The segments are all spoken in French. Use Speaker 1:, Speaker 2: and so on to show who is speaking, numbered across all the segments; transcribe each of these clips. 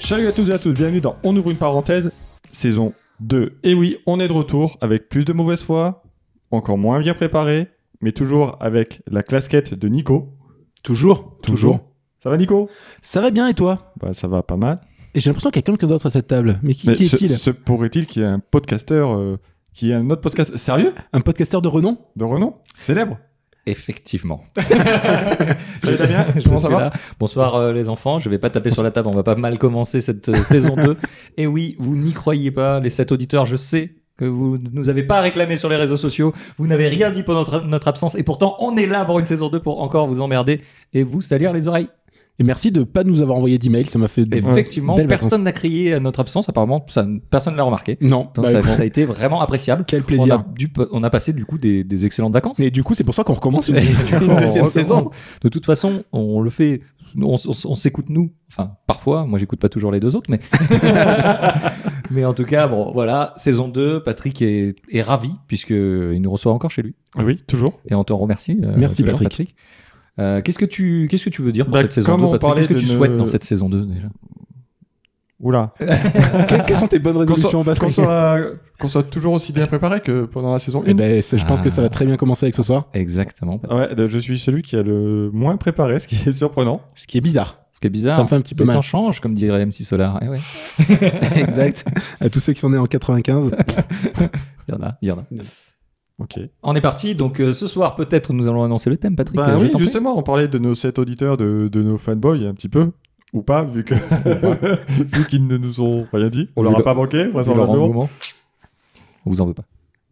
Speaker 1: Salut à tous et à toutes, bienvenue dans On ouvre une parenthèse, saison 2. Et oui, on est de retour avec plus de mauvaise foi, encore moins bien préparé, mais toujours avec la casquette de Nico.
Speaker 2: Toujours, toujours.
Speaker 1: Ça va Nico
Speaker 2: Ça va bien et toi
Speaker 1: Bah ça va pas mal.
Speaker 2: Et j'ai l'impression qu'il y a quelqu'un d'autre à cette table. Mais qui,
Speaker 1: Mais
Speaker 2: qui
Speaker 1: ce-
Speaker 2: est-il
Speaker 1: Ce pourrait-il qu'il y ait un podcasteur, euh, qu'il y ait un autre podcast sérieux
Speaker 2: Un podcasteur de renom
Speaker 1: de renom, célèbre.
Speaker 3: Effectivement.
Speaker 1: Salut Damien,
Speaker 3: Je
Speaker 1: comment ça
Speaker 3: suis
Speaker 1: va
Speaker 3: là. Bonsoir euh, les enfants. Je vais pas taper sur la table. On va pas mal commencer cette euh, saison 2. Et oui, vous n'y croyez pas, les 7 auditeurs. Je sais que vous ne nous avez pas réclamé sur les réseaux sociaux. Vous n'avez rien dit pour notre, notre absence. Et pourtant, on est là pour une saison 2 pour encore vous emmerder et vous salir les oreilles.
Speaker 2: Et merci de pas nous avoir envoyé d'email, ça m'a fait. de-
Speaker 3: Effectivement,
Speaker 2: Belle
Speaker 3: personne n'a crié à notre absence. Apparemment, ça, personne ne l'a remarqué.
Speaker 2: Non,
Speaker 3: Donc,
Speaker 2: bah,
Speaker 3: ça, ça a été vraiment appréciable.
Speaker 2: quel
Speaker 3: On a,
Speaker 2: plaisir.
Speaker 3: dû- on a passé du coup des, des excellentes vacances.
Speaker 2: Et du coup, c'est pour ça qu'on recommence une,
Speaker 3: Et
Speaker 2: une
Speaker 3: du coup, on
Speaker 2: deuxième
Speaker 3: recommence.
Speaker 2: saison.
Speaker 3: oh, De toute façon, on le fait, on, s- on s- on s'écoute nous. Enfin, parfois, moi j'écoute pas toujours les deux autres, mais. mais en tout cas, bon, voilà, saison 2, Patrick est, est ravi, puisqu'il nous reçoit encore chez lui.
Speaker 1: Oui, toujours.
Speaker 3: Et on te remercie. euh,
Speaker 2: Merci,
Speaker 3: toujours,
Speaker 2: Patrick.
Speaker 3: Euh, qu'est-ce, que tu, qu'est-ce que tu veux dire pour
Speaker 1: Bah,
Speaker 3: cette saison
Speaker 1: comme
Speaker 3: 2,
Speaker 1: on
Speaker 3: Patrick
Speaker 1: parlait
Speaker 3: Qu'est-ce que
Speaker 1: de
Speaker 3: tu
Speaker 1: ne-
Speaker 3: souhaites dans cette saison 2 déjà
Speaker 1: Oula.
Speaker 2: Que- Quelles sont tes bonnes
Speaker 1: Qu'on soit,
Speaker 2: résolutions,
Speaker 1: qu'on
Speaker 2: Patrick
Speaker 1: soit- qu'on soit toujours aussi bien préparé que pendant la saison 1.
Speaker 2: Eh ben, c'est- je pense
Speaker 3: Ah.
Speaker 2: que ça va très bien commencer avec ce soir.
Speaker 3: Exactement. Patrick.
Speaker 1: Ouais, euh, je suis celui qui a le moins préparé, ce qui est surprenant.
Speaker 2: Ce qui est bizarre.
Speaker 3: Ce qui est bizarre,
Speaker 2: Ça me fait un petit peu
Speaker 3: le
Speaker 2: mal.
Speaker 3: temps change, comme dirait MC Solar. Eh ouais,
Speaker 2: exact. À tous ceux qui sont nés en 95.
Speaker 3: il y en a, il y en a.
Speaker 1: Ok.
Speaker 3: On est parti, donc euh, ce soir, peut-être nous allons annoncer le thème, Patrick.
Speaker 1: Bah
Speaker 3: euh, je
Speaker 1: oui,
Speaker 3: t'en prie.
Speaker 1: justement, on parlait de nos 7 auditeurs, de, de nos fanboys, un petit peu. Ou pas, vu que vu qu'ils ne nous ont rien dit. On
Speaker 3: Vu
Speaker 1: leur a
Speaker 3: le-
Speaker 1: pas manqué,
Speaker 3: Vu leur
Speaker 1: vraisemblablement.
Speaker 3: engouement. On vous en veut pas.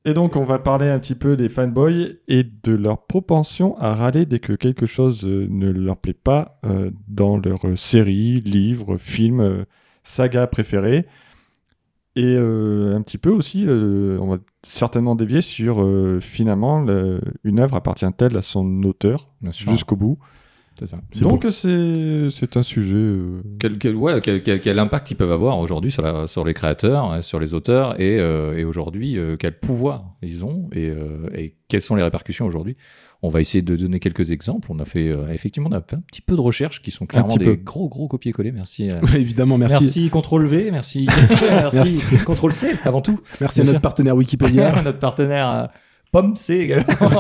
Speaker 1: Et donc, on va parler un petit peu des fanboys et de leur propension à râler dès que quelque chose euh, ne leur plaît pas euh, dans leur euh, série, livre, film, euh, saga préférée. Et euh, un petit peu aussi, euh, on va certainement dévier sur euh, finalement, le- une œuvre appartient-elle à son auteur
Speaker 3: Bien sûr.
Speaker 1: jusqu'au bout
Speaker 3: C'est ça.
Speaker 1: Donc c'est c'est un sujet. euh,
Speaker 3: Quel, quel- ouais, quel, quel- quel impact ils peuvent avoir aujourd'hui sur, la- sur les créateurs, euh, sur les auteurs, et, euh, et aujourd'hui, euh, quel pouvoir ils ont, et, euh, et quelles sont les répercussions aujourd'hui On va essayer de donner quelques exemples. On a fait, euh, effectivement, on a fait un petit peu de recherches qui sont clairement
Speaker 1: petit
Speaker 3: des
Speaker 1: peu.
Speaker 3: gros, gros copier-coller. Merci. euh,
Speaker 2: Ouais, Évidemment, merci.
Speaker 3: Merci CTRL V, merci, merci CTRL C avant tout.
Speaker 2: Merci à
Speaker 3: Bien
Speaker 2: notre
Speaker 3: sûr.
Speaker 2: partenaire Wikipédia.
Speaker 3: notre partenaire euh, Pomme C également.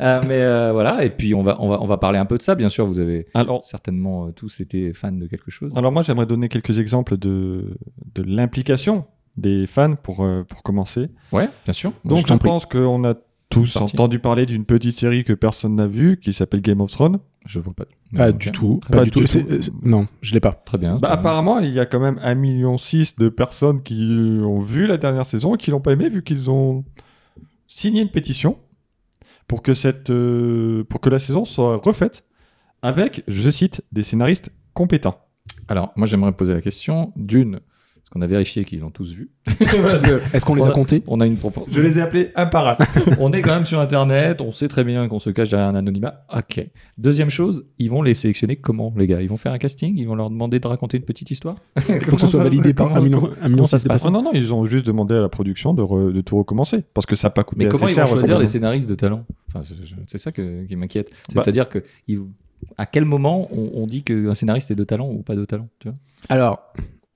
Speaker 3: Euh, mais euh, voilà, et puis on va, on, va, on va parler un peu de ça, bien sûr. Vous avez
Speaker 1: Alors,
Speaker 3: certainement euh, tous été fans de quelque chose.
Speaker 1: alors moi j'aimerais donner quelques exemples de, de l'implication des fans pour, euh, pour commencer.
Speaker 3: Ouais, bien sûr.
Speaker 1: Donc je,
Speaker 2: t'en prie.
Speaker 1: pense qu'on a tous
Speaker 3: Parti.
Speaker 1: entendu parler d'une petite série que personne n'a vue qui s'appelle Game of Thrones.
Speaker 3: Je vois pas.
Speaker 2: Pas
Speaker 3: Ok.
Speaker 2: du tout.
Speaker 1: Pas
Speaker 2: Pas
Speaker 1: bah, du
Speaker 2: du tout.
Speaker 1: tout.
Speaker 2: C'est- euh, c'est- Non, je l'ai pas.
Speaker 3: Très bien.
Speaker 1: Bah,
Speaker 3: très bien.
Speaker 1: apparemment il y a quand même 1,6 million de personnes qui ont vu la dernière saison et qui l'ont pas aimé vu qu'ils ont signé une pétition pour que, cette, euh, pour que la saison soit refaite avec, je cite, des scénaristes compétents.
Speaker 3: Alors, moi, j'aimerais poser la question d'une, parce qu'on a vérifié qu'ils l'ont tous vu. Parce que
Speaker 2: Est-ce qu'on les a
Speaker 3: Voilà.
Speaker 2: comptés
Speaker 3: on a une propos-
Speaker 1: Je les ai appelés imparables.
Speaker 3: on est quand même sur Internet, on sait très bien qu'on se cache derrière un anonymat. Ok. Deuxième chose, ils vont les sélectionner comment, les gars Ils vont faire un casting Ils vont leur demander de raconter une petite histoire
Speaker 2: Il faut que ce soit validé par un million, un million
Speaker 3: comment ça
Speaker 2: six de
Speaker 3: se passe
Speaker 1: Oh non, non, ils ont juste demandé à la production de, re- de tout recommencer. Parce que ça n'a pas coûté
Speaker 3: Mais
Speaker 1: assez
Speaker 3: comment ils vont
Speaker 1: cher.
Speaker 3: choisir les
Speaker 1: vraisemblablement.
Speaker 3: scénaristes de talent enfin, c'est- je- C'est ça que- qui m'inquiète.
Speaker 1: Bah.
Speaker 3: C'est-à-dire que ils- à quel moment on, on dit qu'un scénariste est de talent ou pas de talent tu vois
Speaker 2: Alors,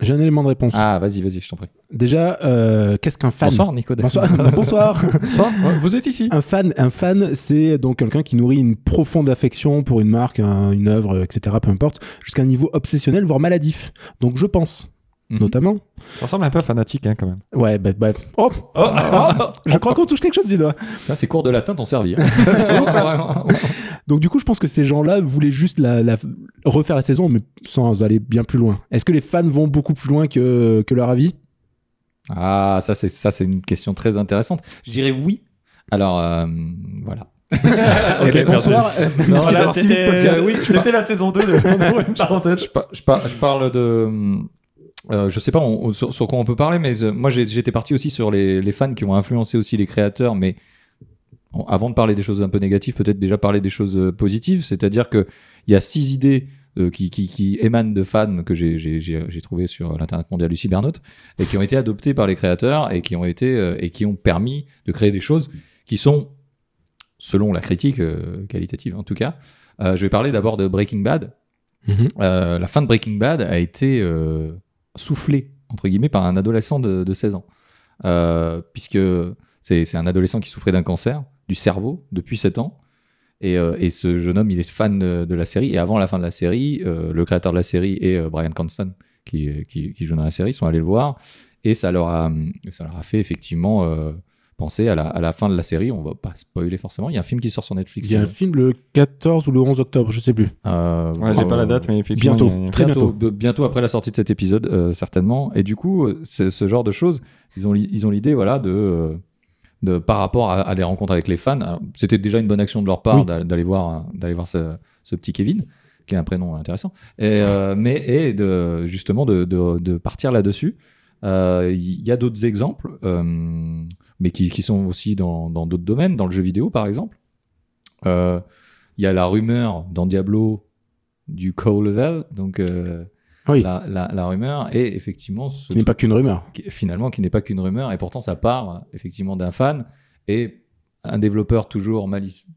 Speaker 2: j'ai un élément de réponse.
Speaker 3: Ah, vas-y, vas-y, je t'en prie.
Speaker 2: Déjà, euh, qu'est-ce qu'un fan
Speaker 3: Bonsoir, Nico. Dac-
Speaker 2: Bonsoir. Bonsoir.
Speaker 1: Ça, ouais, vous êtes ici.
Speaker 2: Un fan, un fan, c'est donc quelqu'un qui nourrit une profonde affection pour une marque, un- une œuvre, etc. Peu importe, jusqu'à un niveau obsessionnel, voire maladif. Donc, je pense,
Speaker 3: Mhm.
Speaker 2: notamment.
Speaker 1: Ça ressemble un peu à fanatique, hein, quand même. Ah,
Speaker 2: Ouais, bah, bah, oh, je crois qu'on touche quelque chose du doigt.
Speaker 3: Putain, ces cours de latin t'ont servi. hein. Vraiment.
Speaker 2: Donc, du coup, je pense que ces gens-là voulaient juste la, la- refaire la saison, mais sans aller bien plus loin. Est-ce que les fans vont beaucoup plus loin que, que leur avis
Speaker 3: Ah, ça c'est ça c'est une question très intéressante. Je dirais oui. Alors euh, voilà. Eh
Speaker 1: merci.
Speaker 3: ben,
Speaker 2: Bonsoir. euh, merci
Speaker 1: Voilà,
Speaker 2: d'avoir suivi le
Speaker 1: c'était-
Speaker 2: podcast.
Speaker 1: oui, c'était la saison 2 de une parenthèse.
Speaker 3: Je, par- je par- je parle de. euh, je sais pas on- on- sur, sur quoi on peut parler, mais euh, moi j'ai- j'étais parti aussi sur les, les fans qui ont influencé aussi les créateurs, mais en- avant de parler des choses un peu négatives, peut-être déjà parler des choses euh, positives, c'est-à-dire que il y a six idées euh, qui, qui- qui émanent de fans que j'ai- j'ai j'ai- j'ai trouvées sur l'internet mondial du cybernaute et qui ont été adoptées par les créateurs et qui ont été euh, et qui ont permis de créer des choses qui sont, selon la critique euh, qualitative en tout cas, euh, je vais parler d'abord de Breaking Bad
Speaker 2: Mhm.
Speaker 3: Euh, la fin de Breaking Bad a été euh, soufflée, entre guillemets, par un adolescent de, de 16 ans. Euh, puisque c'est c'est un adolescent qui souffrait d'un cancer du cerveau depuis 7 ans. Et, euh, et ce jeune homme, il est fan de, de la série. Et avant la fin de la série, euh, le créateur de la série et euh, Brian Cranston, qui, qui, qui joue dans la série, sont allés le voir. Et ça leur a, ça leur a fait effectivement euh, penser à la, à la fin de la série. On va pas spoiler forcément. Il y a un film qui sort sur Netflix.
Speaker 2: Il y a un film le 14 ou le 11 octobre, je sais plus.
Speaker 3: Euh,
Speaker 1: Ouais, j'ai
Speaker 3: euh,
Speaker 1: pas la date, mais effectivement.
Speaker 2: bientôt.
Speaker 1: il y a-
Speaker 2: Très bientôt.
Speaker 3: b- bientôt après la sortie de cet épisode, euh, certainement. Et du coup, euh, c'est- ce genre de choses, ils ont, li- ils ont l'idée, voilà, de, euh, de par rapport à, à des rencontres avec les fans. Alors, C'était déjà une bonne action de leur part
Speaker 2: Oui.
Speaker 3: d'a- d'aller voir, hein, d'aller voir ce, ce petit Kevin, qui est un prénom intéressant. Et, euh, mais et de justement de, de- de partir là-dessus. Euh, Il y a d'autres exemples, euh, mais qui, qui sont aussi dans dans d'autres domaines, dans le jeu vidéo par exemple. Euh, il y a la rumeur dans Diablo du co-level, donc euh,
Speaker 2: Oui.
Speaker 3: la, la- la rumeur, et effectivement, ce
Speaker 2: Ce n'est pas qu'une rumeur.
Speaker 3: truc, finalement, qui n'est pas qu'une rumeur, et pourtant ça part euh, effectivement d'un fan, et un développeur toujours malicieux.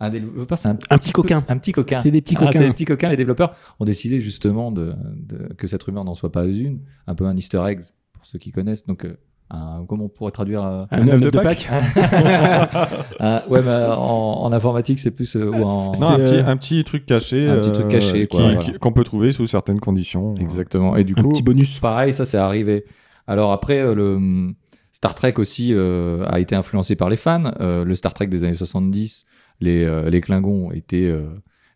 Speaker 3: Un développeur, c'est un,
Speaker 2: Un petit coquin.
Speaker 3: peu- Un petit coquin.
Speaker 2: C'est des petits
Speaker 3: Ah, c'est
Speaker 2: coquins.
Speaker 3: des petits coquins. Les développeurs ont décidé justement de, de- que cette rumeur n'en soit pas une, un peu un easter egg, pour ceux qui connaissent. Donc, euh, un- comment on pourrait traduire euh,
Speaker 2: Un œuf de Pâques.
Speaker 3: un- Ouais, mais euh, en, en informatique, c'est plus. euh, ou en...
Speaker 1: Non, un
Speaker 2: C'est,
Speaker 1: petit,
Speaker 2: euh,
Speaker 1: un petit truc caché. euh,
Speaker 3: un petit truc caché, quoi,
Speaker 1: qui-
Speaker 3: voilà.
Speaker 1: qui- Qu'on peut trouver sous certaines conditions.
Speaker 3: Exactement. Et du
Speaker 2: Un
Speaker 3: coup,
Speaker 2: petit bonus.
Speaker 3: pareil, ça c'est arrivé. Alors après, euh, le hum, Star Trek aussi euh, a été influencé par les fans. Euh, le Star Trek des années 70, les, euh, les Klingons étaient, euh,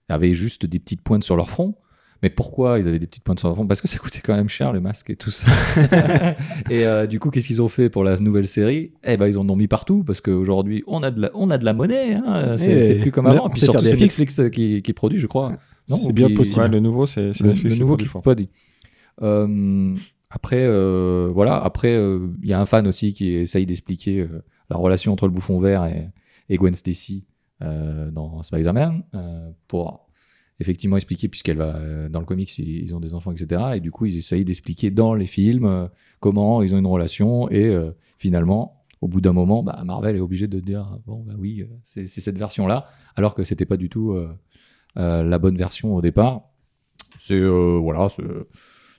Speaker 3: avaient juste des petites pointes sur leur front. Mais pourquoi ils avaient des petites pointes sur leur front Parce que ça coûtait quand même cher, les masques et tout ça. et euh, du coup, qu'est-ce qu'ils ont fait pour la nouvelle série Eh ben, ils en ont mis partout, parce qu'aujourd'hui, on, a de la- on a de la monnaie. hein. C'est
Speaker 2: Eh,
Speaker 3: c'est plus comme
Speaker 2: on a-
Speaker 3: avant.
Speaker 2: on
Speaker 3: Et puis
Speaker 2: sait faire
Speaker 3: surtout,
Speaker 2: des
Speaker 3: c'est
Speaker 2: FX.
Speaker 3: Netflix euh, qui, qui produit, je crois. Non
Speaker 2: C'est
Speaker 3: Ou
Speaker 2: bien
Speaker 3: qui-
Speaker 2: possible.
Speaker 1: Ouais, le nouveau, c'est c'est
Speaker 3: le,
Speaker 1: Netflix
Speaker 3: le
Speaker 1: qui
Speaker 3: nouveau
Speaker 1: produit
Speaker 3: qui
Speaker 1: fort.
Speaker 3: produit. Euh, après, euh, voilà. Après, euh, il y a un fan aussi qui essaye d'expliquer euh, la relation entre le bouffon vert et, et Gwen Stacy euh, dans Spider-Man euh, pour effectivement expliquer puisqu'elle va euh, dans le comics ils, ils ont des enfants etc et du coup ils essayent d'expliquer dans les films euh, comment ils ont une relation et euh, finalement au bout d'un moment bah, Marvel est obligé de dire bon bah oui euh, c'est c'est cette version là alors que c'était pas du tout euh, euh, la bonne version au départ c'est euh, voilà c'est-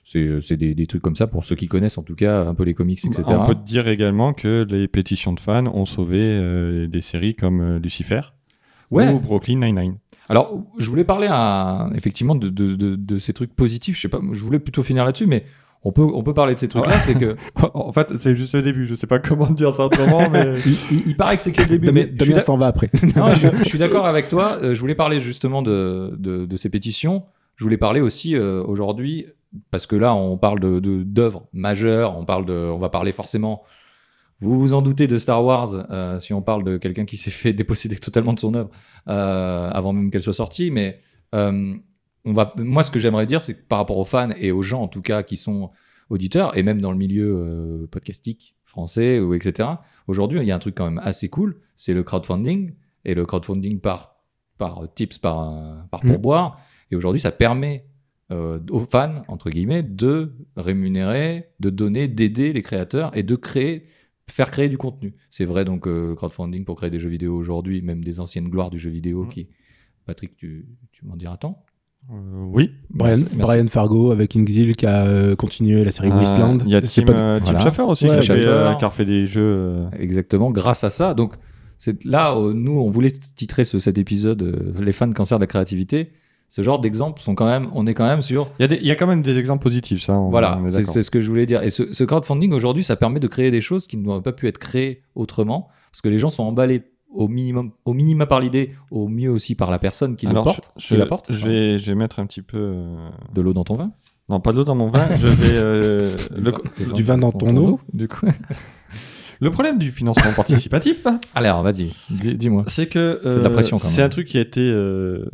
Speaker 3: c'est c'est des, des trucs comme ça pour ceux qui connaissent en tout cas un peu les comics etc
Speaker 1: On peut te dire également que les pétitions de fans ont sauvé euh, des séries comme euh, Lucifer
Speaker 3: ouais
Speaker 1: ou Brooklyn Nine-Nine.
Speaker 3: alors je voulais parler à, effectivement de, de, de- de ces trucs positifs je sais pas je voulais plutôt finir là-dessus mais on peut on peut parler de ces trucs là c'est que
Speaker 1: en fait, c'est juste le début. Je sais pas comment dire ça autrement, mais.
Speaker 3: il, il- il paraît que c'est que le début
Speaker 2: Damien,
Speaker 3: mais je suis
Speaker 2: Damien s'en va après.
Speaker 3: Non, mais je, je suis d'accord avec toi. Euh, je voulais parler justement de, de, de ces pétitions. Je voulais parler aussi euh, aujourd'hui, parce que là, on parle d'œuvres de, d'œuvres majeures. On, parle de, on va parler forcément. Vous vous en doutez de Star Wars, euh, si on parle de quelqu'un qui s'est fait déposséder totalement de son œuvre euh, avant même qu'elle soit sortie. Mais euh, on va, moi, ce que j'aimerais dire, c'est que par rapport aux fans et aux gens, en tout cas, qui sont auditeurs, et même dans le milieu euh, podcastique français, ou etc., aujourd'hui, il y a un truc quand même assez cool, c'est le crowdfunding, et le crowdfunding par, par tips, par, un- par
Speaker 2: Mm.
Speaker 3: pourboire. Et aujourd'hui, ça permet euh, aux fans, entre guillemets, de rémunérer, de donner, d'aider les créateurs et de créer faire créer du contenu. C'est vrai donc euh, le crowdfunding pour créer des jeux vidéo aujourd'hui, même des anciennes gloires du jeu vidéo
Speaker 1: Mm.
Speaker 3: qui Patrick, tu, tu m'en diras tant
Speaker 1: Euh, oui.
Speaker 2: Brian,
Speaker 3: Merci, merci.
Speaker 2: Brian Fargo avec Inxil qui a euh, continué la série
Speaker 3: Ah.
Speaker 1: Euh,
Speaker 2: Wasteland.
Speaker 1: Il y a
Speaker 2: C'est
Speaker 1: Tim,
Speaker 2: pas-
Speaker 1: euh, Tim
Speaker 3: Voilà.
Speaker 1: Schafer aussi
Speaker 2: Ouais,
Speaker 1: qui, a fait,
Speaker 3: Schafer.
Speaker 1: euh, qui a fait des jeux. euh,
Speaker 3: Exactement, grâce à ça. Donc c'est là, euh, nous, on voulait titrer ce- cet épisode euh, Les fans de cancer de la créativité. Ce genre d'exemples sont quand même, on est quand même sur.
Speaker 1: Il y, a des- il y a quand même des exemples positifs, ça. on-
Speaker 3: voilà,
Speaker 1: on est
Speaker 3: c'est
Speaker 1: d'accord.
Speaker 3: c'est ce que je voulais dire. Et ce, ce crowdfunding aujourd'hui, ça permet de créer des choses qui n'auraient pas pu être créées autrement, parce que les gens sont emballés au minimum, au minima par l'idée, au mieux aussi par la personne qui le
Speaker 1: Alors,
Speaker 3: porte,
Speaker 1: je,
Speaker 3: qui la porte. hein.
Speaker 1: je vais, je vais mettre un petit peu. euh,
Speaker 3: De l'eau dans ton vin.
Speaker 1: Non, pas d'eau dans mon vin. je vais. euh, le,
Speaker 2: Du vin dans ton eau.
Speaker 3: Du coup.
Speaker 1: le problème du financement participatif,
Speaker 3: Alors, vas-y, dis- dis-moi.
Speaker 1: c'est que.
Speaker 3: C'est de la
Speaker 1: euh,
Speaker 3: pression, quand
Speaker 1: C'est
Speaker 3: même.
Speaker 1: un truc qui a été euh,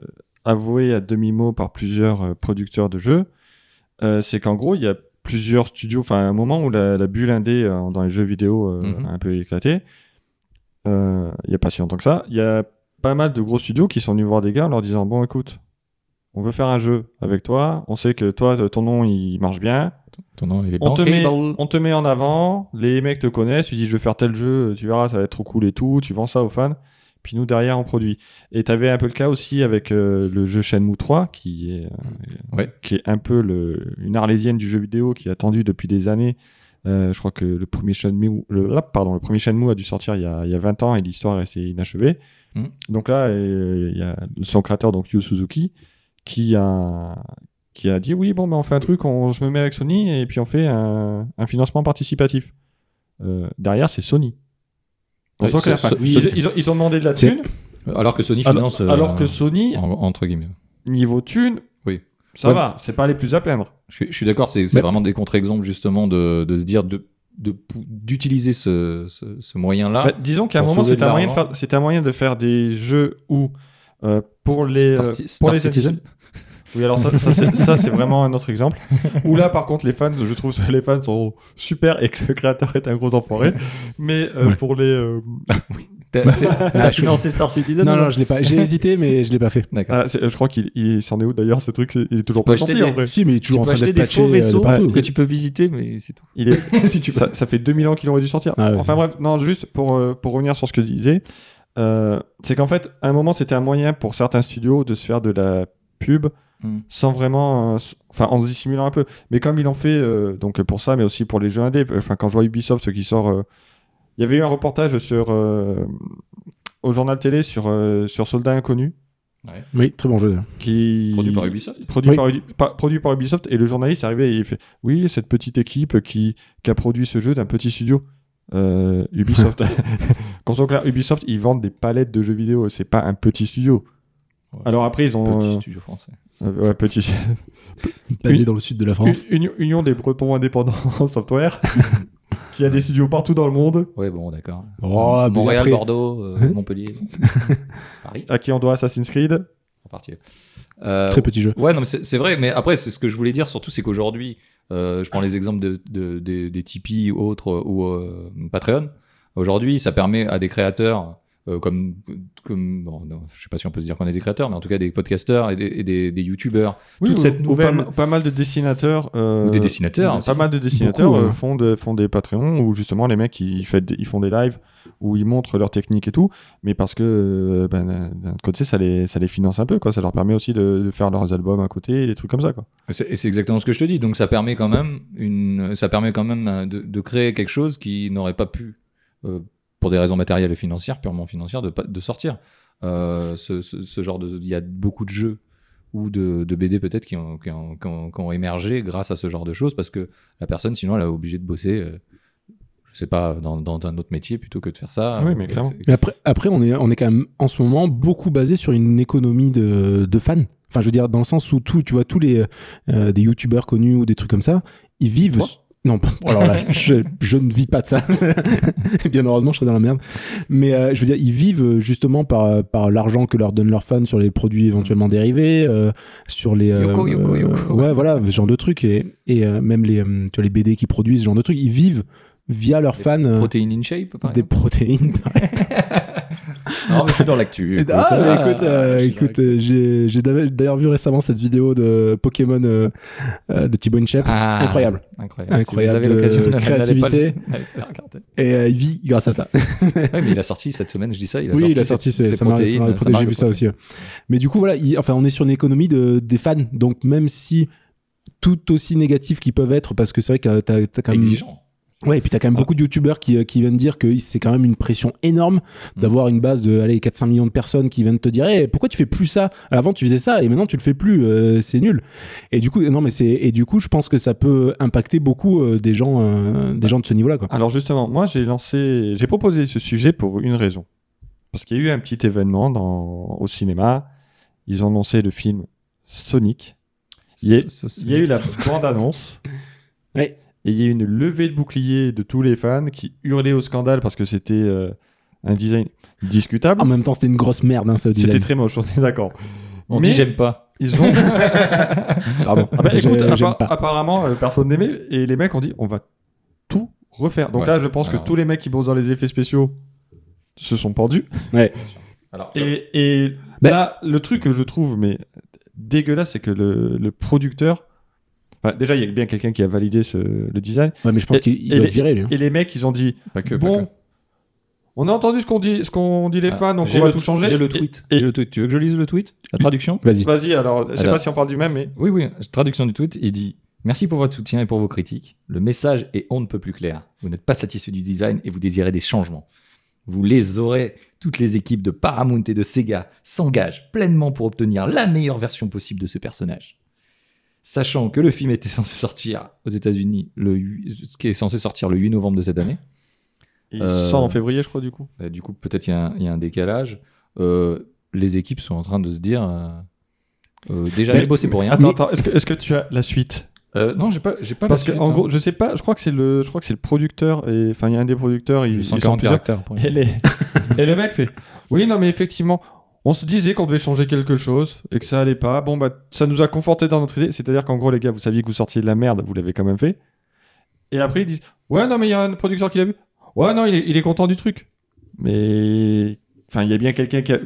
Speaker 1: avoué à demi-mot par plusieurs euh, producteurs de jeux. Euh, c'est qu'en gros, il y a plusieurs studios. Enfin, à un moment où la, la bulle indé euh, dans les jeux vidéo euh,
Speaker 3: Mhm.
Speaker 1: a un peu éclaté, euh, il n'y a pas si longtemps que ça, il y a pas mal de gros studios qui sont venus voir des gars en leur disant Bon, écoute, on veut faire un jeu avec toi. On sait que toi, ton nom, il marche bien.
Speaker 3: Ton nom, il est
Speaker 1: on te, met,
Speaker 3: bankable.
Speaker 1: on te met en avant, les mecs te connaissent, tu dis je veux faire tel jeu, tu verras, ça va être trop cool et tout, tu vends ça aux fans. puis nous derrière on produit. Et tu avais un peu le cas aussi avec euh, le jeu Shenmue 3 qui est, euh,
Speaker 3: Ouais.
Speaker 1: qui est un peu le, une arlésienne du jeu vidéo qui est attendue depuis des années. Euh, je crois que le premier Shenmue, le, là, pardon, le premier Shenmue a dû sortir il y a, il y a 20 ans et l'histoire est restée inachevée.
Speaker 3: Mm.
Speaker 1: Donc là, euh, il y a son créateur, donc Yu Suzuki, qui a, qui a dit oui, bon, ben on fait un truc, on, je me mets avec Sony et puis on fait un, un financement participatif. Euh, derrière, c'est Sony. On
Speaker 3: Ouais,
Speaker 1: sent que la
Speaker 3: c'est-
Speaker 1: fin-
Speaker 3: oui,
Speaker 1: ils-
Speaker 3: c'est-
Speaker 1: ils, ont, ils ont demandé de la
Speaker 2: c'est-
Speaker 1: thune,
Speaker 3: Alors que Sony
Speaker 1: alors,
Speaker 3: finance. euh,
Speaker 1: alors que Sony,
Speaker 3: en- entre guillemets.
Speaker 1: niveau thune,
Speaker 3: Oui.
Speaker 1: ça
Speaker 3: Ouais.
Speaker 1: va, c'est pas les plus à plaindre.
Speaker 3: Je suis, je suis d'accord, c'est c'est
Speaker 2: Mais-
Speaker 3: vraiment des contre-exemples justement de, de se dire de de pou- d'utiliser ce, ce, ce moyen-là.
Speaker 1: Bah, disons qu'à un
Speaker 3: Ah. pour
Speaker 1: moment,
Speaker 3: sauver de
Speaker 1: c'était un, moyen de
Speaker 3: l'argent.
Speaker 1: faire- c'était un moyen de faire des jeux où, euh, pour les.
Speaker 3: Star-
Speaker 1: euh,
Speaker 3: Star
Speaker 1: pour les
Speaker 3: Citizen
Speaker 1: Oui, alors ça, ça, c'est- ça, c'est vraiment un autre exemple. Où là, par contre, les fans, je trouve que les fans sont super et que le créateur est un gros enfoiré. Mais euh,
Speaker 2: Ouais.
Speaker 1: pour les. euh,
Speaker 3: T'as- Bah, T'as t'as financé Star Citizen
Speaker 2: Ah, Non,
Speaker 3: ou
Speaker 2: non, je l'ai pas. J'ai hésité, mais je l'ai pas fait.
Speaker 3: D'accord.
Speaker 1: voilà, c'est- euh, je crois qu'il il s'en est où d'ailleurs ce truc c'est- Il est toujours
Speaker 3: peux
Speaker 1: pas
Speaker 3: acheter
Speaker 1: sorti
Speaker 3: des-
Speaker 1: en vrai.
Speaker 2: Si, mais il est
Speaker 3: Tu
Speaker 2: toujours en
Speaker 3: peux
Speaker 2: train
Speaker 3: acheter
Speaker 2: d'être
Speaker 3: des
Speaker 2: patché
Speaker 3: faux
Speaker 2: euh, de
Speaker 3: vaisseaux
Speaker 2: partout.
Speaker 3: que tu peux visiter, mais c'est tout.
Speaker 1: Il est,
Speaker 3: si tu veux.
Speaker 1: ça, ça fait 2000 ans qu'il aurait dû sortir.
Speaker 2: Ah ouais.
Speaker 1: enfin bref, non, juste pour, euh, pour revenir sur ce que tu disais, euh, c'est qu'en fait, à un moment, c'était un moyen pour certains studios de se faire de la pub
Speaker 3: Mm.
Speaker 1: sans vraiment. euh, s- Enfin, en se dissimulant un peu. Mais comme ils l'ont fait, euh, donc pour ça, mais aussi pour les jeux indés, euh, enfin, quand je vois Ubisoft, ce qui sort. euh, Il y avait eu un reportage sur, euh, au journal télé sur, euh, sur Soldat Inconnu.
Speaker 2: Oui, très bon jeu. d'ailleurs.
Speaker 1: Qui...
Speaker 3: Produit par Ubisoft
Speaker 1: produit,
Speaker 2: Oui.
Speaker 1: par, Udi- pa- produit par Ubisoft et le journaliste est arrivé et il fait oui cette petite équipe qui, qui a produit ce jeu d'un petit studio Euh, Ubisoft qu'on soit clair Ubisoft ils vendent des palettes de jeux vidéo c'est pas un petit studio
Speaker 3: Ouais.
Speaker 1: alors après ils ont
Speaker 3: Petit
Speaker 1: euh,
Speaker 3: studio français.
Speaker 1: euh, ouais, petit-
Speaker 2: Basé
Speaker 1: Une-
Speaker 2: dans le sud de la France.
Speaker 1: Une- Union, Union des Bretons indépendants en software qui a des studios partout dans le monde
Speaker 3: Ouais, bon, d'accord.
Speaker 2: Oh, mais
Speaker 3: Montréal,
Speaker 2: après-
Speaker 3: Bordeaux, euh, Montpellier, Paris,
Speaker 1: à qui on doit Assassin's Creed
Speaker 3: en partie. Euh,
Speaker 2: Très petit jeu.
Speaker 3: Ouais, non, mais c'est c'est vrai, mais après, c'est ce que je voulais dire surtout, c'est qu'aujourd'hui, euh, je prends les exemples de, de- des- des Tipeee ou autres euh, ou euh, Patreon. Aujourd'hui, ça permet à des créateurs euh, comme, comme bon, non, je sais pas si on peut se dire qu'on est des créateurs, mais en tout cas des podcasteurs et des, et des, des youtubeurs Toute
Speaker 1: ou-
Speaker 3: cette
Speaker 1: ou
Speaker 3: nouvelle-
Speaker 1: pas, ma- pas mal de dessinateurs euh,
Speaker 3: ou des dessinateurs. hein,
Speaker 1: Pas
Speaker 3: aussi.
Speaker 1: mal de dessinateurs
Speaker 2: Beaucoup,
Speaker 1: euh,
Speaker 2: hein.
Speaker 1: font, de- font des Patreons où justement les mecs ils, fait des- ils font des lives où ils montrent leur technique et tout, mais parce que euh, ben, d'un- d'un autre côté ça les, ça les finance un peu, quoi. ça leur permet aussi de, de faire leurs albums à côté et des trucs comme ça. Quoi.
Speaker 3: Et C'est et c'est exactement ce que je te dis. Donc ça permet quand même une, ça permet quand même euh, de, de créer quelque chose qui n'aurait pas pu, euh, pour des raisons matérielles et financières, purement financières, de, pas- de sortir. Euh, ce, ce- ce genre de, il y a beaucoup de jeux ou de, de BD peut-être qui ont, qui, ont, qui ont- qui ont émergé grâce à ce genre de choses parce que la personne sinon elle est obligée de bosser. euh, je sais pas, dans, dans un autre métier plutôt que de faire ça.
Speaker 1: Oui, mais
Speaker 3: Euh,
Speaker 1: clairement.
Speaker 3: c'est-
Speaker 2: Mais après, après on, est, on est quand même en ce moment beaucoup basé sur une économie de, de fans. Enfin, je veux dire, dans le sens où tout, tu vois, tous les euh, des youtubeurs connus ou des trucs comme ça, ils vivent.
Speaker 1: Toi
Speaker 2: non, pas- alors là, je, je ne vis pas de ça. Bien heureusement, je serais dans la merde. Mais euh, je veux dire, ils vivent justement par, euh, par l'argent que leur donnent leurs fans sur les produits éventuellement dérivés, euh, sur les. euh,
Speaker 3: Yoko, Yoko,
Speaker 2: euh,
Speaker 3: Yoko.
Speaker 2: ouais, voilà, ce genre de trucs. Et, et euh, même les, euh, tu vois, les BD qui produisent, ce genre de trucs, ils vivent via leurs
Speaker 3: Des
Speaker 2: fans. euh,
Speaker 3: Protéines in shape, par
Speaker 2: des
Speaker 3: exemple.
Speaker 2: protéines
Speaker 3: Non, mais c'est dans l'actu. écoute.
Speaker 2: ah, mais écoute, euh,
Speaker 3: Ah, je suis
Speaker 2: écoute,
Speaker 3: dans l'actu.
Speaker 2: euh, j'ai j'ai d'av- d'ailleurs vu récemment cette vidéo de Pokémon euh, euh, de Thibaut Inchep.
Speaker 3: Ah.
Speaker 2: Incroyable.
Speaker 3: Incroyable.
Speaker 2: Incroyable
Speaker 3: Si vous avez l'occasion
Speaker 2: euh,
Speaker 3: n'allez pas
Speaker 2: créativité.
Speaker 3: le- n'allez pas le regarder.
Speaker 2: Et euh, il vit grâce à ça.
Speaker 3: Ouais, mais il a sorti cette semaine, je dis ça. Il a
Speaker 2: oui,
Speaker 3: sorti
Speaker 2: il a sorti
Speaker 3: ses,
Speaker 2: ses,
Speaker 3: ses
Speaker 2: ça m'a- ça m'a
Speaker 3: protéines.
Speaker 2: répondu,
Speaker 3: sa
Speaker 2: J'ai
Speaker 3: marque
Speaker 2: vu ça
Speaker 3: de
Speaker 2: aussi. hein. Mais du coup, voilà, il- enfin, on est sur une économie de, des fans. Donc, même si tout aussi négatifs qu'ils peuvent être, parce que c'est vrai que t'as as quand
Speaker 3: protéines.
Speaker 2: même.
Speaker 3: Exigeant.
Speaker 2: Ouais, et puis t'as quand même
Speaker 3: Voilà.
Speaker 2: beaucoup de youtubeurs qui, euh, qui viennent dire que c'est quand même une pression énorme
Speaker 3: Mm.
Speaker 2: d'avoir une base de allez, 4-5 millions de personnes qui viennent te dire Eh, pourquoi tu fais plus ça Avant tu faisais ça et maintenant tu le fais plus, euh, c'est nul. Et du coup, non, mais c'est et du coup, je pense que ça peut impacter beaucoup euh, des gens, euh, des gens de ce niveau-là, quoi.
Speaker 1: Alors justement, moi j'ai lancé, j'ai proposé ce sujet pour une raison. Parce qu'il y a eu un petit événement dans, au cinéma, ils ont lancé le film Sonic, Il y a-
Speaker 3: Ce- ce-
Speaker 1: il y a eu la bande-annonce.
Speaker 2: Ouais.
Speaker 1: Et il y a eu une levée de bouclier de tous les fans qui hurlaient au scandale parce que c'était euh, un design discutable.
Speaker 2: En même temps, c'était une grosse merde, hein, ça.
Speaker 1: c'était très moche, on est d'accord.
Speaker 3: On
Speaker 1: Mais-
Speaker 3: dit j'aime pas.
Speaker 1: Ils ont.
Speaker 2: Pardon.
Speaker 1: Ah bah, écoute,
Speaker 2: J'ai- j'aime
Speaker 1: appa-
Speaker 2: pas.
Speaker 1: apparemment, euh, personne n'aimait. Et les mecs ont dit on va tout refaire. Donc
Speaker 3: Ouais.
Speaker 1: là, je pense
Speaker 3: Alors-
Speaker 1: que tous les mecs qui bossent dans les effets spéciaux se sont pendus.
Speaker 3: Alors,
Speaker 1: Et, et
Speaker 2: Ben-
Speaker 1: là, le truc que je trouve mais dégueulasse, c'est que le, le producteur. Enfin, déjà, il y a bien quelqu'un qui a validé ce- le design.
Speaker 2: Ouais, mais je pense
Speaker 1: Et-
Speaker 2: qu'il il
Speaker 1: et
Speaker 2: doit
Speaker 1: les-
Speaker 2: être viré, lui. hein.
Speaker 1: Et les mecs, ils ont dit
Speaker 3: pas que. pas
Speaker 1: bon,
Speaker 3: que.
Speaker 1: On a entendu ce qu'on dit, ce qu'on dit les fans, donc
Speaker 3: J'ai
Speaker 1: on va
Speaker 3: le-
Speaker 1: tout changer.
Speaker 3: J'ai le tweet.
Speaker 1: Et- et-
Speaker 3: J'ai le tweet. Tu veux que je lise le tweet La traduction
Speaker 2: Vas-y.
Speaker 1: Vas-y, alors, je sais
Speaker 3: Alors.
Speaker 1: pas si on parle du même, mais
Speaker 3: Oui, oui, traduction du tweet, il dit Merci pour votre soutien et pour vos critiques. Le message est on ne peut plus clair. Vous n'êtes pas satisfait du design et vous désirez des changements. Vous les aurez. Toutes les équipes de Paramount et de Sega s'engagent pleinement pour obtenir la meilleure version possible de ce personnage. Sachant que le film était censé sortir aux États-Unis, le huit- ce qui est censé sortir le 8 novembre de cette année.
Speaker 1: il
Speaker 3: Euh.
Speaker 1: sort en février, je crois, du coup.
Speaker 3: Bah, du coup, peut-être il y, a un- il y a un décalage. Euh, les équipes sont en train de se dire euh, euh, déjà
Speaker 1: Mais-
Speaker 3: j'ai bossé pour rien.
Speaker 1: Attends, attends, est-ce que, est-ce que tu as la suite
Speaker 3: Euh, non, j'ai pas, j'ai pas. la
Speaker 1: Parce que,
Speaker 3: suite,
Speaker 1: en
Speaker 3: hein.
Speaker 1: gros, je sais pas, je crois que c'est le, je crois que c'est le producteur, et enfin, il y a un des producteurs, ils, ils sont plusieurs.
Speaker 3: caractères. pour
Speaker 1: Et, les- et le mec fait Oui, non, mais effectivement, on se disait qu'on devait changer quelque chose et que ça allait pas. Bon, bah, ça nous a conforté dans notre idée. C'est-à-dire qu'en gros, les gars, vous saviez que vous sortiez de la merde, vous l'avez quand même fait. Et après, ils disent Ouais, non, mais il y a un producteur qui l'a vu. Ouais, non, il est, il est content du truc. Mais. Enfin, il y a bien quelqu'un qui a.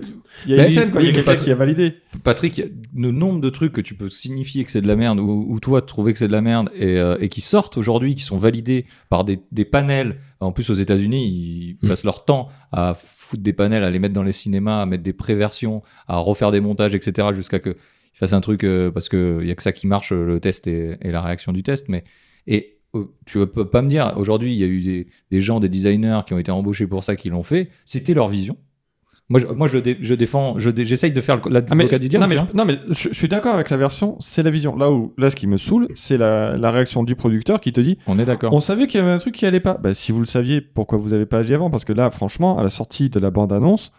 Speaker 1: Il y a
Speaker 3: Bah
Speaker 1: une
Speaker 3: oui,
Speaker 1: chaîne, quoi. Il
Speaker 3: oui,
Speaker 1: y a
Speaker 3: mais
Speaker 1: quelqu'un
Speaker 3: Patrick-
Speaker 1: qui a validé.
Speaker 3: Patrick, le nombre de trucs que tu peux signifier que c'est de la merde ou, ou toi trouver que c'est de la merde et, euh, et qui sortent aujourd'hui, qui sont validés par des, des panels. En plus, aux États-Unis, ils
Speaker 2: Mm.
Speaker 3: passent leur temps à foutre des panels, à les mettre dans les cinémas, à mettre des préversions, à refaire des montages, etc. jusqu'à que ils fassent un truc euh, parce qu'il n'y a que ça qui marche, euh, le test et, et la réaction du test. Mais et euh, tu ne peux pas me dire, aujourd'hui, il y a eu des, des gens, des designers qui ont été embauchés pour ça, qui l'ont fait. C'était leur vision. Moi, je, moi, je, dé- je défends, je dé- j'essaye de faire le- l'avocat
Speaker 1: Ah, mais,
Speaker 3: du diable.
Speaker 1: non, mais,
Speaker 3: hein.
Speaker 1: je, non, mais je, je suis d'accord avec la version, c'est la vision. Là où, là, ce qui me saoule, c'est la, la réaction du producteur qui te dit
Speaker 3: On est d'accord.
Speaker 1: On savait qu'il y avait un truc qui allait pas. Bah, si vous le saviez, pourquoi vous avez pas agi avant Parce que là, franchement, à la sortie de la bande-annonce,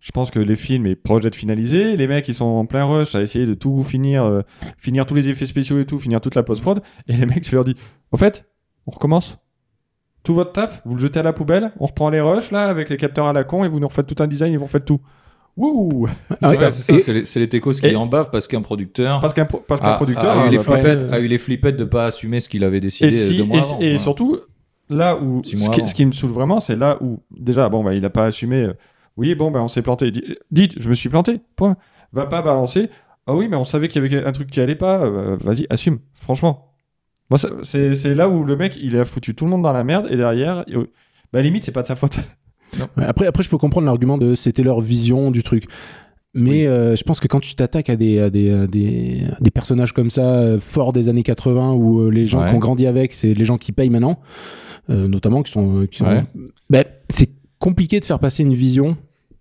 Speaker 1: je pense que les films est proche d'être finalisé. Les mecs, ils sont en plein rush à essayer de tout finir, euh, finir tous les effets spéciaux et tout, finir toute la post-prod. Et les mecs, tu leur dis Au fait, on recommence Tout votre taf, vous le jetez à la poubelle, on reprend les rushs là, avec les capteurs à la con, et vous nous refaites tout un design et vous refaites tout. Wouh
Speaker 2: Ah
Speaker 3: Ouais,
Speaker 2: ouais,
Speaker 3: c'est ça,
Speaker 2: et-
Speaker 3: c'est les, c'est les techos qui
Speaker 1: et-
Speaker 3: en bavent parce qu'un producteur
Speaker 1: Parce qu'un pro- parce qu'un
Speaker 3: a,
Speaker 1: producteur
Speaker 3: Ah, a
Speaker 1: hein,
Speaker 3: eu les
Speaker 1: bah, pas-
Speaker 3: flippettes, a eu les flippettes de pas assumer ce qu'il avait décidé
Speaker 1: et, si-
Speaker 3: euh, deux mois
Speaker 1: et- et
Speaker 3: avant. voilà.
Speaker 1: surtout là où
Speaker 3: Six
Speaker 1: ce
Speaker 3: mois
Speaker 1: qui,
Speaker 3: avant.
Speaker 1: ce qui me saoule vraiment c'est là où déjà bon bah il a pas assumé euh, oui bon bah on s'est planté Di- dites je me suis planté point va pas balancer ah oui mais on savait qu'il y avait un truc qui allait pas euh, vas-y assume franchement moi ça- c'est c'est là où le mec il a foutu tout le monde dans la merde et derrière il- bah limite c'est pas de sa faute
Speaker 2: Ouais, après, après, je peux comprendre l'argument de c'était leur vision du truc. Mais euh, je pense que quand tu t'attaques à des, à des, à des, à des personnages comme ça, euh, forts des années 80, où euh, les gens
Speaker 3: Ouais.
Speaker 2: qui ont grandi avec, c'est les gens qui payent maintenant, euh, notamment qui sont. euh, qui sont-
Speaker 3: Ouais.
Speaker 2: Ben, c'est compliqué de faire passer une vision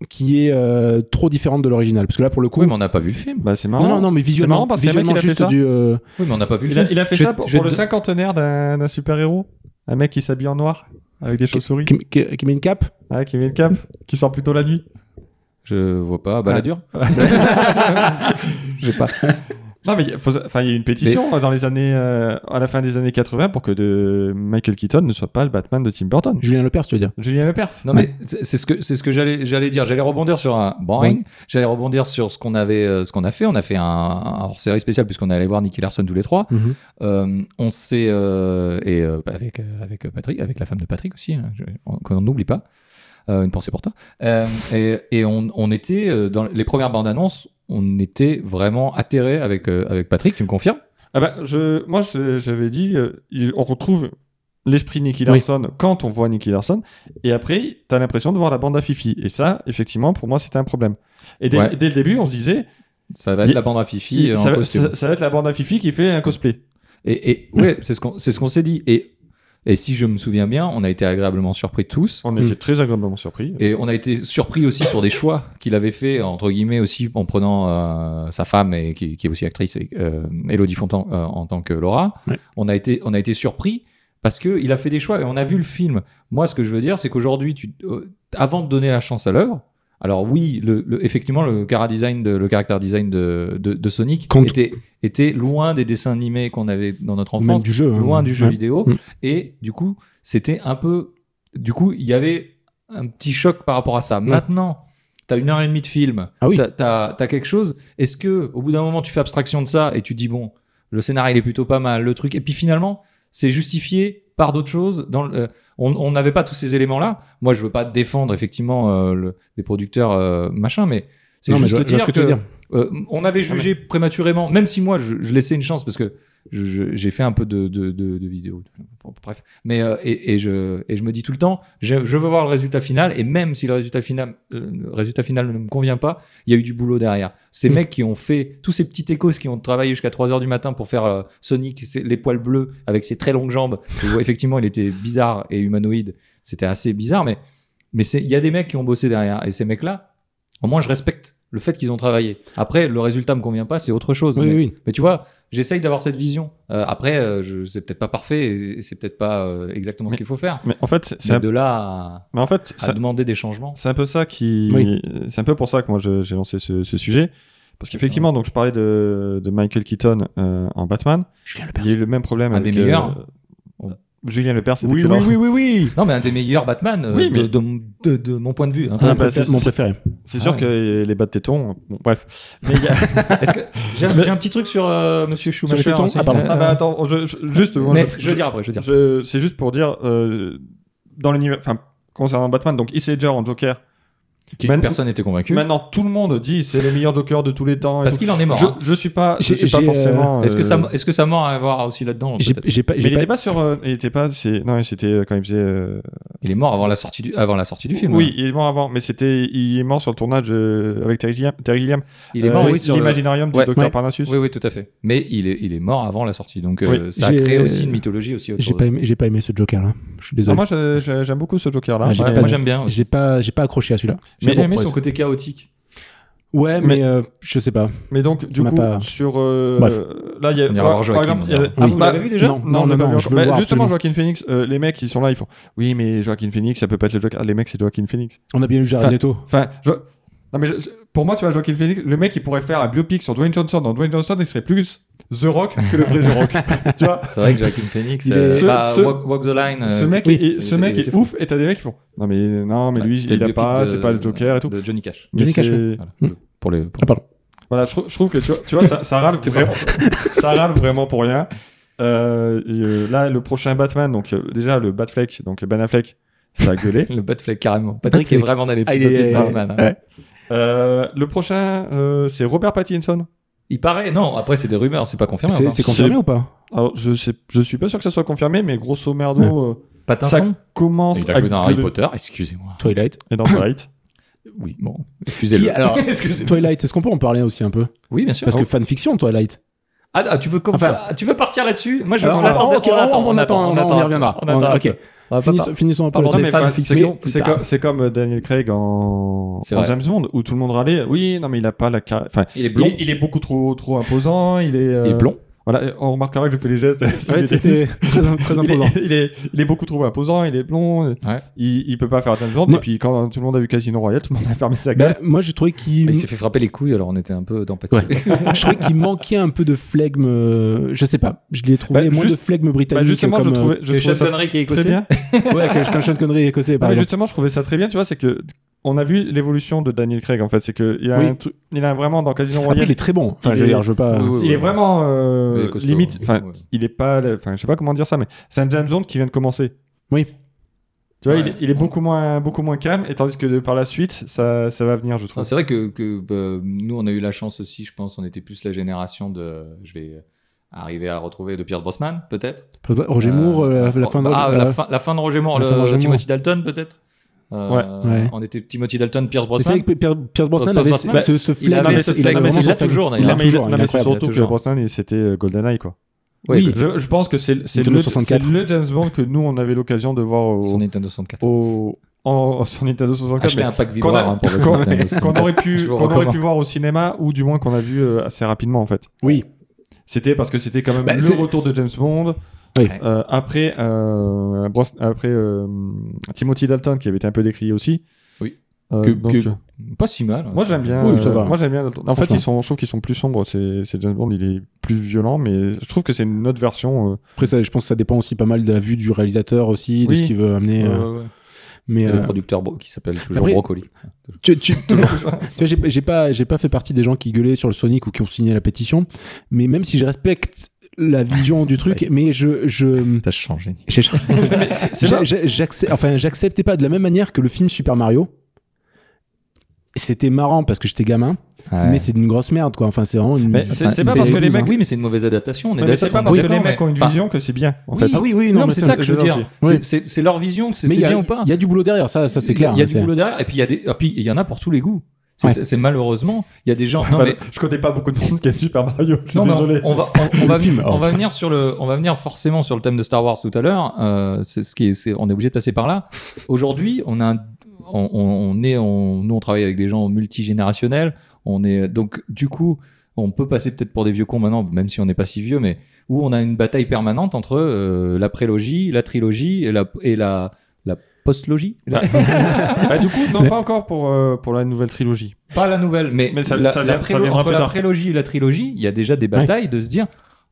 Speaker 2: qui est euh, trop différente de l'original. Parce que là, pour le coup.
Speaker 3: Oui, mais on n'a pas vu le film.
Speaker 1: bah c'est marrant
Speaker 2: non, non, non, mais visuellement,
Speaker 1: marrant parce que le mec,
Speaker 2: visuellement
Speaker 1: il a fait
Speaker 2: juste
Speaker 1: ça.
Speaker 2: du. euh,
Speaker 3: Oui, mais on n'a pas vu le
Speaker 1: il a,
Speaker 3: film.
Speaker 1: il a fait
Speaker 3: Je vais-
Speaker 1: ça pour,
Speaker 3: je vais
Speaker 1: pour le
Speaker 3: te-
Speaker 1: cinquantenaire d'un d'un super-héros un mec qui s'habille en noir avec des chauves-souris
Speaker 2: qui, qui- qui met une cape
Speaker 1: ah, qui met une cape qui sort plutôt la nuit
Speaker 3: Je vois pas. Bah,
Speaker 1: Ah.
Speaker 3: Balladur J'ai pas.
Speaker 1: Non, mais il y a- faut- enfin, il y a eu une pétition euh, dans les années, euh, à la fin des années 80 pour que de Michael Keaton ne soit pas le Batman de Tim Burton.
Speaker 2: Julien Lepers, tu veux dire
Speaker 1: Julien Lepers.
Speaker 3: Non mais c'est c'est ce que c'est ce que j'allais j'allais dire. J'allais rebondir sur un boing. J'allais rebondir sur ce qu'on avait euh, ce qu'on a fait. On a fait un, un hors-série spécial puisqu'on allait voir Nicky Larson tous les trois.
Speaker 1: Mhm.
Speaker 3: Euh, on s'est euh, et euh, bah, avec euh, avec Patrick, avec la femme de Patrick aussi, hein, je- on- qu'on n'oublie pas. Euh, une pensée pour toi. Euh, et et on, on était euh, dans les premières bandes annonces, on était vraiment atterrés avec euh, avec Patrick. Tu me confirmes
Speaker 1: Ah bah, je, moi, je- j'avais dit, euh, il- on retrouve l'esprit Nicky
Speaker 2: Oui.
Speaker 1: Larson quand on voit Nicky Larson, et après, t'as l'impression de voir la bande à Fifi. Et ça, effectivement, pour moi, c'était un problème. Et dès,
Speaker 3: Ouais.
Speaker 1: dès le début, on se disait,
Speaker 3: Ça va être
Speaker 1: Il-
Speaker 3: la bande à Fifi euh, en
Speaker 1: ça, va-
Speaker 3: costume.
Speaker 1: ça- ça va être la bande à Fifi qui fait un cosplay.
Speaker 3: Et, et ouais, c'est ce qu'on c'est ce qu'on s'est dit. Et et si je me souviens bien, on a été agréablement surpris tous.
Speaker 1: On
Speaker 2: Mm.
Speaker 1: était très agréablement surpris.
Speaker 3: Et on a été surpris aussi sur des choix qu'il avait fait, entre guillemets, aussi en prenant euh, sa femme, et qui, qui est aussi actrice, et, euh, Elodie Fontan, euh, en tant que Laura.
Speaker 2: Ouais.
Speaker 3: On, a été, on a été surpris parce qu'il a fait des choix et on a vu le film. Moi, ce que je veux dire, c'est qu'aujourd'hui, tu- euh, avant de donner la chance à l'œuvre, alors oui, le, le- effectivement, le, cara design de, le caractère design de, de, de Sonic
Speaker 2: Compte-
Speaker 3: était, était loin des dessins animés qu'on avait dans notre
Speaker 2: Ou même
Speaker 3: enfance
Speaker 2: du jeu. hein.
Speaker 3: loin du jeu
Speaker 2: Ouais.
Speaker 3: vidéo.
Speaker 2: Mm.
Speaker 3: Et du coup, c'était un peu. Du coup, il y avait un petit choc par rapport à ça. Maintenant, t'as une heure et demie de film.
Speaker 2: Ah oui.
Speaker 3: T'as- T'as as quelque chose. Est-ce que, au bout d'un moment, tu fais abstraction de ça et tu dis, bon, le scénario, il est plutôt pas mal, le truc. Et puis finalement, c'est justifié par d'autres choses. Dans le- euh, on on n'avait pas tous ces éléments-là. Moi, je veux pas défendre, effectivement, euh, le- les producteurs, euh, machin, mais. C'est
Speaker 2: Non, mais
Speaker 3: juste
Speaker 2: je vois- je vois
Speaker 3: dire
Speaker 2: ce que tu veux
Speaker 3: que-
Speaker 2: dire. Ah,
Speaker 3: euh, on avait jugé prématurément, même si moi je, je laissais une chance parce que je- je- j'ai fait un peu de, de, de- de vidéos. Bon, Bref. Mais, euh, et, et je, et je me dis tout le temps, je, je veux voir le résultat final. Et même si le résultat final, euh, le résultat final ne me convient pas, il y a eu du boulot derrière. Ces
Speaker 2: Mm.
Speaker 3: mecs qui ont fait, tous ces petits échos qui ont travaillé jusqu'à 3 heures du matin pour faire euh, Sonic, c'est- les poils bleus, avec ses très longues jambes. Je vois, effectivement, il était bizarre et humanoïde. C'était assez bizarre, mais mais c'est- il y a des mecs qui ont bossé derrière. Et ces mecs-là, au moins, je respecte le fait qu'ils ont travaillé. Après, le résultat me convient pas, c'est autre chose.
Speaker 2: Oui,
Speaker 3: mais,
Speaker 2: oui, oui.
Speaker 3: mais tu vois, j'essaye d'avoir cette vision. Euh, après, euh, je- c'est peut-être pas parfait et, et c'est peut-être pas euh, exactement ce
Speaker 1: Mais-
Speaker 3: qu'il faut faire.
Speaker 1: Mais en fait, c'est- c'est
Speaker 3: Mais
Speaker 1: un,
Speaker 3: de là à,
Speaker 1: mais en fait,
Speaker 3: à
Speaker 1: ça-
Speaker 3: demander des changements.
Speaker 1: C'est un peu ça qui.
Speaker 2: Oui.
Speaker 1: C'est un peu pour ça que moi je- j'ai lancé ce, ce sujet. Parce qu'effectivement, donc je parlais de, de Michael Keaton euh, en Batman.
Speaker 2: Julien
Speaker 1: Il y a eu le même problème
Speaker 3: Un
Speaker 1: avec.
Speaker 3: des meilleurs.
Speaker 1: euh, Julien Lepers, c'est
Speaker 2: Oui, oui,
Speaker 1: excellent.
Speaker 2: oui, oui, oui.
Speaker 3: Non, mais un des meilleurs Batman euh,
Speaker 1: Oui, mais-
Speaker 3: de, de- de- de mon point de vue. hein.
Speaker 1: Ah, bah,
Speaker 2: c'est
Speaker 1: c'est-
Speaker 2: mon
Speaker 1: c'est-
Speaker 2: préféré.
Speaker 1: C'est
Speaker 3: Ah
Speaker 1: sûr
Speaker 3: ouais.
Speaker 1: que les bas de tétons. Bon, bref. Mais il y a-
Speaker 3: Est-ce que- J'ai j'ai un petit truc sur euh, Monsieur Schumacher.
Speaker 2: tétons
Speaker 3: aussi.
Speaker 2: Ah, pardon.
Speaker 3: Euh,
Speaker 1: Ah bah attends, je- je- juste. moi,
Speaker 3: mais je, veux dire après, je veux dire.
Speaker 1: je- c'est juste pour dire. euh, dans l'univers. Enfin, concernant Batman, donc Heath Ledger en Joker. Man-
Speaker 3: Personne n'était convaincu.
Speaker 1: Maintenant, tout le monde dit c'est le meilleur Joker de tous les temps. et
Speaker 3: Parce
Speaker 1: tout.
Speaker 3: qu'il en est mort.
Speaker 1: je,
Speaker 3: hein.
Speaker 1: je suis pas, je
Speaker 2: J'ai-
Speaker 1: suis pas
Speaker 2: j'ai, euh,
Speaker 1: forcément.
Speaker 3: Est-ce que, ça
Speaker 1: euh,
Speaker 3: est que sa mort a à voir aussi là-dedans
Speaker 2: J'ai
Speaker 3: peut-être
Speaker 2: j'ai pas,
Speaker 1: Mais
Speaker 2: j'ai
Speaker 1: il
Speaker 2: pas-
Speaker 1: était pas sur. euh, il était pas. c'est- Non, c'était euh, quand il faisait. euh,
Speaker 3: Il est mort avant la sortie du, avant la sortie du film.
Speaker 1: Oui,
Speaker 3: hein.
Speaker 1: il est mort avant, mais c'était. Il est mort sur le tournage euh, avec Terry Gilliam. Terry Gilliam.
Speaker 3: hein. Il est
Speaker 1: Euh,
Speaker 3: mort oui,
Speaker 1: oui,
Speaker 3: sur le-
Speaker 1: l'imaginarium
Speaker 3: Ouais.
Speaker 1: du docteur
Speaker 2: Ouais.
Speaker 1: Parnassus.
Speaker 3: Oui, oui, tout à fait. Mais il est, il est mort avant la sortie. Donc euh, ça a
Speaker 2: J'ai-
Speaker 3: créé aussi une mythologie aussi autour
Speaker 2: j'ai
Speaker 3: de
Speaker 2: pas aimé- j'ai pas aimé ce Joker là. Je suis
Speaker 1: Ah,
Speaker 2: désolé.
Speaker 1: moi, je- je- j'aime beaucoup ce Joker-là.
Speaker 2: Ah,
Speaker 3: ça.
Speaker 2: j'ai
Speaker 3: Ouais,
Speaker 2: pas
Speaker 3: moi
Speaker 2: aimé.
Speaker 3: j'aime bien. aussi.
Speaker 2: J'ai pas, j'ai pas accroché à celui-là.
Speaker 3: J'ai
Speaker 1: Mais bon,
Speaker 3: aimé
Speaker 1: ouais,
Speaker 3: son côté chaotique.
Speaker 2: Ouais, mais, euh, je sais pas.
Speaker 1: Mais donc, du
Speaker 2: m'a
Speaker 1: coup,
Speaker 2: pas-
Speaker 1: sur. euh,
Speaker 2: Bref.
Speaker 1: Là, il y a.
Speaker 3: On ira voir Joaquin, on
Speaker 1: il y a-
Speaker 3: ira voir.
Speaker 1: Ah,
Speaker 2: Oui.
Speaker 1: vous
Speaker 3: Bah,
Speaker 1: l'avez vu déjà
Speaker 2: non, non,
Speaker 1: on l'a
Speaker 2: non,
Speaker 1: pas
Speaker 2: non,
Speaker 1: vu
Speaker 2: je
Speaker 1: encore.
Speaker 2: veux le
Speaker 1: Bah,
Speaker 2: voir
Speaker 1: Justement,
Speaker 2: absolument.
Speaker 1: Joaquin Phoenix, euh, les mecs, ils sont là, ils font. Oui, mais Joaquin Phoenix, ça peut pas être le Joker. Ah, Les mecs, c'est Joaquin Phoenix.
Speaker 2: On a bien eu Jared
Speaker 1: Enfin,
Speaker 2: Leto.
Speaker 1: Enfin, je- Non, mais je- pour moi, tu vois, Joaquin Phoenix, le mec, il pourrait faire un biopic sur Dwayne Johnson. Dans Dwayne Johnson, il serait plus The Rock que le vrai The Rock. tu vois
Speaker 3: C'est vrai que Joaquin Phoenix,
Speaker 2: Il est-
Speaker 3: euh,
Speaker 1: Ce-
Speaker 3: bah,
Speaker 1: ce-
Speaker 3: walk, Walk the Line.
Speaker 1: ce
Speaker 3: euh,
Speaker 1: mec
Speaker 2: oui.
Speaker 1: est, et ce
Speaker 3: Il
Speaker 1: mec
Speaker 3: était- il
Speaker 1: est
Speaker 3: était
Speaker 1: ouf et t'as des mecs qui font non mais non mais
Speaker 3: ouais,
Speaker 1: lui
Speaker 3: c'était
Speaker 1: il
Speaker 3: le
Speaker 1: a
Speaker 3: biopic
Speaker 1: pas
Speaker 3: de-
Speaker 1: c'est pas le Joker et tout
Speaker 3: De Johnny Cash.
Speaker 1: mais
Speaker 2: Johnny Cash,
Speaker 1: c'est-
Speaker 2: ouais.
Speaker 3: Voilà.
Speaker 2: Mm.
Speaker 3: Pour les. pour-
Speaker 2: Ah pardon.
Speaker 1: voilà je, trou- je trouve que tu vois, tu vois, ça, ça râle vraiment ça râle vraiment pour rien Euh, et, euh, là le prochain Batman donc euh, déjà le Batfleck donc Ben Affleck ça a gueulé
Speaker 3: Le Batfleck carrément. Patrick
Speaker 2: Batfleck.
Speaker 3: est vraiment dans les
Speaker 2: Ah,
Speaker 3: petits
Speaker 2: il
Speaker 3: papiers
Speaker 2: est-
Speaker 3: de Batman. hein.
Speaker 1: ouais. Euh, le prochain euh, c'est Robert Pattinson
Speaker 3: Il paraît. Non, après c'est des rumeurs, c'est pas confirmé. hein.
Speaker 2: C'est
Speaker 3: encore.
Speaker 2: c'est confirmé
Speaker 1: C'est-
Speaker 2: ou pas
Speaker 1: alors je sais je suis pas sûr que ça soit confirmé mais grosso merdo euh, ça
Speaker 3: Pattinson.
Speaker 1: commence
Speaker 3: Il a joué
Speaker 1: à
Speaker 3: dans Harry
Speaker 1: gueuler.
Speaker 3: Potter. Excusez-moi.
Speaker 2: Twilight.
Speaker 1: et dans Bright
Speaker 3: Oui, bon. Excusez-le.
Speaker 2: Qui- alors,
Speaker 3: Excusez-le.
Speaker 2: Twilight, est-ce qu'on peut en parler aussi un peu
Speaker 3: Oui, bien sûr.
Speaker 2: Parce que fanfiction, Twilight.
Speaker 3: Ah, ah, tu veux com-
Speaker 2: Enfin-
Speaker 3: ah, tu veux partir là-dessus Moi je
Speaker 2: Alors,
Speaker 3: on attend,
Speaker 2: ok,
Speaker 3: on attend,
Speaker 2: on attend, on attend, on y reviendra.
Speaker 3: On attend.
Speaker 2: Ok.
Speaker 3: On va pas
Speaker 2: Finissons, finissons un peu
Speaker 3: Pardon,
Speaker 2: là-dessus.
Speaker 3: mais
Speaker 1: enfin,
Speaker 3: fanfiction
Speaker 1: c'est-
Speaker 3: plus
Speaker 1: c'est
Speaker 3: tard.
Speaker 1: comme- C'est comme, euh, Daniel Craig en,
Speaker 3: C'est
Speaker 1: en
Speaker 3: vrai.
Speaker 1: James Bond, où tout le monde râlait. Oui, non, mais il a pas la cara- Enfin,
Speaker 3: Il est
Speaker 1: il,
Speaker 3: blond.
Speaker 1: est- il est beaucoup trop, trop imposant. Il est, euh,
Speaker 3: Il est blond.
Speaker 1: Voilà, et on remarquera que je fais les gestes. sous
Speaker 2: Ouais,
Speaker 1: les
Speaker 2: C'était
Speaker 1: déguises.
Speaker 2: très, très
Speaker 1: il,
Speaker 2: imposant.
Speaker 1: est, il, est, il est beaucoup trop imposant. Il est blond.
Speaker 3: Ouais.
Speaker 1: Il, il peut pas faire James Bond.
Speaker 2: Moi-
Speaker 1: Et puis, quand tout le monde a vu Casino Royale, tout le monde a fermé sa gueule.
Speaker 2: Bah, moi, j'ai trouvé qu'il
Speaker 3: Ah, Il s'est fait frapper les couilles, alors on était un peu d'empathie.
Speaker 2: Ouais. je trouvais qu'il manquait un peu de flegme. euh, Je sais pas. Je l'ai trouvé
Speaker 1: Bah,
Speaker 2: moins
Speaker 1: juste-
Speaker 2: de flegme
Speaker 1: Bah,
Speaker 2: britannique.
Speaker 1: justement, je
Speaker 2: comme,
Speaker 1: trouvais, je
Speaker 3: Le
Speaker 1: trouvais
Speaker 3: Sean
Speaker 1: ça
Speaker 3: Connery qui est
Speaker 1: très
Speaker 3: écossais.
Speaker 1: bien.
Speaker 2: euh, ouais, que, qu'un Sean Connery écossais,
Speaker 1: Non,
Speaker 2: par
Speaker 1: mais
Speaker 2: exemple.
Speaker 1: justement, je trouvais ça très bien. Tu vois, c'est que on a vu l'évolution de Daniel Craig. En fait, c'est que il a,
Speaker 2: Oui.
Speaker 1: un truc- il a vraiment dans Casino
Speaker 2: Après,
Speaker 3: Ah
Speaker 1: Royale.
Speaker 2: il est très bon. Enfin,
Speaker 1: il
Speaker 2: je veux
Speaker 1: est-
Speaker 2: dire, je veux pas.
Speaker 3: Oui, oui,
Speaker 1: il
Speaker 3: oui.
Speaker 1: est vraiment euh,
Speaker 3: Il est costaud,
Speaker 1: limite.
Speaker 3: hein.
Speaker 1: Enfin,
Speaker 3: Ouais.
Speaker 1: il est pas. le- Enfin, je sais pas comment dire ça, mais c'est un James Bond qui vient de commencer.
Speaker 2: Oui.
Speaker 1: Tu vois,
Speaker 3: Ouais.
Speaker 1: il, est- il est beaucoup moins, beaucoup moins calme, et tandis que de, par la suite, ça, ça va venir, je
Speaker 3: Non,
Speaker 1: trouve.
Speaker 3: C'est vrai que, que, bah, nous, on a eu la chance aussi, je pense, on était plus la génération de. Je vais euh, arriver à retrouver de Pierce Brosnan, peut-être.
Speaker 2: Roger
Speaker 3: Euh,
Speaker 2: Moore, euh, la, la
Speaker 3: oh,
Speaker 2: fin de.
Speaker 3: ah, la,
Speaker 2: euh,
Speaker 3: fin, la fin de Roger Moore,
Speaker 2: la fin de
Speaker 3: le-
Speaker 2: Roger Moore.
Speaker 3: Timothy Dalton, peut-être. Euh,
Speaker 2: Ouais. Ouais.
Speaker 3: On était Timothy Dalton, Pierce
Speaker 2: mais c'est vrai
Speaker 3: Brosnan.
Speaker 2: que Pierce- Pierce Brosnan
Speaker 3: Pierce
Speaker 2: avait
Speaker 3: Brosnan,
Speaker 2: ce- ce ce
Speaker 3: il
Speaker 2: flegme.
Speaker 3: avait ce flegme,
Speaker 2: vraiment
Speaker 3: il
Speaker 2: ce
Speaker 3: l'a
Speaker 2: flegme.
Speaker 3: toujours,
Speaker 2: Il
Speaker 3: d'ailleurs.
Speaker 2: l'a
Speaker 1: mais,
Speaker 2: toujours.
Speaker 1: non,
Speaker 2: il est
Speaker 1: mais c'est
Speaker 2: incroyable.
Speaker 1: surtout que
Speaker 3: toujours.
Speaker 1: Brosnan, il- c'était euh, GoldenEye, quoi.
Speaker 3: Ouais,
Speaker 2: oui.
Speaker 1: Je, je pense que c'est c'est
Speaker 2: Nintendo
Speaker 1: le,
Speaker 2: 64.
Speaker 1: c'est le James Bond que nous, on avait l'occasion de voir
Speaker 3: Sur
Speaker 1: au,
Speaker 3: Nintendo 64.
Speaker 1: au- en, sur Nintendo 64. Oh,
Speaker 3: Acheter
Speaker 1: mais
Speaker 3: un pack
Speaker 1: Qu'on a-
Speaker 3: vibreur hein, pour votre
Speaker 1: qu'on-
Speaker 3: Nintendo
Speaker 1: qu'on
Speaker 3: 64.
Speaker 1: aurait, pu,
Speaker 3: Je vous
Speaker 1: qu'on aurait
Speaker 3: recommande.
Speaker 1: pu voir au cinéma, ou du moins qu'on a vu euh, assez rapidement, en fait.
Speaker 2: Oui.
Speaker 1: C'était parce que c'était quand même
Speaker 2: Bah, c'est-
Speaker 1: le retour de James Bond.
Speaker 2: Oui.
Speaker 1: Euh, après euh, Bros- après euh, Timothy Dalton qui avait été un peu décrié aussi.
Speaker 3: Oui.
Speaker 1: Euh,
Speaker 3: Que-
Speaker 1: donc,
Speaker 3: que-
Speaker 1: euh,
Speaker 3: Pas si mal. hein.
Speaker 1: Moi j'aime bien.
Speaker 2: Oui, ça
Speaker 1: euh,
Speaker 2: va.
Speaker 1: Moi j'aime bien. Dalton. En fait
Speaker 2: Franchement.
Speaker 1: ils sont, je trouve qu'ils sont plus sombres. C'est c'est James Bond, il est plus violent, mais je trouve que c'est une autre version. euh.
Speaker 2: Après, ça, je pense que ça dépend aussi pas mal de la vue du réalisateur aussi, de
Speaker 1: Oui.
Speaker 2: ce qu'il veut amener.
Speaker 3: Ouais,
Speaker 2: euh,
Speaker 3: ouais, ouais.
Speaker 2: Mais
Speaker 3: Et
Speaker 2: euh,
Speaker 3: Le producteur bro- qui s'appelle toujours
Speaker 2: Après-
Speaker 3: Brocoli.
Speaker 2: tu, tu- tu vois, j'ai, j'ai pas, j'ai pas fait partie des gens qui gueulaient sur le Sonic ou qui ont signé la pétition. Mais même si je respecte la vision du truc, mais je, je,
Speaker 3: T'as changé.
Speaker 2: j'ai-
Speaker 1: c'est
Speaker 2: j'ai-
Speaker 1: pas-
Speaker 2: j'ai- j'accep- enfin, j'acceptais pas de la même manière que le film Super Mario. c'était marrant parce que j'étais gamin,
Speaker 3: Ouais.
Speaker 2: mais c'est une grosse merde, quoi. Enfin, c'est vraiment une.
Speaker 1: Mais c'est- c'est pas parce que les
Speaker 2: douze,
Speaker 1: mecs-
Speaker 2: hein.
Speaker 3: Oui, mais c'est une mauvaise adaptation. On est
Speaker 1: Ouais, mais c'est
Speaker 3: d'accord-
Speaker 1: pas
Speaker 3: on
Speaker 1: parce
Speaker 3: est
Speaker 1: que les
Speaker 3: d'accord,
Speaker 1: mecs
Speaker 3: mais-
Speaker 1: ont une
Speaker 3: Enfin,
Speaker 1: vision que c'est bien, en fait.
Speaker 2: Ah oui, oui,
Speaker 3: Non,
Speaker 2: non,
Speaker 3: mais c'est ça que je veux
Speaker 1: c'est-
Speaker 3: dire.
Speaker 2: c'est-
Speaker 3: C'est- C'est c'est leur vision, que c'est
Speaker 2: Mais
Speaker 3: c'est
Speaker 2: il y a-
Speaker 3: bien ou pas.
Speaker 2: Il y a du boulot derrière, ça, ça c'est clair.
Speaker 3: Il y a
Speaker 2: hein,
Speaker 3: du
Speaker 2: c'est-
Speaker 3: boulot derrière, et puis il y a des, et puis il y en a pour tous les goûts. C'est
Speaker 2: Ouais.
Speaker 3: c'est- c'est malheureusement, il y a des gens. Non,
Speaker 1: Enfin,
Speaker 3: mais,
Speaker 1: Je connais pas beaucoup de monde qui aime Super Mario, je suis
Speaker 3: non, mais
Speaker 1: désolé.
Speaker 3: on, on va, on, on va,
Speaker 2: Le film,
Speaker 3: on
Speaker 2: oh,
Speaker 3: va venir sur le, on va venir forcément sur le thème de Star Wars tout à l'heure. euh, c'est ce qui est, c'est- on est obligé de passer par là. Aujourd'hui, on a, un- on, on- on est, on, nous on travaille avec des gens multigénérationnels. On est donc du coup, on peut passer peut-être pour des vieux cons maintenant, même si on n'est pas si vieux, mais où on a une bataille permanente entre euh, la prélogie, la trilogie et la, et la, la postlogie. La-
Speaker 1: Bah, du coup, non, pas encore pour, euh, pour la nouvelle trilogie.
Speaker 3: Pas la nouvelle, mais,
Speaker 1: Mais ça-
Speaker 3: la,
Speaker 1: ça
Speaker 3: la
Speaker 1: vient- ça
Speaker 3: prélo-
Speaker 1: viendra
Speaker 3: entre
Speaker 1: plus
Speaker 3: la
Speaker 1: tard.
Speaker 3: prélogie et la trilogie, il y a déjà des batailles de se dire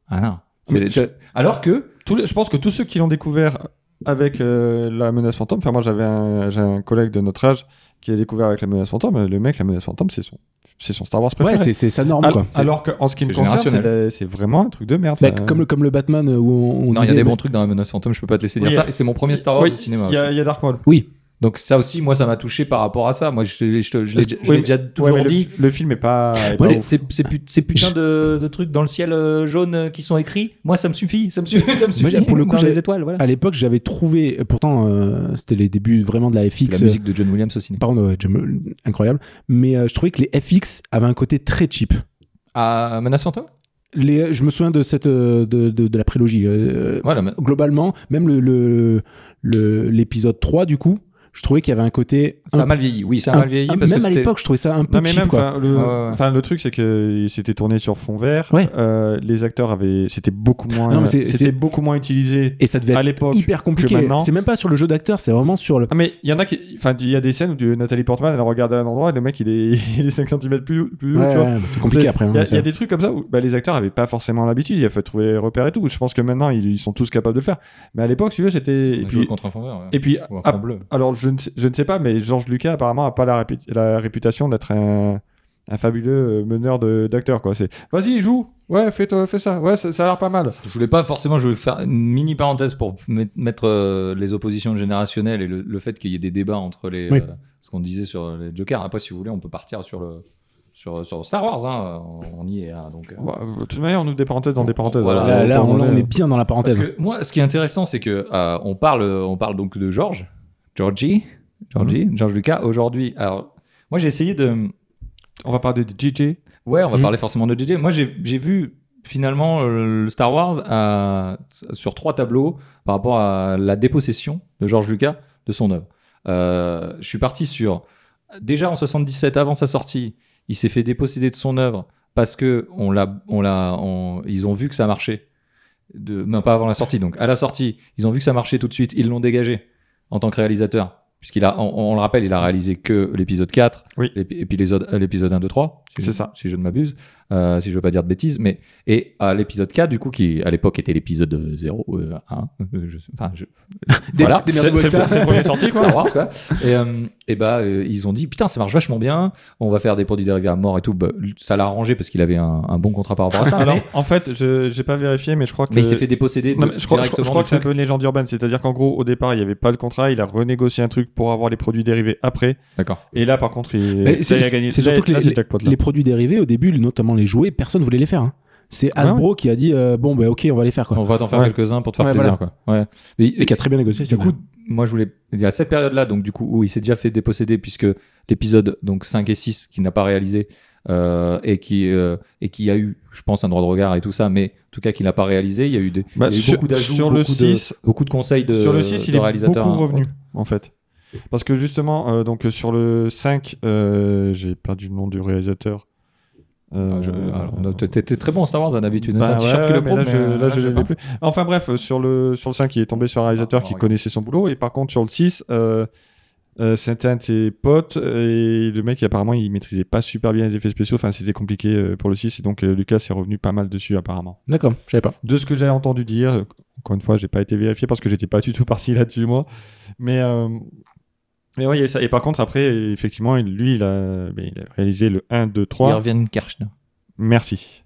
Speaker 3: Ah non. c'est-
Speaker 1: Mais tu-
Speaker 3: c'est- Alors que.
Speaker 1: Tous les- je pense que tous ceux qui l'ont découvert avec euh, la menace fantôme, enfin moi j'avais un, j'ai un collègue de notre âge qui a découvert avec la menace fantôme, euh, le mec, la menace fantôme, c'est son, c'est son Star Wars
Speaker 2: Ouais,
Speaker 1: préféré.
Speaker 2: c'est- c'est sa norme,
Speaker 1: alors
Speaker 2: quoi.
Speaker 1: alors qu'en ce qui me
Speaker 3: c'est
Speaker 1: concerne, c'est,
Speaker 3: générationnel.
Speaker 1: la- c'est vraiment un truc de merde.
Speaker 2: Bah,
Speaker 1: Enfin,
Speaker 2: comme, le, comme le Batman euh, où on, on
Speaker 3: Non, il y a
Speaker 2: disait-
Speaker 3: des bons trucs dans la menace fantôme, je peux pas te laisser dire
Speaker 1: Oui,
Speaker 3: ça. Et c'est mon premier Star Wars
Speaker 1: oui,
Speaker 3: au cinéma.
Speaker 1: Il y, a- il y a Dark Maul.
Speaker 2: Oui,
Speaker 3: Donc ça aussi, moi, ça m'a touché par rapport à ça. Moi, je, te- je te- je l'ai je l'ai
Speaker 1: Oui, mais-
Speaker 3: déjà
Speaker 1: Ouais,
Speaker 3: toujours
Speaker 1: mais le,
Speaker 3: dit.
Speaker 1: le film est pas. est pas
Speaker 3: C'est-
Speaker 1: ouf.
Speaker 3: c'est- C'est put- c'est putain de, de trucs dans le ciel euh, jaune euh, qui sont écrits. Moi, ça me suffit. Ça me suffit. Ça
Speaker 2: Moi,
Speaker 3: me suffit.
Speaker 2: j'ai- pour le coup,
Speaker 3: dans les
Speaker 2: j'ai-
Speaker 3: étoiles, voilà.
Speaker 2: à l'époque, j'avais trouvé. Pourtant, euh, c'était les débuts vraiment de la FX.
Speaker 3: La musique de John Williams au cinéma.
Speaker 2: Pardon, ouais, j'aime- incroyable. Mais euh, je trouvais que les FX avaient un côté très cheap.
Speaker 3: Ah, menace fantôme
Speaker 2: Les, je me souviens de cette euh, de, de- de la prélogie. euh,
Speaker 3: Voilà. mais-
Speaker 2: Globalement, même le- le le- l'épisode 3 du coup, je trouvais qu'il y avait un côté
Speaker 3: Ça
Speaker 2: un-
Speaker 3: a mal vieilli. Oui, ça a
Speaker 2: un-
Speaker 3: mal vieilli.
Speaker 2: un-
Speaker 3: parce
Speaker 2: même
Speaker 3: que
Speaker 2: à
Speaker 3: c'était-
Speaker 2: l'époque, je trouvais ça un peu
Speaker 1: Non mais
Speaker 2: cheap
Speaker 1: même,
Speaker 2: quoi.
Speaker 1: enfin, le,
Speaker 3: Ouais, ouais, ouais.
Speaker 1: enfin, le truc c'est que il s'était tourné sur fond vert.
Speaker 2: Ouais.
Speaker 1: Euh, les acteurs avaient, c'était beaucoup moins,
Speaker 2: Non, mais c'est- c'est-
Speaker 1: c'était beaucoup moins utilisé
Speaker 2: Et ça devait
Speaker 1: à
Speaker 2: être
Speaker 1: l'époque.
Speaker 2: hyper
Speaker 1: que
Speaker 2: compliqué.
Speaker 1: maintenant.
Speaker 2: C'est même pas sur le jeu d'acteur, c'est vraiment sur le.
Speaker 1: Ah mais il y en a qui, enfin il y a des scènes où du- Nathalie Portman elle regarde à un endroit et le mec il est, il est 5 cm plus, plus haut.
Speaker 2: Ouais,
Speaker 1: tu vois.
Speaker 2: ouais, c'est compliqué
Speaker 1: C'est-
Speaker 2: après. hein,
Speaker 1: Il y a- il
Speaker 2: ça.
Speaker 1: y, a des trucs comme ça où bah, les acteurs n'avaient pas forcément l'habitude, il a fallu trouver les repères et tout. Je pense que maintenant ils, ils sont tous capables de le faire. Mais à l'époque, si tu veux, c'était. Et
Speaker 3: On jouait
Speaker 1: puis,
Speaker 3: contre un fond vert, ouais.
Speaker 1: et puis
Speaker 3: Ou un
Speaker 1: ah,
Speaker 3: fond bleu.
Speaker 1: alors je ne, sais, je ne sais pas, mais Georges Lucas apparemment a pas la, répu- la réputation d'être un, un fabuleux euh, meneur de- d'acteurs. quoi. C'est vas-y, joue, ouais, fais, toi- fais ça, ouais, ça, ça a l'air pas mal.
Speaker 3: Je voulais pas forcément, je voulais faire une mini parenthèse pour met- mettre euh, les oppositions générationnelles et le, le fait qu'il y ait des débats entre les.
Speaker 2: Oui.
Speaker 3: euh, ce qu'on disait sur les Jokers. Après, si vous voulez, on peut partir sur le. Sur, sur Star Wars, hein, on on y est. hein, donc, euh.
Speaker 1: Ouais, de toute manière, on ouvre des parenthèses dans des parenthèses.
Speaker 3: Voilà.
Speaker 1: Alors,
Speaker 2: Là,
Speaker 1: on peut
Speaker 2: là, on, là,
Speaker 1: demander,
Speaker 2: on est
Speaker 1: euh,
Speaker 2: bien dans la
Speaker 3: Parce
Speaker 2: parenthèse.
Speaker 3: que moi, ce qui est intéressant, c'est que euh, on parle, on parle donc de George, Georgie, Georgie, George Lucas. Aujourd'hui, alors moi, j'ai essayé de,
Speaker 1: On va parler de JJ.
Speaker 3: Ouais, on va
Speaker 2: Mhm.
Speaker 3: parler forcément de JJ. Moi, j'ai j'ai vu finalement euh, le Star Wars à- sur trois tableaux par rapport à la dépossession de George Lucas de son œuvre. Euh, je suis parti sur déjà en 77, avant sa sortie, il s'est fait déposséder de son œuvre parce que on l'a, on l'a, on- ils ont vu que ça marchait. De, non, pas avant la sortie. Donc, à la sortie, ils ont vu que ça marchait tout de suite. Ils l'ont dégagé en tant que réalisateur. Puisqu'il a, on, on le rappelle, il a réalisé que l'épisode 4
Speaker 1: Oui.
Speaker 3: et, puis- et puis l'épisode euh, l'épisode 1, 2, 3. si je-
Speaker 1: C'est ça.
Speaker 3: Si je ne m'abuse, euh, si je veux pas dire de bêtises. Mais, et à l'épisode 4, du coup, qui à l'époque était l'épisode 0, euh, 1, euh, je- enfin, je, voilà.
Speaker 2: démerdez-vous
Speaker 1: C'est-
Speaker 2: avec ça.
Speaker 1: c'est- c'est pour les sorties, quoi.
Speaker 3: Star Wars, quoi. Et, euh, et bah, euh, ils ont dit putain, ça marche vachement bien. On va faire des produits dérivés à mort et tout. Bah, ça l'a arrangé parce qu'il avait un, un bon contrat par rapport à ça.
Speaker 1: Alors,
Speaker 3: mais,
Speaker 1: en fait, je j'ai pas vérifié, mais je crois que.
Speaker 3: Ah mais il s'est fait déposséder de-
Speaker 1: Non, mais je crois, je crois- je
Speaker 3: directement
Speaker 1: crois
Speaker 3: du
Speaker 1: que c'est un
Speaker 3: truc.
Speaker 1: peu une légende urbaine, c'est-à-dire qu'en gros, au départ, il n'y avait pas le contrat, il a renégocié un truc pour avoir les produits dérivés après,
Speaker 3: D'accord.
Speaker 1: et là, par contre, il,
Speaker 2: Mais
Speaker 1: ça,
Speaker 2: c'est-
Speaker 1: il a gagné.
Speaker 2: c'est
Speaker 1: Là,
Speaker 2: surtout que
Speaker 1: là,
Speaker 2: les-
Speaker 1: c'est le jackpot, là.
Speaker 2: Les produits dérivés, au début, notamment les jouets, personne voulait les faire. hein. C'est
Speaker 1: Ah ouais.
Speaker 2: Hasbro qui a dit euh, bon, bah ok, on va les faire quoi.
Speaker 3: On va t'en faire
Speaker 1: Ouais.
Speaker 3: quelques-uns pour te faire
Speaker 2: Ouais,
Speaker 3: plaisir, quoi. Ouais. Mais-
Speaker 2: Et qui a très bien négocié.
Speaker 3: Du coup, moi je voulais. Il y a cette période-là, donc du coup, où il s'est déjà fait déposséder, puisque l'épisode donc 5 et 6, qu'il n'a pas réalisé, euh, et, qui, euh, et qui a eu, je pense, un droit de regard et tout ça, mais en tout cas, qu'il n'a pas réalisé, il y a eu, des,
Speaker 1: Bah,
Speaker 3: il y a eu
Speaker 1: sur-
Speaker 3: beaucoup d'ajouts,
Speaker 1: sur
Speaker 3: beaucoup,
Speaker 1: le
Speaker 3: de-
Speaker 1: 6,
Speaker 3: beaucoup de conseils de,
Speaker 1: sur le 6,
Speaker 3: de
Speaker 1: il est
Speaker 3: réalisateurs.
Speaker 1: beaucoup
Speaker 3: hein.
Speaker 1: revenu, en fait. Parce que justement, euh, donc sur le 5, euh, j'ai perdu le nom du réalisateur. Euh,
Speaker 3: Ah, je- alors, non, t'es- T'es t'es très bon en Star Wars hein, en habitude.
Speaker 1: Bah
Speaker 3: T'as un
Speaker 1: ouais,
Speaker 3: t-shirt qui le
Speaker 1: mais
Speaker 3: prouve,
Speaker 1: là, je,
Speaker 3: mais, euh,
Speaker 1: là, je
Speaker 3: j'ai
Speaker 1: l'ai
Speaker 3: pas.
Speaker 1: plus. Enfin bref, euh, sur le, sur le 5, il est tombé sur un réalisateur
Speaker 3: Ah,
Speaker 1: qui
Speaker 3: ouais.
Speaker 1: connaissait son boulot, et par contre, sur le 6, euh, euh, c'était un de ses potes, et le mec, apparemment, il maîtrisait pas super bien les effets spéciaux, enfin, c'était compliqué euh, pour le 6, et donc euh, Lucas est revenu pas mal dessus, apparemment.
Speaker 2: D'accord, je savais pas.
Speaker 1: De ce que j'avais entendu dire, euh, encore une fois, j'ai pas été vérifié parce que j'étais pas du tout parti là-dessus, moi, mais. euh, mais ouais, il y a eu ça. Et par contre, après, effectivement, lui, il a, ben, il a réalisé le 1, 2,
Speaker 3: Ils
Speaker 1: 3.
Speaker 3: reviennent Kirchner
Speaker 1: Merci.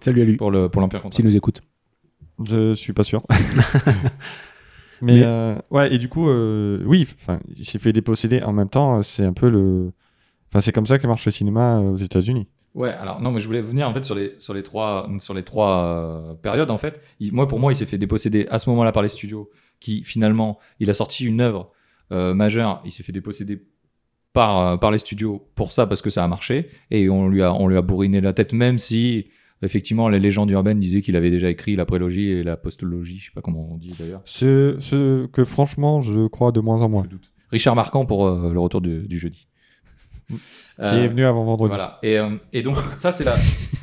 Speaker 2: Salut à lui,
Speaker 3: pour le- pour l'Empire contre.
Speaker 2: s'il nous écoute.
Speaker 1: Je suis pas sûr. Mais,
Speaker 2: Mais-
Speaker 1: euh, ouais, et du coup, euh, oui, enfin, il s'est fait déposséder. En même temps, c'est un euh, peu le Enfin, c'est comme ça que marche le cinéma euh, aux États-Unis.
Speaker 3: Ouais, alors non, mais je voulais venir en fait sur les, sur les trois, sur les trois euh, périodes en fait. Il- moi, pour moi, il s'est fait déposséder à ce moment-là par les studios qui finalement, il a sorti une œuvre euh, majeure. Il s'est fait déposséder par, euh, par les studios pour ça parce que ça a marché et on lui a, on lui a bourriné la tête, même si effectivement les légendes urbaines disaient qu'il avait déjà écrit la prélogie et la postlogie, je sais pas comment on dit d'ailleurs.
Speaker 1: Ce, ce que franchement, je crois de moins en moins.
Speaker 3: Je doute. Richard Marquand pour euh, le retour du, du jeudi.
Speaker 1: Qui est
Speaker 3: Euh,
Speaker 1: venu avant vendredi.
Speaker 3: Voilà. Et, euh, et donc ça c'est la,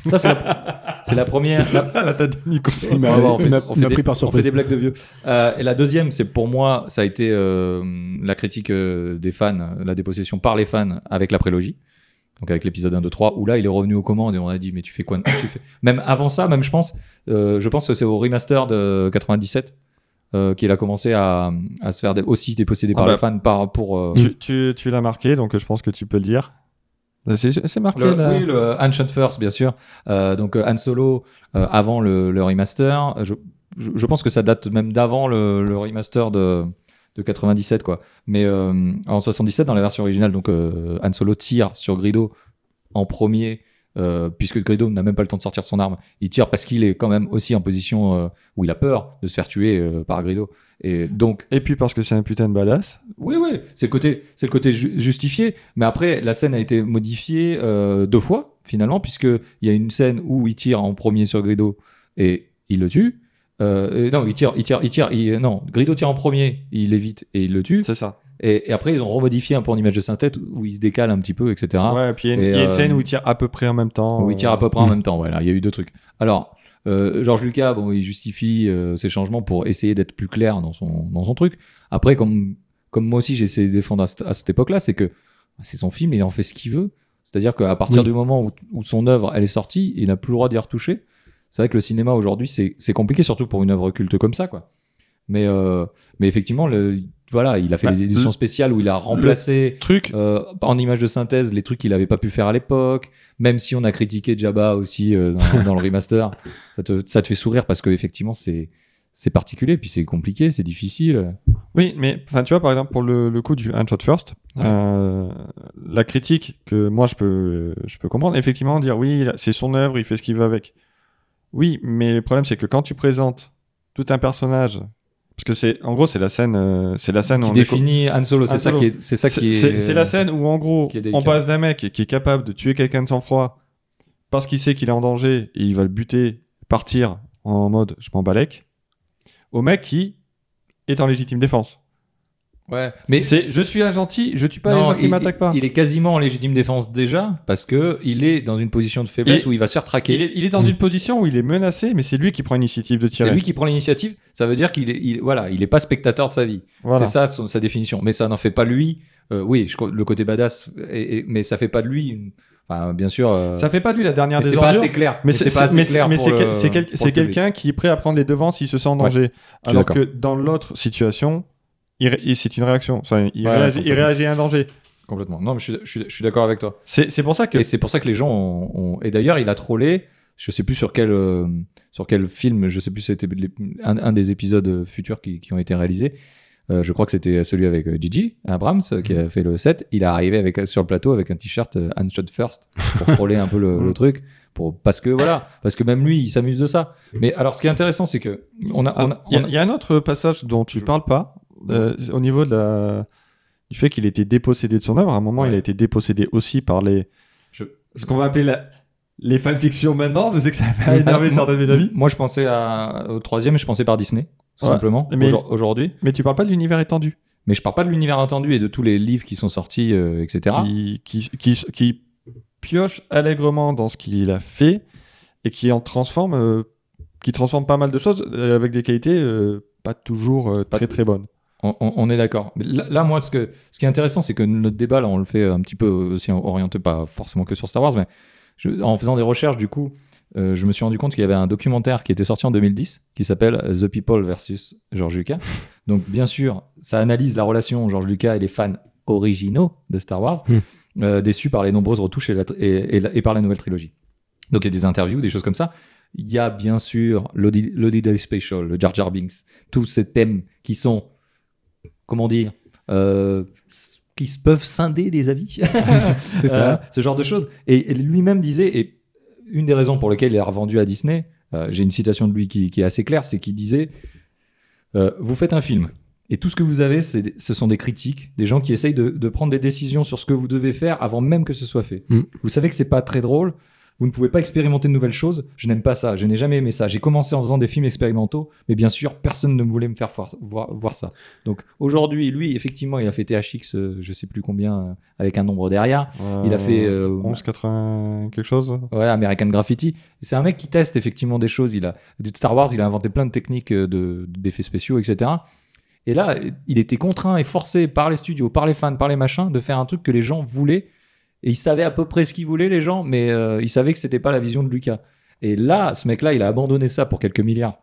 Speaker 3: ça c'est la, c'est la première. la-
Speaker 1: Ah, la tête de Nico.
Speaker 2: Il m'a
Speaker 3: Ouais, ouais, on fait-
Speaker 2: il m'a-
Speaker 3: on
Speaker 2: il
Speaker 3: fait
Speaker 2: m'a
Speaker 3: des-
Speaker 2: pris par
Speaker 3: On fait
Speaker 2: surprise.
Speaker 3: des blagues de vieux. Euh, et la deuxième, c'est pour moi, ça a été euh, la critique euh, des fans, la dépossession par les fans avec la prélogie. Donc avec l'épisode 1, 2, 3, où là il est revenu aux commandes et on a dit mais tu fais quoi tu fais... Même avant ça, même je pense, euh, je pense que c'est au remaster de 97 euh, qu'il a commencé à, à se faire dé- aussi déposséder
Speaker 1: Ah
Speaker 3: par
Speaker 1: bah.
Speaker 3: les fans par, pour... euh,
Speaker 1: Tu, tu- tu l'as marqué, donc euh, je pense que tu peux le dire. Bah, C'est c'est marqué
Speaker 3: Le-
Speaker 1: là.
Speaker 3: Oui, le Ancient First, bien sûr. Euh, donc euh, Han Solo euh, avant le, le remaster. Je, je, je pense que ça date même d'avant le, le remaster de, de 97, quoi. Mais euh, en 77, dans la version originale, donc euh, Han Solo tire sur Grido en premier. euh, puisque Grido n'a même pas le temps de sortir son arme, il tire parce qu'il est quand même aussi en position euh, où il a peur de se faire tuer euh, par Grido. Et donc,
Speaker 1: Et puis parce que c'est un putain de badass.
Speaker 3: oui, oui, c'est le côté, c'est le côté ju- justifié. Mais après, la scène a été modifiée euh, deux fois finalement, puisque il y a une scène où il tire en premier sur Grido et il le tue. Euh, et non, il tire, il tire, il tire. il- non, Grido tire en premier, il évite et il le tue.
Speaker 1: C'est ça.
Speaker 3: Et, et après, ils ont remodifié un peu en image de synthèse où il se décale un petit peu, etc.
Speaker 1: ouais, et puis il y a une,
Speaker 3: et,
Speaker 1: il y a une
Speaker 3: euh,
Speaker 1: scène où il tire à peu près en même temps. euh,
Speaker 3: Où il tire à peu près
Speaker 1: Mmh.
Speaker 3: en même temps. Voilà, il y a eu deux trucs. Alors, euh, Georges Lucas, bon, il justifie euh, ces changements pour essayer d'être plus clair dans son, dans son truc. Après, comme, comme moi aussi, j'ai essayé de défendre à, cette- à cette époque-là, c'est que bah, c'est son film, il en fait ce qu'il veut. C'est-à-dire qu'à partir
Speaker 2: Oui.
Speaker 3: du moment où, où son œuvre elle est sortie, il n'a plus le droit d'y retoucher. C'est vrai que le cinéma aujourd'hui, c'est c'est compliqué, surtout pour une œuvre culte comme ça, quoi. Mais, euh, mais effectivement, le, voilà, il a fait
Speaker 1: Bah,
Speaker 3: des éditions spéciales où il a remplacé
Speaker 1: Truc,
Speaker 3: euh, en images de synthèse les trucs qu'il n'avait pas pu faire à l'époque, même si on a critiqué Jabba aussi euh, dans, dans le remaster, ça te, ça te fait sourire parce que effectivement c'est c'est particulier, puis c'est compliqué, c'est difficile.
Speaker 1: Oui, mais enfin, tu vois, par exemple, pour le, le coup du One Shot First,
Speaker 3: Ouais.
Speaker 1: euh, la critique que moi je peux, je peux comprendre, effectivement, dire oui, c'est son œuvre, il fait ce qu'il veut avec. Oui, mais le problème, c'est que quand tu présentes tout un personnage, parce que c'est, en gros, c'est la scène, euh, c'est la scène où
Speaker 3: Qui
Speaker 1: on est co-
Speaker 3: définit Han Solo, c'est
Speaker 1: Han
Speaker 3: ça
Speaker 1: Solo.
Speaker 3: qui est, c'est ça qui est.
Speaker 1: c'est c'est la scène où, en gros,
Speaker 3: qui est délicat.
Speaker 1: on passe d'un mec qui est capable de tuer quelqu'un de sang-froid parce qu'il sait qu'il est en danger et il va le buter, partir en mode je m'en balèque, au mec qui est en légitime défense.
Speaker 3: Ouais, mais
Speaker 1: C'est je suis un gentil, je tue pas les
Speaker 3: non,
Speaker 1: gens qui
Speaker 3: il-
Speaker 1: m'attaquent pas.
Speaker 3: Il est quasiment en légitime défense déjà parce que il est dans une position de faiblesse
Speaker 1: Il-
Speaker 3: où il va se faire
Speaker 1: Il
Speaker 3: traquer.
Speaker 1: est, il est dans
Speaker 2: Mm.
Speaker 1: une position où il est menacé, mais c'est lui qui prend l'initiative de tirer.
Speaker 3: C'est lui qui prend l'initiative. Ça veut dire qu'il est, il- voilà, il est pas spectateur de sa vie.
Speaker 1: Voilà.
Speaker 3: C'est ça son- sa définition. Mais ça n'en fait pas lui. euh, oui, je co- le côté badass, et- et- mais ça fait pas de lui. une- enfin, bien sûr. euh,
Speaker 1: Ça fait pas de lui la dernière
Speaker 3: mais
Speaker 1: Ah, des
Speaker 3: c'est pas
Speaker 1: ordures.
Speaker 3: assez clair.
Speaker 1: Mais c'est
Speaker 3: pas assez
Speaker 1: mais c'est-
Speaker 3: clair.
Speaker 1: mais
Speaker 3: pour
Speaker 1: c'est
Speaker 3: le-
Speaker 1: quel- c'est quel-
Speaker 3: pour le
Speaker 1: c'est
Speaker 3: public.
Speaker 1: quelqu'un qui est prêt à prendre les devants s'il se sent en danger.
Speaker 3: suis
Speaker 1: Alors
Speaker 3: d'accord.
Speaker 1: que dans l'autre situation, il ré- il- c'est une réaction. Enfin, il,
Speaker 3: Ouais,
Speaker 1: réagit, il
Speaker 3: complètement.
Speaker 1: réagit à un danger.
Speaker 3: Complètement. Non, mais je suis, je suis- je suis d'accord avec toi.
Speaker 1: C'est c'est pour ça que.
Speaker 3: Et c'est pour ça que les gens ont. ont- Et d'ailleurs, il a trollé. Je sais plus sur quel euh, sur quel film. Je sais plus. C'était l'ép- un, un des épisodes futurs qui, qui ont été réalisés. Euh, je crois que c'était celui avec euh, Gigi Abrams euh, qui a fait le set. Il est arrivé avec, euh, sur le plateau avec un t-shirt euh, Hand Shot First pour troller un peu le, le truc. Pour, parce que voilà, parce que même lui, il s'amuse de ça. Mais alors, ce qui est intéressant, c'est que on a,
Speaker 1: Ah,
Speaker 3: on a-
Speaker 1: Il y a-
Speaker 3: on a-
Speaker 1: il y, a un autre passage dont tu
Speaker 3: Je-
Speaker 1: parles pas, euh, au niveau de la- du fait qu'il était dépossédé de son œuvre. À un moment,
Speaker 3: Ouais.
Speaker 1: il a été dépossédé aussi par les.
Speaker 3: Je-
Speaker 1: Ce qu'on va appeler la- les fanfictions maintenant. Je sais que ça va
Speaker 3: Alors,
Speaker 1: énerver
Speaker 3: moi-
Speaker 1: certains de mes amis.
Speaker 3: Moi, je pensais à, au troisième, je pensais par Disney, tout
Speaker 1: Ouais,
Speaker 3: simplement,
Speaker 1: mais-
Speaker 3: aujourd- aujourd'hui.
Speaker 1: Mais tu parles pas de l'univers étendu.
Speaker 3: Mais je parle pas de l'univers entendu et de tous les livres qui sont sortis, euh, etc.
Speaker 1: qui, qui, qui, qui pioche allègrement dans ce qu'il a fait et qui en transforme, euh, qui transforme pas mal de choses euh, avec des qualités euh, pas toujours euh,
Speaker 3: Pas-
Speaker 1: très très bonnes.
Speaker 3: On, on- on est d'accord. Mais Là, là, moi, ce, que, ce qui est intéressant, c'est que notre débat, là, on le fait un petit peu aussi orienté, pas forcément que sur Star Wars, mais je- en faisant des recherches, du coup, euh, je me suis rendu compte qu'il y avait un documentaire qui était sorti en 2010 qui s'appelle The People versus George Lucas. Donc, bien sûr, ça analyse la relation George Lucas et les fans originaux de Star Wars,
Speaker 2: Hmm.
Speaker 3: euh, déçus par les nombreuses retouches et, la- et- et la- et par la nouvelle trilogie. Donc, il y a des interviews, des choses comme ça. Il y a bien sûr l'Audi- l'Holiday Special, le Jar Jar Binks, tous ces thèmes qui sont, comment dire, euh, s- qui se peuvent scinder des avis.
Speaker 2: C'est ça.
Speaker 3: Euh, ce genre de choses. Et et lui-même disait, et une des raisons pour lesquelles il a revendu à Disney, euh, j'ai une citation de lui qui, qui est assez claire, c'est qu'il disait euh, Vous faites un film, et tout ce que vous avez, c'est- ce sont des critiques, des gens qui essayent de, de prendre des décisions sur ce que vous devez faire avant même que ce soit fait.
Speaker 2: Mm.
Speaker 3: Vous savez que c'est pas très drôle. Vous ne pouvez pas expérimenter de nouvelles choses. Je n'aime pas ça. Je n'ai jamais aimé ça. J'ai commencé en faisant des films expérimentaux, mais bien sûr, personne ne voulait me faire voir, voir- voir ça. Donc aujourd'hui, lui, effectivement, il a fait THX, euh, je sais plus combien, euh, avec un nombre derrière. Il a fait euh,
Speaker 1: 11,80 quelque chose.
Speaker 3: Ouais, American Graffiti. C'est un mec qui teste effectivement des choses. Il a des Star Wars, il a inventé plein de techniques euh, de d'effets spéciaux, etc. Et là, euh, il était contraint et forcé par les studios, par les fans, par les machins, de faire un truc que les gens voulaient. Et il savait à peu près ce qu'ils voulaient les gens, mais euh, il savait que c'était pas la vision de Lucas. Et là, ce mec-là, il a abandonné ça pour quelques milliards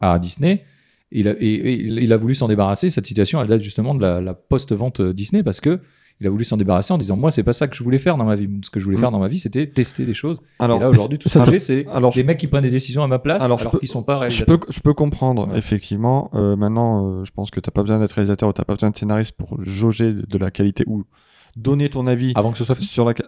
Speaker 3: à Disney. Il a, et, et il il a voulu s'en débarrasser. Cette situation, elle date justement de la, la post-vente euh, Disney parce que il a voulu s'en débarrasser en disant moi, c'est pas ça que je voulais faire dans ma vie. Ce que je voulais
Speaker 1: Mm.
Speaker 3: faire dans ma vie, c'était tester des choses.
Speaker 1: Alors,
Speaker 3: Et là, aujourd'hui, tout
Speaker 2: ça,
Speaker 3: ce
Speaker 2: ça-
Speaker 3: que j'ai, c'est
Speaker 1: alors je,
Speaker 3: les mecs qui prennent des décisions à ma place
Speaker 1: Alors,
Speaker 3: alors,
Speaker 1: je peux-
Speaker 3: qu'ils sont pas
Speaker 1: je
Speaker 3: réalisateurs.
Speaker 1: peux, je peux comprendre,
Speaker 3: Ouais.
Speaker 1: effectivement. Euh, maintenant, euh, je pense que t'as pas besoin d'être réalisateur ou t'as pas besoin de scénariste pour jauger de la qualité ou donner ton avis
Speaker 3: Avant que ce soit fait.
Speaker 1: sur la. ca-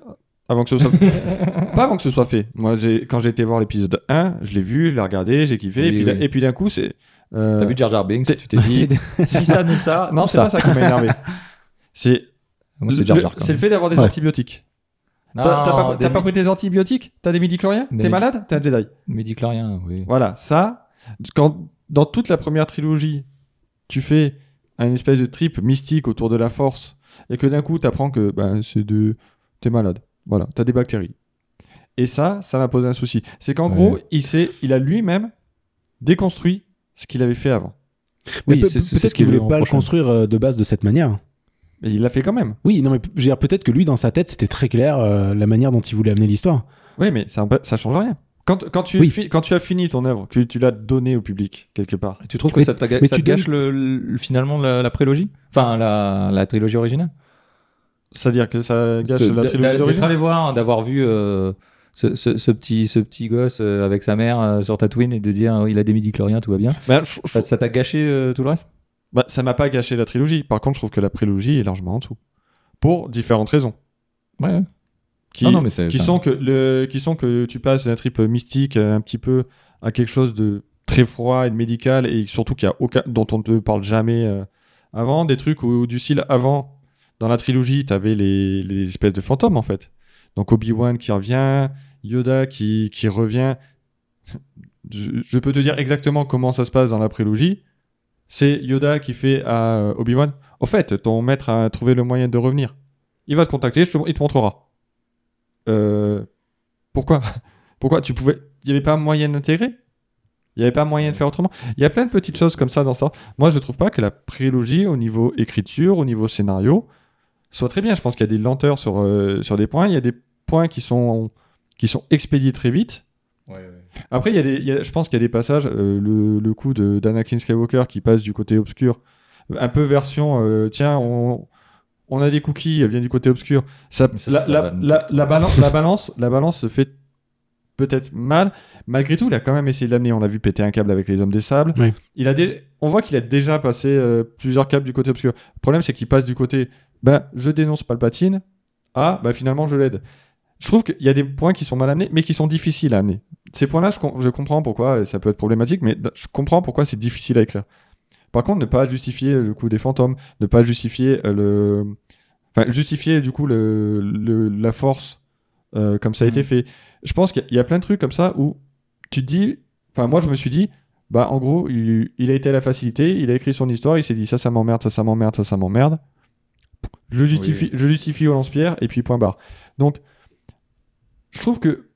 Speaker 1: Avant que ce soit. pas avant que ce soit fait. Moi, j'ai- quand j'ai été voir l'épisode 1, je l'ai vu, je l'ai regardé, j'ai kiffé. et
Speaker 3: Oui,
Speaker 1: puis
Speaker 3: oui.
Speaker 1: d'un- et puis d'un coup, c'est. euh,
Speaker 3: T'as vu Jar Jar Binks,
Speaker 1: t'es-
Speaker 3: tu t'es dit si ça nous ça,
Speaker 1: Non,
Speaker 3: nous
Speaker 1: c'est pas ça qui m'a énervé. C'est
Speaker 3: Moi, c'est
Speaker 1: le-
Speaker 3: Jar Jar.
Speaker 1: c'est le fait d'avoir des
Speaker 2: Ouais.
Speaker 1: antibiotiques. T'as t'as pas, t'as pas pris tes antibiotiques T'as des midi-chloriens
Speaker 3: Ah, Des
Speaker 1: T'es
Speaker 3: midi-
Speaker 1: malade T'es un Jedi.
Speaker 3: Médiclarien, oui.
Speaker 1: Voilà, ça, quand, dans toute la première trilogie, tu fais un espèce de trip mystique autour de la force et que d'un coup, t'apprends que ben, c'est de. T'es malade. Voilà, t'as des bactéries. Et ça, ça m'a posé un souci. C'est qu'en
Speaker 3: Ouais.
Speaker 1: gros, il, s'est- il a lui-même déconstruit ce qu'il avait fait avant.
Speaker 2: Mais
Speaker 3: Oui,
Speaker 2: peut-
Speaker 3: c'est- c'est- c'est
Speaker 2: peut-être
Speaker 3: ce
Speaker 2: qu'il
Speaker 3: qu'il
Speaker 2: voulait
Speaker 3: veut en
Speaker 2: pas le
Speaker 3: prochaine.
Speaker 2: construire euh, de base de cette manière.
Speaker 1: Mais il l'a fait quand même.
Speaker 2: Oui, non, mais p- je veux dire, peut-être que lui, dans sa tête, c'était très clair euh, la manière dont il voulait amener l'histoire.
Speaker 1: Oui, mais ça, ça change rien. Quand, quand, tu
Speaker 2: Oui.
Speaker 1: fi- quand tu as fini ton œuvre, que tu l'as donnée au public, quelque part,
Speaker 3: Tu trouves que
Speaker 2: Mais-
Speaker 3: ça te, ga-
Speaker 2: mais
Speaker 3: ça
Speaker 2: tu
Speaker 3: te gâche le, le- finalement la, la prélogie Enfin, la, la trilogie originale
Speaker 1: c'est-à-dire que ça gâche
Speaker 3: Ce-
Speaker 1: la
Speaker 3: d'a-
Speaker 1: trilogie
Speaker 3: D'être
Speaker 1: d'origine
Speaker 3: allé voir, hein, d'avoir vu euh, ce, ce- ce petit, ce petit gosse euh, avec sa mère euh, sur Tatooine et de dire oh, il a des midi-chloriens, tout va bien.
Speaker 1: Bah, je- je-
Speaker 3: Ça ça t'a gâché euh, tout le reste
Speaker 1: Bah, ça m'a pas gâché la trilogie. Par contre, je trouve que la prélogie est largement en dessous. Pour différentes raisons.
Speaker 3: Ouais, ouais.
Speaker 1: Qui,
Speaker 3: Non, non, mais c'est-
Speaker 1: qui
Speaker 3: ça-
Speaker 1: sont que le, qui sont que tu passes d'un trip mystique euh, un petit peu à quelque chose de très froid et de médical et surtout qu'il y a aucun, dont on ne te parle jamais euh, avant. Des trucs où, du style avant, dans la trilogie, t'avais les, les espèces de fantômes en fait. Donc Obi-Wan qui revient, Yoda qui, qui revient. Je, je peux te dire exactement comment ça se passe dans la prélogie. C'est Yoda qui fait à euh, Obi-Wan Au fait, ton maître a trouvé le moyen de revenir. Il va te contacter, je te- il te montrera. Euh, pourquoi Pourquoi tu pouvais Il n'y avait pas moyen d'intégrer Il n'y avait pas moyen de faire autrement Il y a plein de petites choses comme ça dans ça. Moi, je trouve pas que la prélogie, au niveau écriture, au niveau scénario, soit très bien. Je pense qu'il y a des lenteurs sur, euh, sur des points. Il y a des points qui sont, qui sont expédiés très vite. Après, il y a des, il y a- je pense qu'il y a des passages, euh, le, le coup de- d'Anakin Skywalker qui passe du côté obscur, un peu version, euh, tiens, on, on a des cookies, elle vient du côté obscur. Ça,
Speaker 3: Mais ça,
Speaker 1: la,
Speaker 3: c'est
Speaker 1: la-
Speaker 3: la vanne.
Speaker 1: la- la balance, la, balance, la balance se fait peut-être mal. Malgré tout, il a quand même essayé de l'amener. On l'a vu péter un câble avec les Hommes des Sables.
Speaker 2: Oui.
Speaker 1: Il a dé- On voit qu'il a déjà passé euh, plusieurs câbles du côté obscur. Le problème, c'est qu'il passe du côté, ben, je dénonce Palpatine, à, ben, finalement, je l'aide. Je trouve qu'il y a des points qui sont mal amenés, mais qui sont difficiles à amener. Ces points-là, je, com- je comprends pourquoi euh, ça peut être problématique, mais d- je comprends pourquoi c'est difficile à écrire. Par contre, ne pas justifier le coup des fantômes, ne pas justifier euh, le. Enfin, justifier du coup le, le- la force euh, comme ça a
Speaker 3: Mhm.
Speaker 1: été fait. Je pense qu'il y a- il y a plein de trucs comme ça où tu te dis. Enfin, moi, je me suis dit, bah, en gros, il, il a été à la facilité, il a écrit son histoire, il s'est dit ça, ça m'emmerde, ça, ça m'emmerde, ça, ça m'emmerde. Je justifie, je justifie au lance-pierre et puis point barre. Donc, je trouve que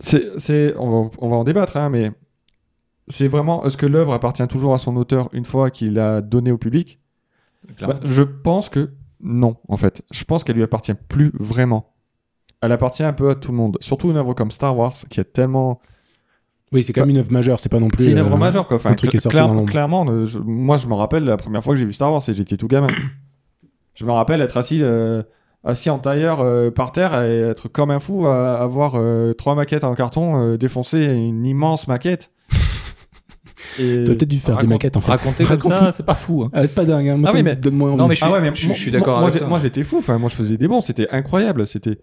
Speaker 1: c'est, c'est- on, va, on va en débattre, hein, mais c'est vraiment est-ce que l'œuvre appartient toujours à son auteur une fois qu'il l'a donnée au public Bah, Je pense que non, en fait. Je pense qu'elle lui appartient plus vraiment. Elle appartient un peu à tout le monde, surtout une œuvre comme Star Wars qui est tellement
Speaker 2: Oui, c'est quand même une œuvre majeure, c'est pas non plus.
Speaker 1: c'est une
Speaker 2: euh,
Speaker 1: œuvre majeure quoi. Enfin,
Speaker 2: un truc qui est sorti
Speaker 1: clair-
Speaker 2: dans l'ombre.
Speaker 1: clairement, euh, je- moi je me rappelle la première fois que j'ai vu Star Wars et j'étais tout gamin. je me rappelle être assis, euh, assis en tailleur euh, par terre et être comme un fou à avoir euh, trois maquettes en carton euh, défoncer une immense maquette. Et...
Speaker 2: T'aurais peut-être dû faire des
Speaker 3: Raconte-
Speaker 2: maquettes en fait.
Speaker 3: Raconter comme ça, c'est pas fou. hein.
Speaker 2: Ah, c'est pas dingue, hein. Moi,
Speaker 1: Ah
Speaker 2: ça
Speaker 1: oui,
Speaker 2: me
Speaker 1: mais-
Speaker 2: donne moins envie.
Speaker 3: Non, mais je suis,
Speaker 1: Ah ouais, mais
Speaker 3: je, je suis d'accord
Speaker 1: Moi,
Speaker 3: avec
Speaker 1: j'ai-
Speaker 3: ça.
Speaker 1: moi, j'étais fou. Enfin, moi, je faisais des bons. C'était incroyable. C'était.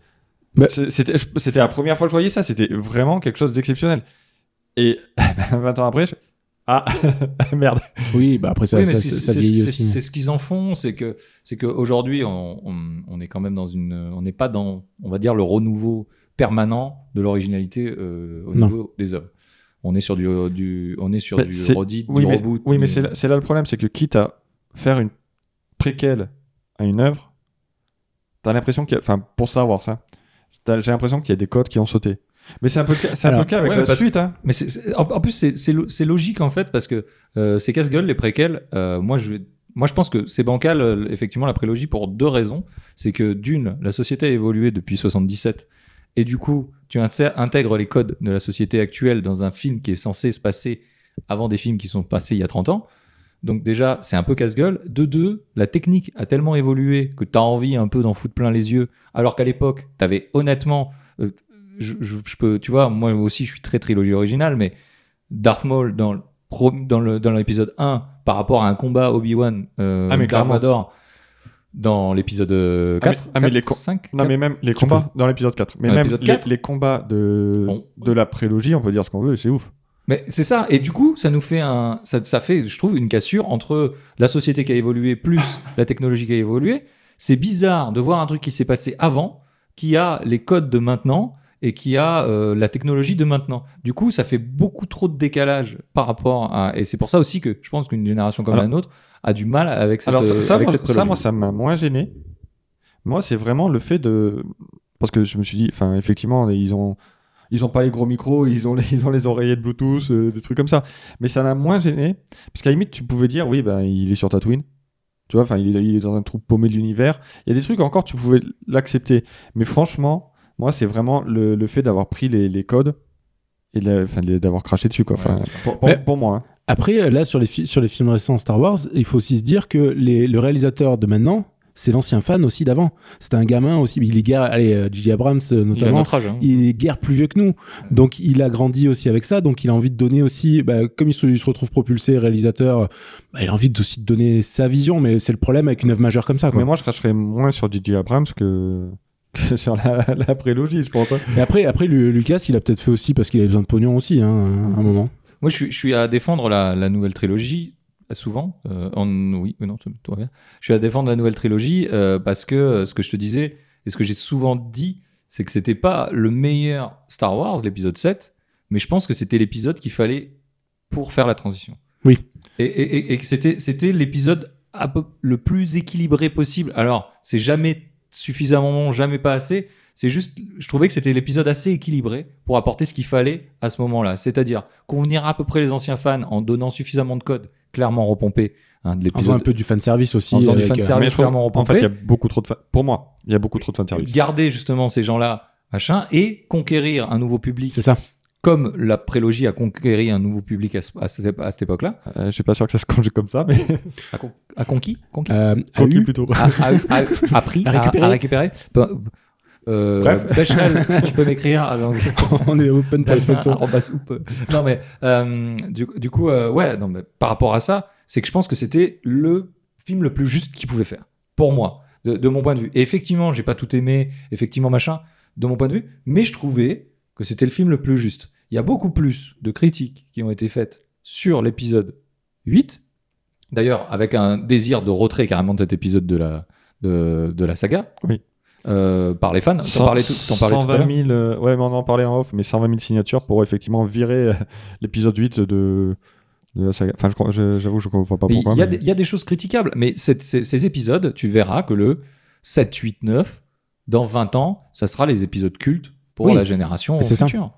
Speaker 2: Bah-
Speaker 1: c'est- C'était je- c'était la première fois que je voyais ça. C'était vraiment quelque chose d'exceptionnel. Et 20 ans après, je... ah merde.
Speaker 2: Oui, bah après ça,
Speaker 3: Oui, mais
Speaker 2: ça,
Speaker 3: c'est-
Speaker 2: ça- ça
Speaker 3: c'est-
Speaker 2: vieillit
Speaker 3: c'est-
Speaker 2: aussi. hein.
Speaker 3: C'est ce qu'ils en font, c'est que c'est qu'aujourd'hui on, on, on est quand même dans une, on n'est pas dans, on va dire le renouveau permanent de l'originalité euh, au
Speaker 2: Non. Bah,
Speaker 3: niveau des œuvres. On est sur du, du on est sur
Speaker 1: Mais
Speaker 3: du
Speaker 1: c'est-
Speaker 3: redit,
Speaker 1: Oui,
Speaker 3: du
Speaker 1: mais,
Speaker 3: reboot.
Speaker 1: oui, mais
Speaker 3: du-
Speaker 1: c'est là, c'est là le problème, c'est que quitte à faire une préquelle à une œuvre, t'as l'impression qu'il y a, enfin, pour savoir ça, t'as- j'ai l'impression qu'il y a des codes qui ont sauté. Mais c'est un peu, le cas- c'est un peu
Speaker 2: Alors,
Speaker 1: le cas avec
Speaker 3: ouais, mais
Speaker 1: la
Speaker 3: parce-
Speaker 1: suite, hein.
Speaker 3: Mais c'est- c'est- en, en plus, c'est- c'est lo- c'est logique en fait parce que euh, ces casse-gueule, les préquels, euh, moi je vais- Moi, je pense que c'est bancal, euh, effectivement, la prélogie pour deux raisons. C'est que, d'une, la société a évolué depuis 77. Et du coup, tu insè- intègres les codes de la société actuelle dans un film qui est censé se passer avant des films qui sont passés il y a 30 ans. Donc, déjà, c'est un peu casse-gueule. De deux, la technique a tellement évolué que tu as envie un peu d'en foutre plein les yeux. Alors qu'à l'époque, tu avais honnêtement euh, je, je- je peux, tu vois, moi aussi, je suis très trilogie originale, mais Darth Maul dans le pro- dans le dans l'épisode 1 par rapport à un combat Obi-Wan euh,
Speaker 1: Ah, mais
Speaker 3: Darth
Speaker 1: clairement.
Speaker 3: Vador dans l'épisode euh,
Speaker 1: Ah, mais-
Speaker 3: 4
Speaker 1: ah, mais les co-
Speaker 3: 5
Speaker 1: Non, mais même les
Speaker 3: Tu
Speaker 1: combats dans l'épisode 4. Mais
Speaker 3: Dans
Speaker 1: même
Speaker 3: l'épisode
Speaker 1: les,
Speaker 3: 4.
Speaker 1: les combats de,
Speaker 3: On-
Speaker 1: de la prélogie, on peut dire ce qu'on veut, c'est ouf.
Speaker 3: Mais c'est ça, et du coup, ça nous fait un, ça, ça fait, je trouve, une cassure entre la société qui a évolué plus la technologie qui a évolué. C'est bizarre de voir un truc qui s'est passé avant, qui a les codes de maintenant et qui a euh, la technologie de maintenant. Du coup, ça fait beaucoup trop de décalage par rapport à, et c'est pour ça aussi que je pense qu'une génération comme
Speaker 1: Alors-
Speaker 3: la nôtre a du mal avec cette,
Speaker 1: Alors ça,
Speaker 3: euh,
Speaker 1: ça,
Speaker 3: avec
Speaker 1: moi,
Speaker 3: cette
Speaker 1: ça,
Speaker 3: prélogie.
Speaker 1: moi, ça m'a moins gêné. Moi, c'est vraiment le fait de parce que je me suis dit, enfin, effectivement, ils ont ils ont pas les gros micros, ils ont les, ils ont les oreillettes Bluetooth, euh, des trucs comme ça. Mais ça m'a moins gêné parce qu'à la limite, tu pouvais dire, oui, ben, il est sur Tatooine. Tu vois, enfin, il est, il est dans un trou paumé de l'univers. Il y a des trucs encore, tu pouvais l'accepter. Mais franchement, moi, c'est vraiment le, le fait d'avoir pris les, les codes et de la- enfin, de- d'avoir craché dessus, quoi. Enfin,
Speaker 3: Ouais.
Speaker 1: pour, pour-
Speaker 2: Mais-
Speaker 1: pour moi. hein.
Speaker 2: Après, là, sur les, fi- sur les films récents Star Wars, il faut aussi se dire que les- le réalisateur de maintenant, c'est l'ancien fan aussi d'avant. C'était un gamin aussi. Il est guère, allez, euh, J.J. Abrams euh,
Speaker 3: Il a
Speaker 2: notamment.
Speaker 3: notre âge. hein.
Speaker 2: Il est guère plus vieux que nous. Donc, il a grandi aussi avec ça. Donc, il a envie de donner aussi, bah, comme il se, il se retrouve propulsé, réalisateur, bah, il a envie de- aussi de donner sa vision. Mais c'est le problème avec une œuvre majeure comme ça. Quoi.
Speaker 1: Mais moi, je cracherais moins sur DJ Abrams que, que sur la, la prélogie, je pense. hein.
Speaker 2: Mais après, après Lu- Lucas, il a peut-être fait aussi parce qu'il avait besoin de pognon aussi, hein, à un moment.
Speaker 3: Moi, je suis, je suis à défendre la, la nouvelle trilogie, euh, souvent. Euh, en- oui, mais non, tout, tout va bien. Je suis à défendre la nouvelle trilogie euh, parce que euh, ce que je te disais et ce que j'ai souvent dit, c'est que c'était pas le meilleur Star Wars, l'épisode 7, mais je pense que c'était l'épisode qu'il fallait pour faire la transition.
Speaker 2: Oui.
Speaker 3: Et, et- et- et que c'était, c'était l'épisode à peu- le plus équilibré possible. Alors, c'est jamais suffisamment bon, jamais pas assez. C'est juste, je trouvais que c'était l'épisode assez équilibré pour apporter ce qu'il fallait à ce moment-là. C'est-à-dire convenir à peu près les anciens fans en donnant suffisamment de codes clairement repompés hein, de
Speaker 2: En faisant un
Speaker 3: l'épisode.
Speaker 2: peu du fanservice aussi.
Speaker 3: En faisant du
Speaker 2: avec, euh,
Speaker 3: fanservice. Ah, mais
Speaker 1: je trouve-
Speaker 3: clairement,
Speaker 1: en fait, il y
Speaker 3: repompé.
Speaker 1: a beaucoup trop de fa- Pour moi, il y a beaucoup trop de fan service.
Speaker 3: Garder justement ces gens-là, machin, et conquérir un nouveau public
Speaker 2: C'est ça.
Speaker 3: comme la prélogie a conquéri un nouveau public à, ce- à cette, à cette époque-là.
Speaker 1: Euh, je suis pas sûr que ça se conjugue comme ça, mais
Speaker 3: A, con- a conquis Conquis
Speaker 2: Euh, a
Speaker 1: coquille
Speaker 2: eu-
Speaker 1: plutôt.
Speaker 3: a, a- a- a pris,
Speaker 2: À
Speaker 3: à
Speaker 2: récupérer.
Speaker 3: à récupérer. Peu- euh,
Speaker 1: Bref.
Speaker 3: Becherel, si tu peux m'écrire. ah, donc-
Speaker 2: on est open pour les sponsors.
Speaker 3: Arrobas ou peu. Non mais euh, du, du coup euh, ouais non mais par rapport à ça c'est que je pense que c'était le film le plus juste qu'il pouvait faire pour moi de, de mon point de vue et effectivement j'ai pas tout aimé effectivement machin de mon point de vue mais je trouvais que c'était le film le plus juste il y a beaucoup plus de critiques qui ont été faites sur l'épisode 8 d'ailleurs avec un désir de retrait carrément de cet épisode de la de, de la saga
Speaker 1: Oui.
Speaker 3: Euh, par les fans t'en
Speaker 1: Cent-
Speaker 3: parlais tout, t'en parlais tout à l'heure
Speaker 1: 120 000, euh, ouais, mais on en parlait en off, mais 120 000 signatures pour effectivement virer euh, l'épisode 8 de, de la saga. Enfin, je crois- je- j'avoue, je comprends pas
Speaker 3: Mais
Speaker 1: pourquoi.
Speaker 3: Il y, a
Speaker 1: mais-
Speaker 3: des- il y a des choses critiquables, mais cette- ces, ces épisodes, tu verras que le 7, 8, 9, dans 20 ans, ça sera les épisodes cultes pour
Speaker 2: Oui,
Speaker 3: la génération
Speaker 2: c'est ça.
Speaker 3: future.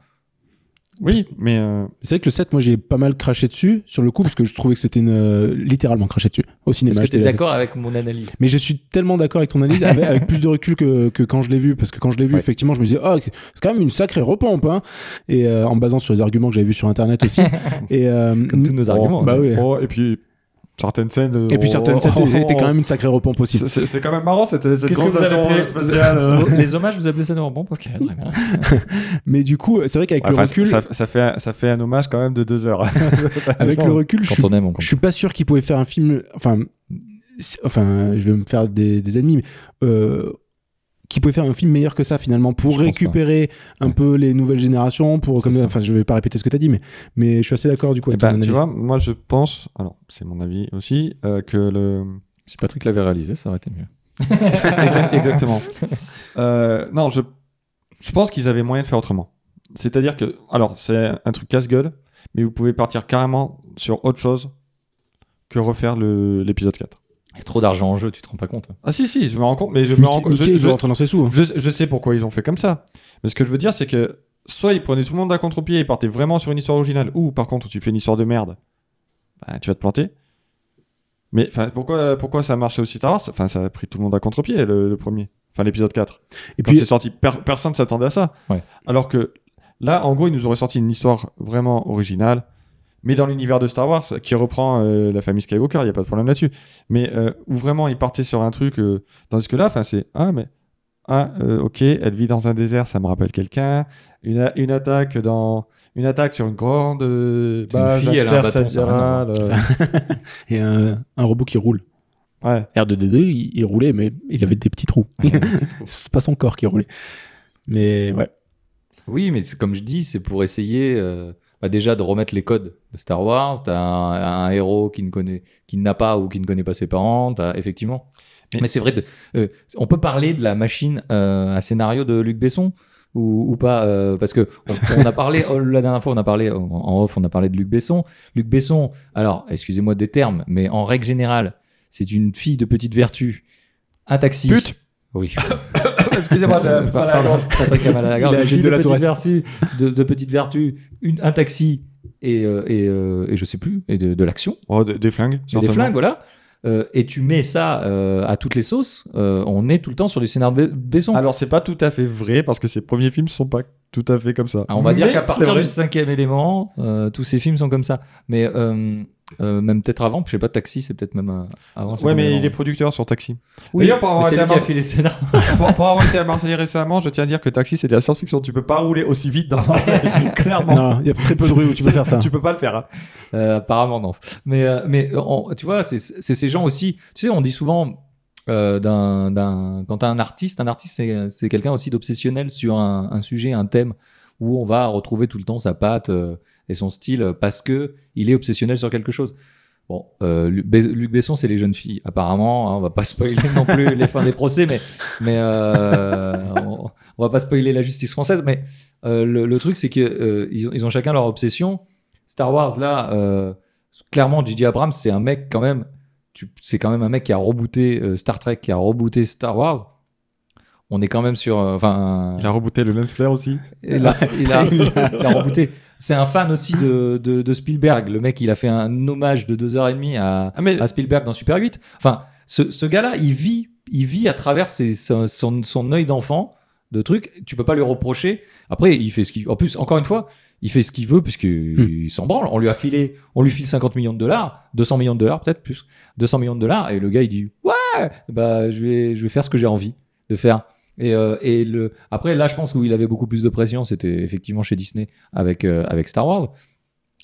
Speaker 1: Oui, mais euh,
Speaker 2: C'est vrai que le 7, moi j'ai pas mal craché dessus sur le coup parce que je trouvais que c'était une, euh, littéralement craché dessus au cinéma.
Speaker 3: Est-ce que tu
Speaker 2: j'étais
Speaker 3: es
Speaker 2: là-
Speaker 3: d'accord avec mon analyse
Speaker 2: Mais je suis tellement d'accord avec ton analyse, avec, avec plus de recul que, que quand je l'ai vu, parce que quand je l'ai vu,
Speaker 3: Ouais.
Speaker 2: effectivement, je me disais, oh, c'est quand même une sacrée repompe, hein. Et euh, en me basant sur les arguments que j'avais vus sur Internet aussi. et, euh,
Speaker 3: Comme tous nos
Speaker 1: oh,
Speaker 3: arguments. hein.
Speaker 2: bah oui.
Speaker 1: oh, et puis certaines scènes. euh,
Speaker 2: Et puis
Speaker 1: on-
Speaker 2: certaines,
Speaker 1: on-
Speaker 2: c'était quand
Speaker 1: on-
Speaker 2: même une sacrée repompe aussi.
Speaker 1: C'est- C'est c'est quand même marrant cette, cette
Speaker 3: Qu'est-ce que vous
Speaker 1: sensation
Speaker 3: appelez-
Speaker 1: spatiale, euh.
Speaker 3: Les hommages, vous appelez ça de bon Ok, très bien.
Speaker 2: Mais du coup, c'est vrai qu'avec le
Speaker 1: Enfin,
Speaker 2: recul,
Speaker 1: ça, ça fait un, ça fait un hommage quand même de deux heures.
Speaker 2: avec le recul, je suis
Speaker 3: Quand on aime, on
Speaker 2: Je suis pas sûr qu'il pouvait faire un film. Enfin, c'est- enfin, je vais me faire des, des ennemis, mais euh, qu'il pouvait faire un film meilleur que ça finalement pour
Speaker 3: Je pense
Speaker 2: récupérer un
Speaker 3: Ouais.
Speaker 2: peu les nouvelles générations. Pour comme,
Speaker 3: C'est ça.
Speaker 2: enfin, je vais pas répéter ce que tu as dit, mais mais je suis assez d'accord du coup.
Speaker 1: Eh
Speaker 2: Avec
Speaker 1: ben,
Speaker 2: ton
Speaker 1: tu
Speaker 2: analyse.
Speaker 1: vois, moi je pense, alors c'est mon avis aussi, euh, que le.
Speaker 3: Si Patrick l'avait réalisé, ça aurait été mieux.
Speaker 1: Exact- Exactement. Euh, non, je, je pense qu'ils avaient moyen de faire autrement. C'est-à-dire que, alors, c'est un truc casse-gueule, mais vous pouvez partir carrément sur autre chose que refaire le- l'épisode 4.
Speaker 3: Il y a trop d'argent en jeu, tu te rends pas compte.
Speaker 1: Ah si, si, je me rends compte, mais je me rends
Speaker 2: Mickey,
Speaker 1: compte. je-
Speaker 2: Mickey, il
Speaker 1: je-
Speaker 2: veut rentrer dans ses sous. hein.
Speaker 1: Je, je sais pourquoi ils ont fait comme ça. Mais ce que je veux dire, c'est que soit ils prenaient tout le monde à contre-pied et partaient vraiment sur une histoire originale, ou par contre, tu fais une histoire de merde, bah, tu vas te planter. Mais enfin, pourquoi, pourquoi ça a marché aussi tard Enfin, ça a pris tout le monde à contre-pied, le, le premier. Enfin, l'épisode 4.
Speaker 2: Et
Speaker 1: Quand
Speaker 2: puis,
Speaker 1: c'est sorti, per- personne ne s'attendait à ça.
Speaker 3: Ouais.
Speaker 1: Alors que là, en gros, ils nous auraient sorti une histoire vraiment originale, mais dans l'univers de Star Wars, qui reprend euh, la famille Skywalker, il n'y a pas de problème là-dessus. Mais euh, où vraiment ils partaient sur un truc, euh, tandis que là, enfin, c'est Ah, mais. Ah, euh, ok, elle vit dans un désert, ça me rappelle quelqu'un. Une, a- une attaque dans. Une attaque sur une grande euh,
Speaker 3: C'est une
Speaker 1: base euh,
Speaker 3: fille, elle a un bâton, ça a rien à
Speaker 1: intersatellitale,
Speaker 2: et un, un robot qui roule.
Speaker 1: euh, ouais.
Speaker 2: R2D2, il, il roulait, mais il avait des petits trous. c'est pas son corps qui roulait. Mais ouais.
Speaker 3: Oui, mais c'est- comme je dis, c'est pour essayer euh, bah, déjà de remettre les codes de Star Wars. T'as un, un héros qui ne connaît, qui n'a pas ou qui ne connaît pas ses parents. t'as- effectivement.
Speaker 1: Mais-
Speaker 3: Mais, c'est vrai. de- euh, on peut parler de la machine euh, à scénario de Luc Besson ou, ou pas euh, Parce que on, on a parlé oh, la dernière fois, on a parlé en- en off, on a parlé de Luc Besson. Luc Besson. Alors, excusez-moi des termes, mais en règle générale, c'est une fille de petite vertu, un taxi.
Speaker 1: Pute.
Speaker 3: Oui.
Speaker 1: Excusez-moi, j'ai
Speaker 3: Pardon,
Speaker 1: pas la gorge.
Speaker 3: Patrick a mal à la gorge.
Speaker 2: Il a juste
Speaker 3: Une
Speaker 2: de la
Speaker 3: petite
Speaker 2: Tourette.
Speaker 3: vertu- de, de petites vertus, une, un taxi et, euh, et, euh, et je sais plus, et de, de l'action,
Speaker 1: Oh, des, des flingues,
Speaker 3: et des
Speaker 1: certainement.
Speaker 3: flingues, voilà. Euh, et tu mets ça euh, à toutes les sauces, euh, on est tout le temps sur du scénario de Be- Besson.
Speaker 1: Alors, c'est pas tout à fait vrai parce que ses premiers films sont pas tout à fait comme ça.
Speaker 3: Ah, on va dire
Speaker 1: Mais
Speaker 3: qu'à
Speaker 1: c'est
Speaker 3: partir
Speaker 1: vrai.
Speaker 3: du cinquième élément, euh, tous ces films sont comme ça. Mais euh, euh, même peut-être avant, je sais pas, Taxi, c'est peut-être même euh, avant.
Speaker 1: Ouais,
Speaker 3: cinquième
Speaker 1: mais
Speaker 3: élément.
Speaker 1: il est producteur sur Taxi.
Speaker 3: Oui,
Speaker 1: D'ailleurs, pour
Speaker 3: mais
Speaker 1: avoir
Speaker 3: c'est
Speaker 1: été à
Speaker 3: lui qui a
Speaker 1: Marseille-
Speaker 3: filé le scénario.
Speaker 1: pour, pour avoir été à Marseille récemment, je tiens à dire que Taxi, c'est de la science-fiction. Tu peux pas rouler aussi vite dans Marseille, clairement.
Speaker 2: Non, il y a très peu de rues où tu peux faire ça.
Speaker 1: Tu peux pas le faire. hein.
Speaker 3: Euh, apparemment, non. Mais, euh, mais euh, on- tu vois, c'est c'est ces gens aussi. Tu sais, on dit souvent, euh, d'un, d'un- quand t'as un artiste, un artiste, c'est- c'est quelqu'un aussi d'obsessionnel sur un, un sujet, un thème, où on va retrouver tout le temps sa patte euh, et son style euh, parce que il est obsessionnel sur quelque chose. Bon, euh, Lu- Bé- Luc Besson, c'est les jeunes filles, apparemment. hein, on va pas spoiler non plus les fins des procès, mais, mais euh, on, on va pas spoiler la justice française. Mais euh, le, le truc, c'est qu'ils ils ont- ils ont chacun leur obsession. Star Wars, là, euh, clairement, J.J. Abrams, c'est un mec quand même. tu- C'est quand même un mec qui a rebooté euh, Star Trek, qui a rebooté Star Wars. On est quand même sur. euh, Enfin.
Speaker 1: Il a rebooté le lens flare aussi.
Speaker 3: Il a, il a- il a rebooté. C'est un fan aussi de, de- de Spielberg. Le mec, il a fait un hommage de deux heures et demie à,
Speaker 1: Ah, mais
Speaker 3: à Spielberg dans Super 8. Enfin, ce, ce gars-là, il vit, il vit à travers ses- son, son, son œil d'enfant de trucs. Tu peux pas lui reprocher. Après, il fait ce qu'il. En plus, encore une fois, il fait ce qu'il veut puisque il s'en branle. On lui a filé, on lui file 50 millions de dollars, 200 millions de dollars peut-être plus, 200 millions de dollars et le gars il dit ouais, bah je vais, je vais faire ce que j'ai envie de faire. Et, euh, et le après là, je pense où il avait beaucoup plus de pression, c'était effectivement chez Disney avec euh, avec Star Wars.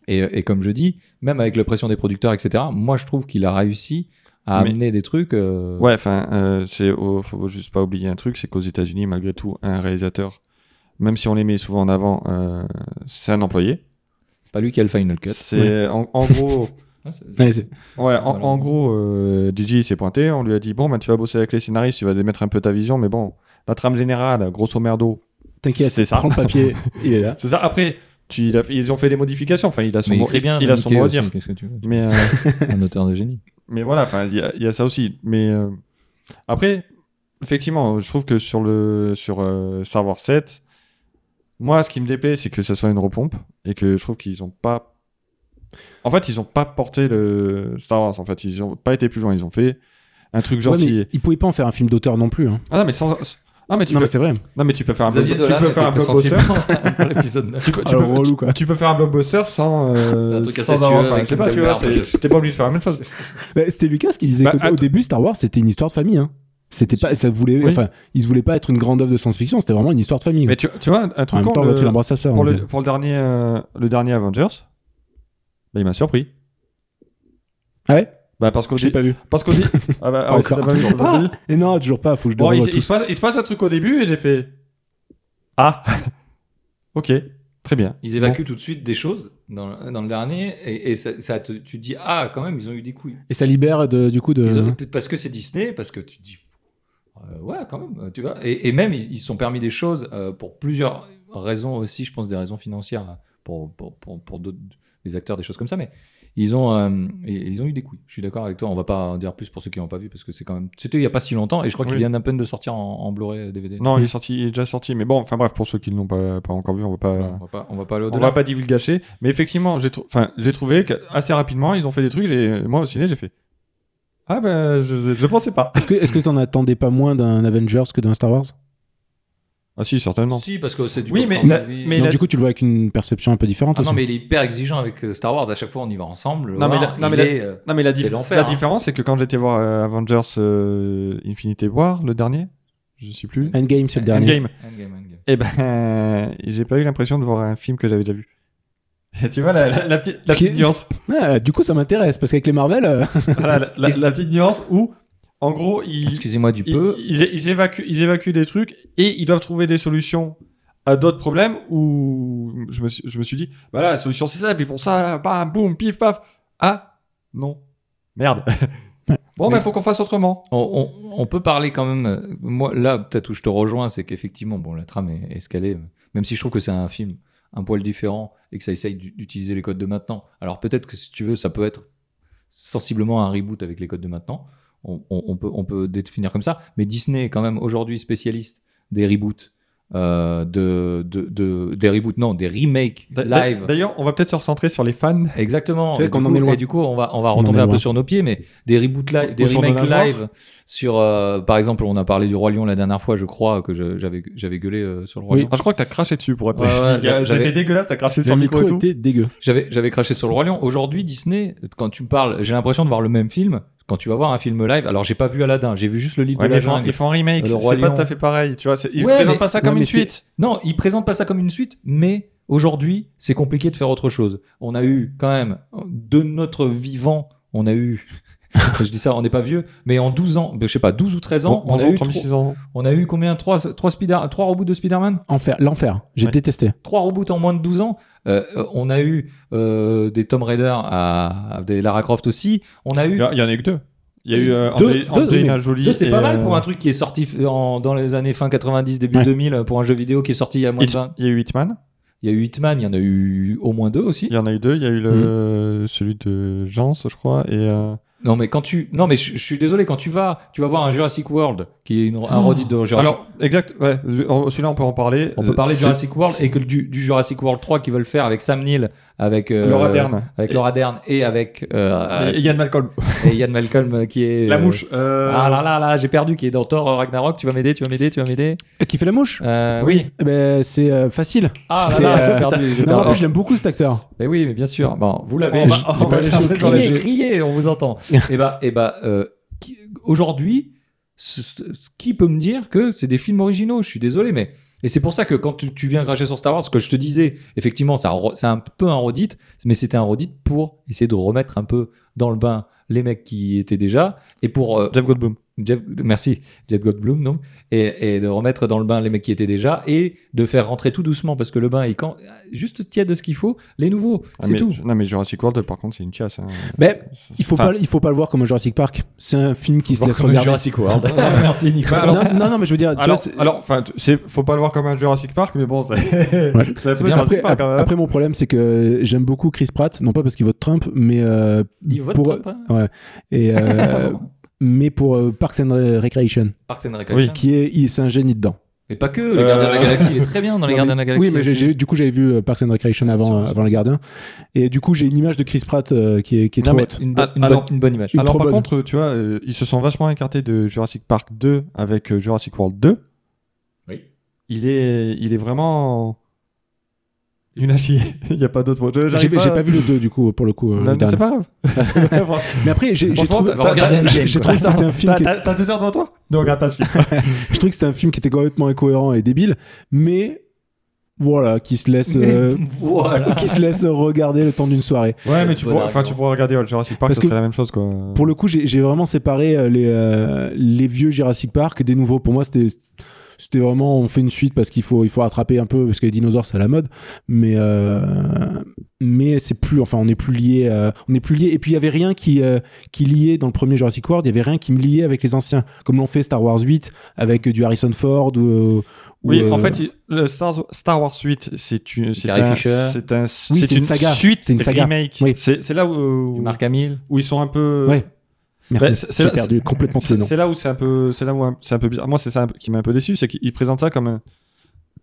Speaker 3: Et, et comme je dis, même avec la pression des producteurs, etc. Moi, je trouve qu'il a réussi à
Speaker 1: Mais-
Speaker 3: amener des trucs. euh,
Speaker 1: Ouais, enfin, euh, c'est oh, faut juste pas oublier un truc, c'est qu'aux États-Unis, malgré tout, un réalisateur, même si on les met souvent en avant, euh, c'est un employé.
Speaker 3: C'est pas lui qui a le final cut.
Speaker 1: C'est en- en gros.
Speaker 3: Ouais, c'est-
Speaker 2: Ouais,
Speaker 1: Ouais,
Speaker 2: c'est-
Speaker 1: en,
Speaker 3: Voilà.
Speaker 1: en gros, euh, Gigi s'est pointé, on lui a dit bon, bah, tu vas bosser avec les scénaristes, tu vas démettre un peu ta vision, mais bon, la trame générale, grosso merdo,
Speaker 2: T'inquiète,
Speaker 1: C'est ça.
Speaker 2: prends le papier, il est là.
Speaker 1: c'est ça. Après, tu- il a- ils ont fait des modifications, enfin, il a son
Speaker 3: Mais il
Speaker 1: mot,
Speaker 3: écrit bien.
Speaker 1: il a
Speaker 3: Mickey
Speaker 1: son mot à
Speaker 3: aussi,
Speaker 1: dire.
Speaker 3: Qu'est-ce que tu veux
Speaker 1: Mais, euh,
Speaker 3: Un auteur de génie.
Speaker 1: mais voilà, enfin, il y, a- il y a ça aussi. Mais euh, après, effectivement, je trouve que sur le sur euh, Star Wars 7, moi, ce qui me déplaît, c'est que ça soit une repompe et que je trouve qu'ils ont pas. En fait, ils ont pas porté le Star Wars. En fait, ils ont pas été plus loin. Ils ont fait un truc
Speaker 2: Ouais,
Speaker 1: gentil.
Speaker 2: mais il pouvait pas en faire un film d'auteur non plus. hein.
Speaker 1: Ah non, mais sans. Ah, mais tu,
Speaker 2: non,
Speaker 1: peux,
Speaker 2: mais c'est vrai.
Speaker 1: non, mais tu peux faire un,
Speaker 3: Xavier
Speaker 1: bloc- tu
Speaker 3: Dolan
Speaker 1: peux faire un
Speaker 3: était
Speaker 1: blockbuster.
Speaker 3: pressentiment dans l'épisode 9.
Speaker 1: Tu peux, tu,
Speaker 2: Alors,
Speaker 1: peux,
Speaker 2: Ah, relou,
Speaker 1: tu-
Speaker 2: quoi.
Speaker 1: tu peux faire un blockbuster sans. euh,
Speaker 3: C'est un truc assez
Speaker 1: sans avoir-
Speaker 3: suave
Speaker 1: enfin,
Speaker 3: avec
Speaker 1: je sais
Speaker 3: une
Speaker 1: pas,
Speaker 3: belle
Speaker 1: tu vois,
Speaker 3: barbe.
Speaker 1: c'est- t'es pas obligé de faire la même chose.
Speaker 2: Bah, c'était Lucas qui disait
Speaker 1: Bah,
Speaker 2: qu'au au
Speaker 1: attends.
Speaker 2: début, Star Wars, c'était une histoire de famille. Hein. C'était pas, ça voulait,
Speaker 1: Oui.
Speaker 2: enfin, il se voulait pas être une grande œuvre de science-fiction. C'était vraiment une histoire de famille.
Speaker 1: Mais tu, tu vois, un
Speaker 2: en
Speaker 1: truc
Speaker 2: même
Speaker 1: con,
Speaker 2: temps,
Speaker 1: le-
Speaker 2: l'autre, il embrasse sa sœur. hein,
Speaker 1: pour,
Speaker 2: donc,
Speaker 1: le, pour le dernier, euh, le dernier Avengers, bah, il m'a surpris.
Speaker 2: Ah ouais
Speaker 1: Bah, parce qu'au
Speaker 2: J'ai
Speaker 1: dé-
Speaker 2: pas Ah. vu.
Speaker 1: parce qu'au dé- ah bah, alors,
Speaker 2: Ouais,
Speaker 1: si
Speaker 2: ça-
Speaker 1: t'as pas vu, je te le dis.
Speaker 2: Et non, toujours pas. Faut que je le
Speaker 1: Bon, il,
Speaker 2: revoie
Speaker 1: s- il
Speaker 2: tous.
Speaker 1: se passe, il se passe un truc au début et j'ai fait Ah Ok, très bien.
Speaker 3: Ils évacuent tout de suite des choses dans le, dans le dernier et, et ça, ça te- tu te dis ah quand même ils ont eu des couilles.
Speaker 2: Et ça libère de- du coup de.
Speaker 3: Ils
Speaker 1: Euh.
Speaker 3: ont- Parce que c'est Disney, parce que tu te dis euh, ouais quand même tu vois. Et, et même ils ils se sont permis des choses euh, pour plusieurs raisons aussi je pense des raisons financières hein, pour pour, pour, pour d'autres- des acteurs des choses comme ça mais ils ont euh, et- ils ont eu des couilles. Je suis d'accord avec toi. On va pas en dire plus pour ceux qui n'ont pas vu parce que c'est quand même c'était il y a pas si longtemps et je crois
Speaker 1: Oui.
Speaker 3: qu'il vient à peine de sortir en, en Blu-ray euh, DVD.
Speaker 1: Non, il est, sorti, il est déjà sorti, mais bon, enfin bref, pour ceux qui ne l'ont pas, pas encore vu, on va pas.
Speaker 3: Euh, on va pas on va pas aller
Speaker 1: On
Speaker 3: au-delà.
Speaker 1: va pas divulgacher, mais effectivement, j'ai trou- enfin, j'ai trouvé qu'assez rapidement, ils ont fait des trucs. j'ai- Moi, au ciné, j'ai fait Ah ben, je, je pensais pas.
Speaker 2: Est-ce que est-ce que t'en attendais pas moins d'un Avengers que d'un Star Wars
Speaker 1: Ah, si, certainement.
Speaker 3: Si parce que c'est du
Speaker 1: Oui,
Speaker 3: pop-
Speaker 1: mais
Speaker 3: à mon
Speaker 1: la-
Speaker 3: avis.
Speaker 1: mais Et
Speaker 2: Donc
Speaker 1: la-
Speaker 2: du coup, tu le vois avec une perception un peu différente
Speaker 3: Ah
Speaker 2: aussi.
Speaker 3: non, mais il est hyper exigeant avec euh, Star Wars. À chaque fois, on y va ensemble. le
Speaker 1: Non, mais
Speaker 3: voir,
Speaker 1: la- non,
Speaker 3: il
Speaker 1: mais la-
Speaker 3: est, euh,
Speaker 1: Non, mais la,
Speaker 3: C'est
Speaker 1: dif-
Speaker 3: l'enfer,
Speaker 1: la
Speaker 3: hein.
Speaker 1: différence, c'est que quand j'étais voir euh, Avengers euh, Infinity War, le dernier, je sais plus,
Speaker 2: Endgame, c'est le dernier.
Speaker 1: Endgame,
Speaker 3: Endgame, Endgame.
Speaker 1: et ben, j'ai pas eu l'impression de voir un film que j'avais déjà vu. tu vois la, la- la petite, la
Speaker 2: Ce qui
Speaker 1: petite
Speaker 2: est-
Speaker 1: nuance,
Speaker 2: Ah, du coup, ça m'intéresse parce qu'avec les Marvel, euh,
Speaker 1: Voilà, la, la- la petite nuance où, en gros, ils,
Speaker 3: Excusez-moi du
Speaker 1: ils,
Speaker 3: peu.
Speaker 1: ils- ils évacuent, ils évacuent des trucs et ils doivent trouver des solutions à d'autres problèmes où je me suis, je me suis dit, voilà, la solution c'est simple, ils font ça, bam, boum, pif, paf. Ah, non. Merde. bon, ben,
Speaker 3: Mais-
Speaker 1: faut qu'on fasse autrement.
Speaker 3: On, on- on peut parler quand même. euh, Moi, là, peut-être où je te rejoins, c'est qu'effectivement, bon, la trame est escalée. Même si je trouve que c'est un film un poil différent et que ça essaye d'u- d'utiliser les codes de maintenant. Alors peut-être que si tu veux, ça peut être sensiblement un reboot avec les codes de maintenant. On, on- on peut, on peut définir comme ça. Mais Disney est quand même aujourd'hui spécialiste des reboots. euh, de, de- de- des reboots, non, des remakes
Speaker 1: D'a- d'a-
Speaker 3: live.
Speaker 1: D'ailleurs, on va peut-être se recentrer sur les fans.
Speaker 3: Exactement.
Speaker 2: C'est vrai
Speaker 3: Et
Speaker 2: qu'on
Speaker 3: du
Speaker 2: en
Speaker 3: coup-
Speaker 2: est loin.
Speaker 3: Et du coup, on va, on va
Speaker 2: On en
Speaker 3: retomber
Speaker 2: est
Speaker 3: un peu
Speaker 2: loin.
Speaker 3: sur nos pieds, mais des reboots live,
Speaker 1: Ou
Speaker 3: des
Speaker 1: sur nos
Speaker 3: remakes
Speaker 1: nageoires.
Speaker 3: live sur, euh, par exemple, on a parlé du Roi Lion la dernière fois, je crois que je- j'avais, j'avais gueulé euh, sur le Roi
Speaker 1: Oui.
Speaker 3: Lion.
Speaker 1: Ah, je crois que t'as craché dessus pour être
Speaker 3: Ouais,
Speaker 1: précis.
Speaker 3: ouais,
Speaker 1: Il y a-
Speaker 3: j'avais-
Speaker 1: C'était dégueulasse, t'as craché sur
Speaker 2: le micro
Speaker 1: et tout.
Speaker 2: était dégueu.
Speaker 3: J'avais, j'avais craché sur le Roi Lion. Aujourd'hui, Disney, quand tu me parles, j'ai l'impression de voir le même film. Quand tu vas voir un film live, alors j'ai pas vu Aladdin, j'ai vu juste le livre
Speaker 1: Ouais,
Speaker 3: de
Speaker 1: mais
Speaker 3: la
Speaker 1: ils font,
Speaker 3: jungle.
Speaker 1: ils font un remake,
Speaker 3: Le
Speaker 1: c'est
Speaker 3: Roi
Speaker 1: pas
Speaker 3: Lion.
Speaker 1: tout à fait pareil. Tu vois, c'est- ils
Speaker 3: Ouais,
Speaker 1: présentent
Speaker 3: mais-
Speaker 1: pas ça
Speaker 2: ouais,
Speaker 1: comme
Speaker 2: mais
Speaker 1: une
Speaker 2: c'est-
Speaker 1: suite.
Speaker 3: Non, ils présentent pas ça comme une suite, mais aujourd'hui, c'est compliqué de faire autre chose. On a eu quand même, de notre vivant, on a eu, je dis ça, on n'est pas vieux, mais en 12 ans, je sais pas, 12 ou 13 ans, on, a eu trois-
Speaker 1: 36 ans.
Speaker 3: on a eu combien 3, reboots de Spider-Man
Speaker 2: Enfer, l'enfer. J'ai
Speaker 1: Ouais.
Speaker 2: détesté.
Speaker 3: 3 reboots en moins de 12 ans. Euh, euh, on a eu euh, des Tomb Raider à, à des Lara Croft aussi. On a
Speaker 1: Il
Speaker 3: eu.
Speaker 1: y, a- il y en a eu que deux. Il y a eu euh,
Speaker 3: Deux-
Speaker 1: André-
Speaker 3: deux,
Speaker 1: Angelina
Speaker 3: mais
Speaker 1: Jolie.
Speaker 3: Deux, c'est
Speaker 1: et,
Speaker 3: pas mal pour
Speaker 1: euh,
Speaker 3: un truc qui est sorti f- en- dans les années fin 90, début
Speaker 2: Ouais.
Speaker 3: 2000 pour un jeu vidéo qui est sorti il y a moins de
Speaker 1: Hit-
Speaker 3: 20.
Speaker 1: Il y a eu Hitman,
Speaker 3: Il y a eu Hitman, il y en a eu au moins deux aussi.
Speaker 1: il y en a eu deux, il y a eu
Speaker 3: Mhm.
Speaker 1: le, celui de Jans, je crois, et euh,
Speaker 3: Non mais quand tu, non mais je, je suis désolé quand tu vas, tu vas voir un Jurassic World qui est une, un redit de Jurassic.
Speaker 1: alors exact, ouais, je- on- celui-là on peut en parler. Euh,
Speaker 3: on peut parler de
Speaker 1: C'est-
Speaker 3: Jurassic World et que du, du Jurassic World 3 qu'ils veulent faire avec Sam Neill, avec euh,
Speaker 1: Laura Dern,
Speaker 3: avec Laura Dern et avec euh,
Speaker 1: et et Ian Malcolm,
Speaker 3: et Ian Malcolm euh, qui est
Speaker 1: la
Speaker 3: euh,
Speaker 1: mouche. euh,
Speaker 3: Ah là là là, j'ai perdu qui est dans Thor euh, Ragnarok. Tu vas m'aider, tu vas m'aider, tu vas m'aider.
Speaker 2: Euh, Qui fait la mouche
Speaker 3: Euh,
Speaker 2: Eh ben, c'est euh, facile.
Speaker 3: Ah là
Speaker 2: C'est,
Speaker 3: là,
Speaker 2: euh,
Speaker 3: j'ai perdu. j'ai
Speaker 2: Non, en
Speaker 3: perdu.
Speaker 2: plus, je l'aime beaucoup cet acteur.
Speaker 3: Mais oui, mais bien sûr. Bon, vous l'avez.
Speaker 1: on va-
Speaker 3: je-
Speaker 1: on
Speaker 2: j'ai pas
Speaker 1: va les
Speaker 2: cherché
Speaker 1: chercher dans la-
Speaker 3: Criez,
Speaker 2: j'ai-
Speaker 3: criez, on vous entend. et bah, et bah, euh, qui- aujourd'hui, ce, ce- ce qui peut me dire que c'est des films originaux Je suis désolé, mais et c'est pour ça que quand tu, tu viens cracher sur Star Wars, ce que je te disais, effectivement, ça re- c'est un peu un redite, mais c'était un redite pour essayer de remettre un peu dans le bain les mecs qui y étaient déjà et pour euh,
Speaker 1: Jeff Goldblum.
Speaker 3: Jeff, merci, Jeff Goldblum, non et, et de remettre dans le bain les mecs qui étaient déjà et de faire rentrer tout doucement parce que le bain est quand juste tiède de ce qu'il faut, les nouveaux,
Speaker 1: Ah,
Speaker 3: c'est
Speaker 1: mais-
Speaker 3: tout.
Speaker 1: Non mais Jurassic World, par contre, c'est une chiasse. hein.
Speaker 2: Mais
Speaker 1: C'est-
Speaker 2: il faut
Speaker 1: enfin,
Speaker 2: pas, il faut pas le voir comme un Jurassic Park. C'est un film qui se laisse regarder.
Speaker 3: Jurassic World. Ah, merci Nicolas.
Speaker 1: Alors-
Speaker 2: non, non, non, mais je veux dire, tu
Speaker 1: Alors,
Speaker 2: vois, c'est-
Speaker 1: alors, enfin, tu- c'est- faut pas le voir comme un Jurassic Park, mais bon, ça- c'est un peu
Speaker 3: bien.
Speaker 1: Jurassic
Speaker 2: après,
Speaker 1: Park. hein.
Speaker 2: après, mon problème, c'est que j'aime beaucoup Chris Pratt, non pas parce qu'il vote Trump, mais euh,
Speaker 3: Il vote
Speaker 2: pour
Speaker 3: Trump, hein
Speaker 2: et euh, mais pour euh, Parks and Recreation,
Speaker 3: Parks and Recreation.
Speaker 2: qui est, il- c'est un génie dedans.
Speaker 3: Mais pas que, les Gardiens de la Galaxie, il est très bien dans les
Speaker 2: Non,
Speaker 3: Gardiens de
Speaker 2: mais-
Speaker 3: la Galaxie.
Speaker 2: Oui, mais j'ai- j'ai- du coup, j'avais vu euh, Parks and Recreation avant,
Speaker 3: Sur-
Speaker 2: euh, avant les Gardiens, et du coup, j'ai une image de Chris Pratt euh, qui est, qui est
Speaker 1: Non,
Speaker 2: trop
Speaker 1: mais-
Speaker 2: haute.
Speaker 3: une, bonne-
Speaker 1: Ah,
Speaker 3: une
Speaker 1: alors-
Speaker 3: bonne- une bonne image.
Speaker 2: Ultra
Speaker 1: Alors par
Speaker 2: bonne.
Speaker 1: contre, tu vois, euh, ils se sont vachement écartés de Jurassic Park 2 avec euh, Jurassic World 2. il est, il est vraiment une à chier. il n'y a pas d'autre mot. Je-
Speaker 2: J'ai
Speaker 1: j'arrive
Speaker 2: j'ai pas... vu le 2 du coup pour le coup. euh,
Speaker 1: Non,
Speaker 2: le
Speaker 1: mais
Speaker 2: dernier.
Speaker 1: c'est pas grave. C'est pas grave.
Speaker 2: Mais après j'ai j'ai
Speaker 3: Franchement,
Speaker 2: trouvé,
Speaker 3: t'as- t'as-
Speaker 2: t'as-
Speaker 3: t'as-
Speaker 2: j'ai- j'ai trouvé que c'était un film
Speaker 1: T'as-
Speaker 2: qui
Speaker 1: T'as t'as deux heures devant toi Ne regarde pas ce film.
Speaker 2: Je trouve que c'était un film qui était complètement incohérent et débile, mais voilà, qui se laisse, euh,
Speaker 3: Voilà.
Speaker 2: qui se laisse regarder le temps d'une soirée.
Speaker 1: Ouais, mais tu,
Speaker 3: Bon
Speaker 1: pourras,
Speaker 3: argument.
Speaker 1: enfin, tu pourras regarder Old Jurassic Park,
Speaker 2: Parce
Speaker 1: ce
Speaker 2: que
Speaker 1: serait la même chose. Quoi.
Speaker 2: Pour le coup, j'ai j'ai vraiment séparé euh, les, euh, les vieux Jurassic Park des nouveaux. Pour moi, c'était c'était vraiment on fait une suite parce qu'il faut il faut rattraper un peu parce que les dinosaures c'est à la mode mais euh, mais c'est plus enfin on est plus lié euh, on est plus lié et puis il y avait rien qui euh, qui liait dans le premier Jurassic World il y avait rien qui me liait avec les anciens comme l'ont fait Star Wars 8 avec du Harrison Ford ou, euh, ou,
Speaker 1: Oui, en
Speaker 2: euh,
Speaker 1: fait, il- le Star, Star Wars 8, c'est une, c'est
Speaker 3: Carrie
Speaker 1: un-
Speaker 3: Fisher.
Speaker 1: c'est un-
Speaker 2: Oui, c'est
Speaker 1: une,
Speaker 2: une saga.
Speaker 1: suite,
Speaker 2: C'est une saga.
Speaker 1: remake.
Speaker 2: Oui.
Speaker 1: C'est c'est là où,
Speaker 3: Marc Hamill.
Speaker 1: où ils sont un peu.
Speaker 2: Ouais. Merci.
Speaker 1: Bah, c'est- c'est
Speaker 2: J'ai
Speaker 1: là-
Speaker 2: perdu complètement ses
Speaker 1: C'est
Speaker 2: noms.
Speaker 1: c'est là où c'est un peu, c'est là où un- c'est un peu bizarre. Moi, c'est ça un peu- qui m'a un peu déçu, c'est qu'ils présentent ça comme un-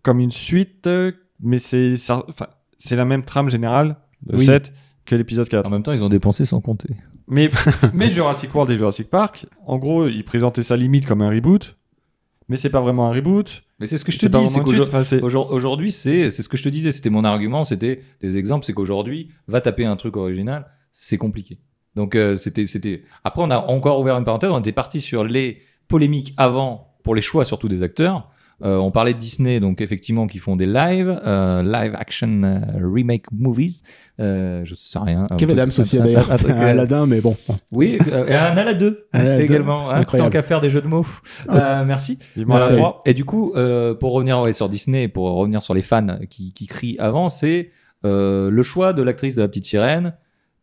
Speaker 1: comme une suite, euh, mais c'est ça- enfin, c'est la même trame générale le
Speaker 2: Oui.
Speaker 1: 7 que l'épisode 4.
Speaker 3: En même temps, ils ont dépensé sans compter.
Speaker 1: Mais, mais Jurassic World et Jurassic Park, en gros, ils présentaient ça limite comme un reboot, mais c'est pas vraiment un reboot.
Speaker 3: Mais c'est ce que je te
Speaker 1: C'est pas
Speaker 3: dis,
Speaker 1: vraiment
Speaker 3: c'est
Speaker 1: une
Speaker 3: qu'aujourd'hui-
Speaker 1: suite. Enfin, c'est-
Speaker 3: Aujourd- Aujourd'hui, c'est c'est ce que je te disais, c'était mon argument, c'était des exemples, c'est qu'aujourd'hui, va taper un truc original, c'est compliqué. Donc euh, c'était c'était. Après, on a encore ouvert une parenthèse, on était parti sur les polémiques avant pour les choix surtout des acteurs. Euh, on parlait de Disney, donc effectivement, qui font des live, euh, live action euh, remake movies. Euh, je sais rien. Un
Speaker 2: Kevin
Speaker 3: truc-
Speaker 2: Adams aussi
Speaker 3: un- un-
Speaker 2: d'ailleurs,
Speaker 3: un truc,
Speaker 2: un
Speaker 3: euh,
Speaker 2: Ah, Aladdin, mais bon.
Speaker 3: Oui, euh, et un Ala 2
Speaker 2: Ala 2,
Speaker 3: également. hein, tant
Speaker 2: incroyable.
Speaker 3: qu'à faire des jeux de mots. Euh, merci.
Speaker 1: Vivement la
Speaker 3: Euh,
Speaker 1: trois.
Speaker 3: et du coup, euh, pour revenir ouais, sur Disney, pour revenir sur les fans qui, qui crient avant, c'est euh, le choix de l'actrice de la petite sirène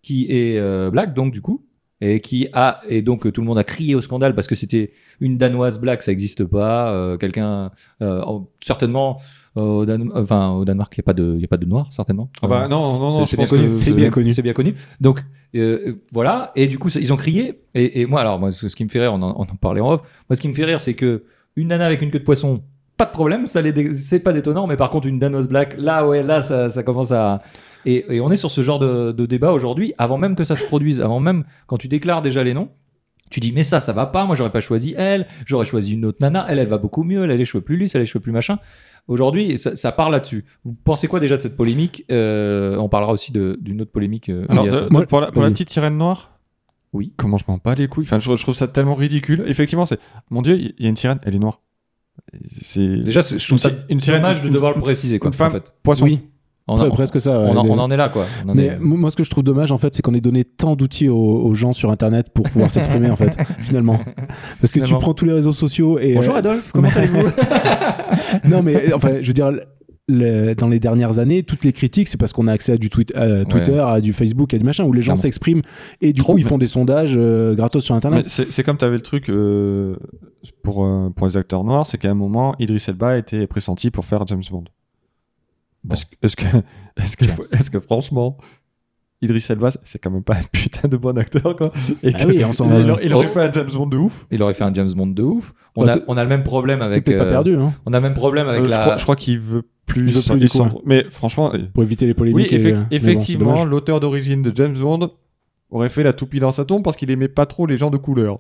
Speaker 3: qui est euh, black, donc du coup, et qui a et donc euh, tout le monde a crié au scandale parce que c'était une danoise black, ça n'existe pas. euh, Quelqu'un, euh, en- certainement. euh, Au, Dan- enfin, au Danemark, il n'y a, pas de- il y a pas de noir, certainement.
Speaker 1: Ah bah, non, non, non,
Speaker 3: C'est-
Speaker 1: je
Speaker 3: c'est bien
Speaker 1: pense
Speaker 3: connu.
Speaker 1: que-
Speaker 2: c'est bien connu.
Speaker 3: C'est bien connu. Donc euh, voilà. Et du coup, ça- ils ont crié. Et, et moi, alors, moi, ce ce qui me fait rire, on en, on en parlait en off. Moi, ce qui me fait rire, c'est que une nana avec une queue de poisson, pas de problème, ça les dé- c'est pas détonnant. Mais par contre, une danoise black, là, ouais, là, ça, ça commence à. Et, et on est sur ce genre de, de débat aujourd'hui, avant même que ça se produise, avant même quand tu déclares déjà les noms. Tu dis mais ça ça va pas moi j'aurais pas choisi elle j'aurais choisi une autre nana elle elle va beaucoup mieux elle a les cheveux plus lisses elle a les cheveux plus machin aujourd'hui ça, ça part là-dessus vous pensez quoi déjà de cette polémique Euh, on parlera aussi de- d'une autre polémique euh,
Speaker 1: Alors,
Speaker 3: liée à
Speaker 1: de-
Speaker 3: ça.
Speaker 1: de-
Speaker 2: Moi-
Speaker 1: pour, la, pour la
Speaker 2: vas-y.
Speaker 1: petite sirène noire
Speaker 3: Oui.
Speaker 1: Comment je m'en bats les couilles Enfin, je, je trouve ça tellement ridicule. Effectivement, c'est. Mon dieu, il y a une sirène, elle est noire. C'est.
Speaker 3: Déjà, c'est- je trouve ça
Speaker 1: C'est une sirène-
Speaker 3: dommage de
Speaker 1: une-
Speaker 3: devoir le
Speaker 1: une-
Speaker 3: préciser, quoi.
Speaker 1: une femme- euh,
Speaker 3: en fait.
Speaker 1: Poisson.
Speaker 2: Oui,
Speaker 3: On,
Speaker 2: pre-
Speaker 3: en-
Speaker 2: presque ça. ouais.
Speaker 3: on en-
Speaker 2: Des-
Speaker 3: on en est là, quoi. On en
Speaker 2: mais
Speaker 3: est-
Speaker 2: m- moi, ce que je trouve dommage, en fait, c'est qu'on ait donné tant d'outils aux, aux gens sur Internet pour pouvoir s'exprimer, en fait, finalement. Parce que
Speaker 1: Finalement.
Speaker 2: tu prends tous les réseaux sociaux et.
Speaker 3: Bonjour
Speaker 2: euh,
Speaker 3: Adolphe, comment allez-vous
Speaker 2: non, mais euh, enfin, je veux dire. le- dans les dernières années, toutes les critiques, c'est parce qu'on a accès à du tweet- à Twitter, à du Facebook, à du machin, où les gens
Speaker 3: Clairement.
Speaker 2: s'expriment et du coup
Speaker 1: Trop.
Speaker 2: ils font des sondages euh, gratos sur
Speaker 1: Mais
Speaker 2: Internet.
Speaker 1: c'est c'est comme tu avais le truc euh, pour, euh, pour les acteurs noirs, c'est qu'à un moment, Idris Elba était pressenti pour faire James Bond.
Speaker 3: Bon.
Speaker 1: Est-ce que, est-ce que, est-ce que, est-ce que franchement, Idris Elba, c'est quand même pas un putain de bon acteur quoi Et
Speaker 2: Ah
Speaker 1: que-
Speaker 2: oui, on s'en-
Speaker 1: il, aurait- il aurait
Speaker 3: Oh.
Speaker 1: fait un James Bond de ouf.
Speaker 3: Il aurait fait un James Bond de ouf. On,
Speaker 2: Bah,
Speaker 3: a,
Speaker 2: c'est-
Speaker 3: on a le même problème
Speaker 2: C'est
Speaker 3: avec.
Speaker 2: peut-être pas
Speaker 3: euh,
Speaker 2: perdu, hein,
Speaker 3: On a le même problème avec
Speaker 1: Euh,
Speaker 3: la.
Speaker 1: je, crois, je crois qu'il veut plus.
Speaker 2: Il veut
Speaker 1: s'en-
Speaker 2: plus, du
Speaker 1: s'en-
Speaker 2: coup,
Speaker 1: Mais franchement, euh,
Speaker 2: pour éviter les
Speaker 1: oui,
Speaker 2: polémiques. et,
Speaker 1: effect-
Speaker 2: euh, mais bon, c'est
Speaker 1: effectivement,
Speaker 2: dommage.
Speaker 1: l'auteur d'origine de James Bond aurait fait la toupie dans sa tombe parce qu'il aimait pas trop les gens de couleur.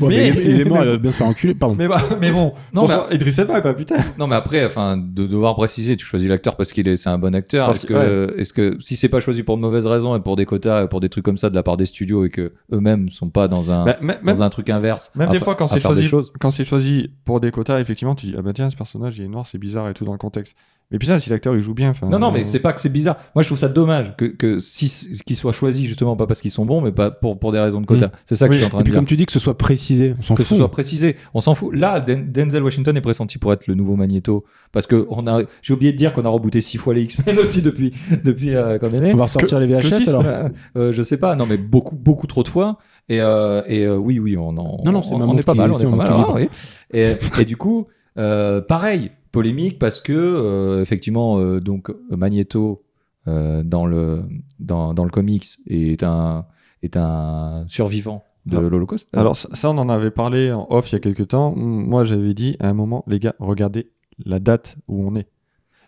Speaker 2: Ouais, mais...
Speaker 1: Mais-
Speaker 2: il est- il est mort, il va bien se faire enculer. Pardon.
Speaker 1: Mais, bah- mais bon,
Speaker 3: Non,
Speaker 1: franchement, Idris Elba, bah, putain.
Speaker 3: Non, mais après, enfin, de devoir préciser, tu choisis l'acteur parce qu'il est, c'est un bon acteur.
Speaker 1: Parce
Speaker 3: Est-ce
Speaker 1: que-
Speaker 3: que, est-ce que, si c'est pas choisi pour de mauvaises raisons et pour des quotas, et pour des trucs comme ça de la part des studios et que eux-mêmes sont pas dans un,
Speaker 1: Bah, même-
Speaker 3: dans
Speaker 1: même-
Speaker 3: un truc inverse.
Speaker 1: Même
Speaker 3: à
Speaker 1: des
Speaker 3: fa-
Speaker 1: fois, quand
Speaker 3: à
Speaker 1: c'est
Speaker 3: faire des
Speaker 1: choisi,
Speaker 3: choses.
Speaker 1: quand c'est choisi pour des quotas, effectivement, tu dis ah bah tiens, ce personnage il est noir, c'est bizarre et tout dans le contexte. Mais putain, si l'acteur il joue bien, enfin.
Speaker 3: Non, non,
Speaker 1: euh,
Speaker 3: mais c'est pas que c'est bizarre. Moi, je trouve ça dommage que, que si, qu'ils soient choisis justement pas parce qu'ils sont bons, mais pas pour, pour des raisons de quotas. C'est ça
Speaker 1: Mmh.
Speaker 3: que
Speaker 1: Oui.
Speaker 3: je suis en train
Speaker 2: Et
Speaker 3: de
Speaker 2: puis
Speaker 3: dire.
Speaker 2: comme tu dis que ce soit précisé, on s'en
Speaker 3: que
Speaker 2: fout.
Speaker 3: ce soit précisé. On s'en fout. Là, Den- Denzel Washington est pressenti pour être le nouveau Magneto. Parce que on a, j'ai oublié de dire qu'on a rebooté six fois les X-Men aussi depuis, depuis euh, qu'on est né.
Speaker 2: On va ressortir les
Speaker 1: que
Speaker 2: VHS
Speaker 1: si,
Speaker 2: alors.
Speaker 3: Euh, euh, je sais pas, non mais beaucoup beaucoup trop de fois et, euh, et euh, oui oui on en
Speaker 2: Non, non, c'est
Speaker 3: on,
Speaker 2: ma
Speaker 3: on
Speaker 2: montre
Speaker 3: est pas
Speaker 2: qui-
Speaker 3: mal on
Speaker 2: c'est
Speaker 3: est pas
Speaker 2: ma
Speaker 3: mal
Speaker 2: montre qui
Speaker 3: ah, oui. et, et du coup euh, pareil polémique parce que euh, effectivement euh, donc Magneto euh, dans le dans, dans le comics est un est un survivant de
Speaker 1: Ah.
Speaker 3: l'Holocauste Euh,
Speaker 1: Alors ça, ça, on en avait parlé en off il y a quelques temps. Mm, Moi, j'avais dit à un moment, les gars, regardez la date où on est.
Speaker 3: Oui,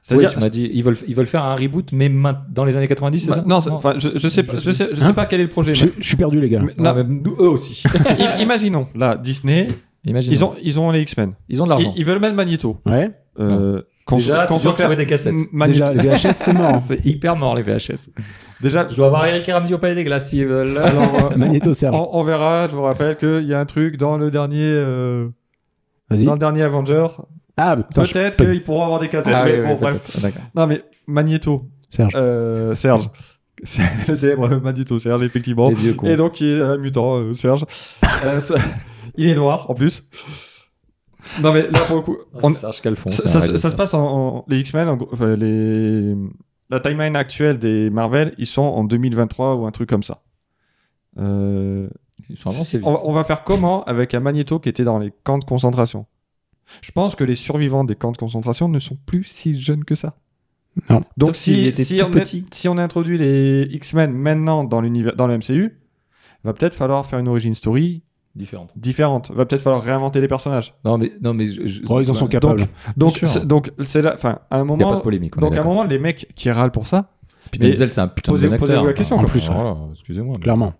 Speaker 1: C'est-à-dire,
Speaker 3: tu m'as dit ils veulent ils veulent faire un reboot mais main- dans les années 90 c'est
Speaker 1: Bah,
Speaker 3: ça
Speaker 1: non, c'est- enfin, je, je sais pas, je sais, je sais
Speaker 2: Hein
Speaker 1: pas quel est le projet.
Speaker 2: Je
Speaker 1: mais-
Speaker 2: je suis perdu les gars.
Speaker 1: mais- non,
Speaker 3: Non, mais nous, eux aussi
Speaker 1: i- imaginons, là, Disney,
Speaker 3: imagine
Speaker 1: ils ont, ils ont les X-Men,
Speaker 3: ils ont de
Speaker 1: ils,
Speaker 3: l'argent
Speaker 1: ils veulent mettre Magneto.
Speaker 2: Ouais.
Speaker 1: Euh, Cons-
Speaker 3: Déjà, c'est
Speaker 1: cons-
Speaker 3: dur de trouver des cassettes.
Speaker 1: M- magnétique.
Speaker 2: Déjà, les VHS, c'est mort.
Speaker 3: C'est hyper mort les VHS.
Speaker 1: Ah Déjà,
Speaker 3: Je dois avoir Eric et Ramsey au Palais des Glaces s'ils veulent.
Speaker 1: alors, euh,
Speaker 2: Magnéto
Speaker 1: on, on verra, je vous rappelle qu'il y a un truc dans le dernier, euh,
Speaker 2: Vas-y.
Speaker 1: dans le dernier Avenger.
Speaker 2: Ah, putain, je-
Speaker 1: Peut-être
Speaker 2: peux-
Speaker 1: qu'ils pourront avoir des cassettes,
Speaker 3: Ah,
Speaker 1: mais
Speaker 3: oui, oui,
Speaker 1: bon, bref.
Speaker 3: peut-être. D'accord.
Speaker 1: Non, mais Magneto,
Speaker 2: Serge.
Speaker 1: euh, Serge. C'est le célèbre Magneto, Serge, effectivement.
Speaker 3: Les vieux cons.
Speaker 1: Et donc, il est un mutant, euh, Serge. Euh, ça- il est noir, en plus. Non, mais là, pour le coup, on-
Speaker 3: Ah, Serge Calfon.
Speaker 1: ça,
Speaker 3: c'est un
Speaker 1: ça-
Speaker 3: réalisateur.
Speaker 1: ça se passe en, en- les X-Men, en gros, enfin, les, la timeline actuelle des Marvel, ils sont en 2023 ou un truc comme ça. Euh,
Speaker 3: Ils sont avancés, vite.
Speaker 1: on, va- on va faire comment avec un Magneto qui était dans les camps de concentration Je pense que les survivants des camps de concentration ne sont plus si jeunes que ça.
Speaker 2: Non.
Speaker 1: Donc
Speaker 3: Sauf s'ils
Speaker 1: si,
Speaker 3: étaient
Speaker 1: si
Speaker 3: tout
Speaker 1: on,
Speaker 3: petits.
Speaker 1: si on introduit les X-Men maintenant dans l'univers, dans le MCU, va peut-être falloir faire une origin story
Speaker 3: Différentes.
Speaker 1: différente. Va peut-être falloir réinventer les personnages.
Speaker 3: Non mais non mais je- je-
Speaker 2: Oh, ils en sont
Speaker 3: Ouais.
Speaker 2: capables.
Speaker 1: Donc
Speaker 3: sûr.
Speaker 1: c'est- donc c'est là, enfin à un
Speaker 3: Il n'y a pas
Speaker 1: moment,
Speaker 3: de polémique. on est
Speaker 1: donc à un
Speaker 3: d'accord.
Speaker 1: moment les mecs qui râlent pour ça,
Speaker 3: Puis
Speaker 1: mais-
Speaker 3: Denzel, c'est un putain
Speaker 1: posez-
Speaker 3: de bon acteur.
Speaker 1: posez-vous la question,
Speaker 3: Enfin,
Speaker 2: quoi. En plus,
Speaker 3: voilà, excusez-moi. mais-
Speaker 2: Clairement.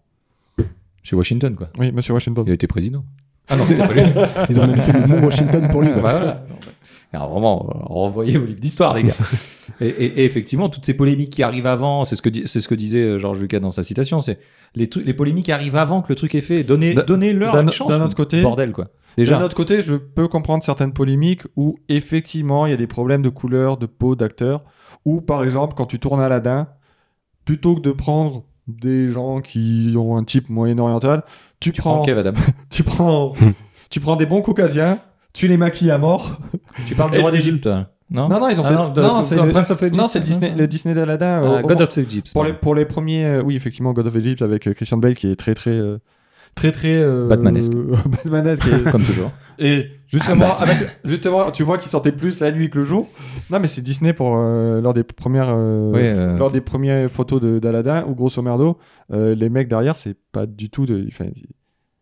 Speaker 3: C'est Washington, quoi.
Speaker 1: oui Monsieur Washington.
Speaker 3: Il a été président.
Speaker 1: Ah non,
Speaker 3: C'est
Speaker 1: c'est
Speaker 3: pas lui.
Speaker 2: Ils ont même fait le mont Washington pour lui.
Speaker 3: Bah
Speaker 2: quoi.
Speaker 3: voilà. Alors vraiment, euh, renvoyez vos livres d'histoire, les gars. et, et- et effectivement, toutes ces polémiques qui arrivent avant, c'est ce que di- c'est ce que disait euh, Georges Lucas dans sa citation, c'est les trucs- les polémiques arrivent avant que le truc est fait. Donnez
Speaker 1: D'un-
Speaker 3: donnez leur
Speaker 1: d'un-
Speaker 3: une chance.
Speaker 1: d'un autre côté-
Speaker 3: bordel quoi.
Speaker 1: D'un
Speaker 3: Déjà.
Speaker 1: autre côté, je peux comprendre certaines polémiques où effectivement il y a des problèmes de couleur, de peau, d'acteur. Ou par exemple, quand tu tournes Aladdin, plutôt que de prendre des gens qui ont un type moyen-oriental, tu,
Speaker 3: Tu prends
Speaker 1: prends,
Speaker 3: Kev Adam.
Speaker 1: tu prends, tu prends des bons caucasiens, tu les maquilles à mort.
Speaker 3: tu parles du
Speaker 1: Et
Speaker 3: roi
Speaker 1: tu-
Speaker 3: d'Égypte. hein. Non.
Speaker 1: Non, non, ils ont
Speaker 3: Ah
Speaker 1: fait.
Speaker 3: non, de-
Speaker 1: non,
Speaker 3: de-
Speaker 1: c'est
Speaker 3: de
Speaker 1: le,
Speaker 3: Prince of Egypt.
Speaker 1: non, c'est le Disney, le Disney d'Aladdin.
Speaker 3: Ah,
Speaker 1: euh, au-
Speaker 3: God
Speaker 1: au-
Speaker 3: of Egypt.
Speaker 1: pour les
Speaker 3: pardon.
Speaker 1: pour les premiers, euh, oui effectivement, God of Egypt avec euh, Christian Bale qui est très très euh, très très euh,
Speaker 3: Batmanesque.
Speaker 1: Batmanesque et-
Speaker 3: Comme toujours.
Speaker 1: Et justement,
Speaker 3: Ah, bah,
Speaker 1: avec- justement, tu vois qu'ils sortaient plus la nuit que le jour. Non, mais c'est Disney pour euh, lors des premières, euh,
Speaker 3: Oui, euh,
Speaker 1: lors des premières photos de- d'Aladin ou grosso merdo, euh, les mecs derrière, c'est pas du tout de. enfin,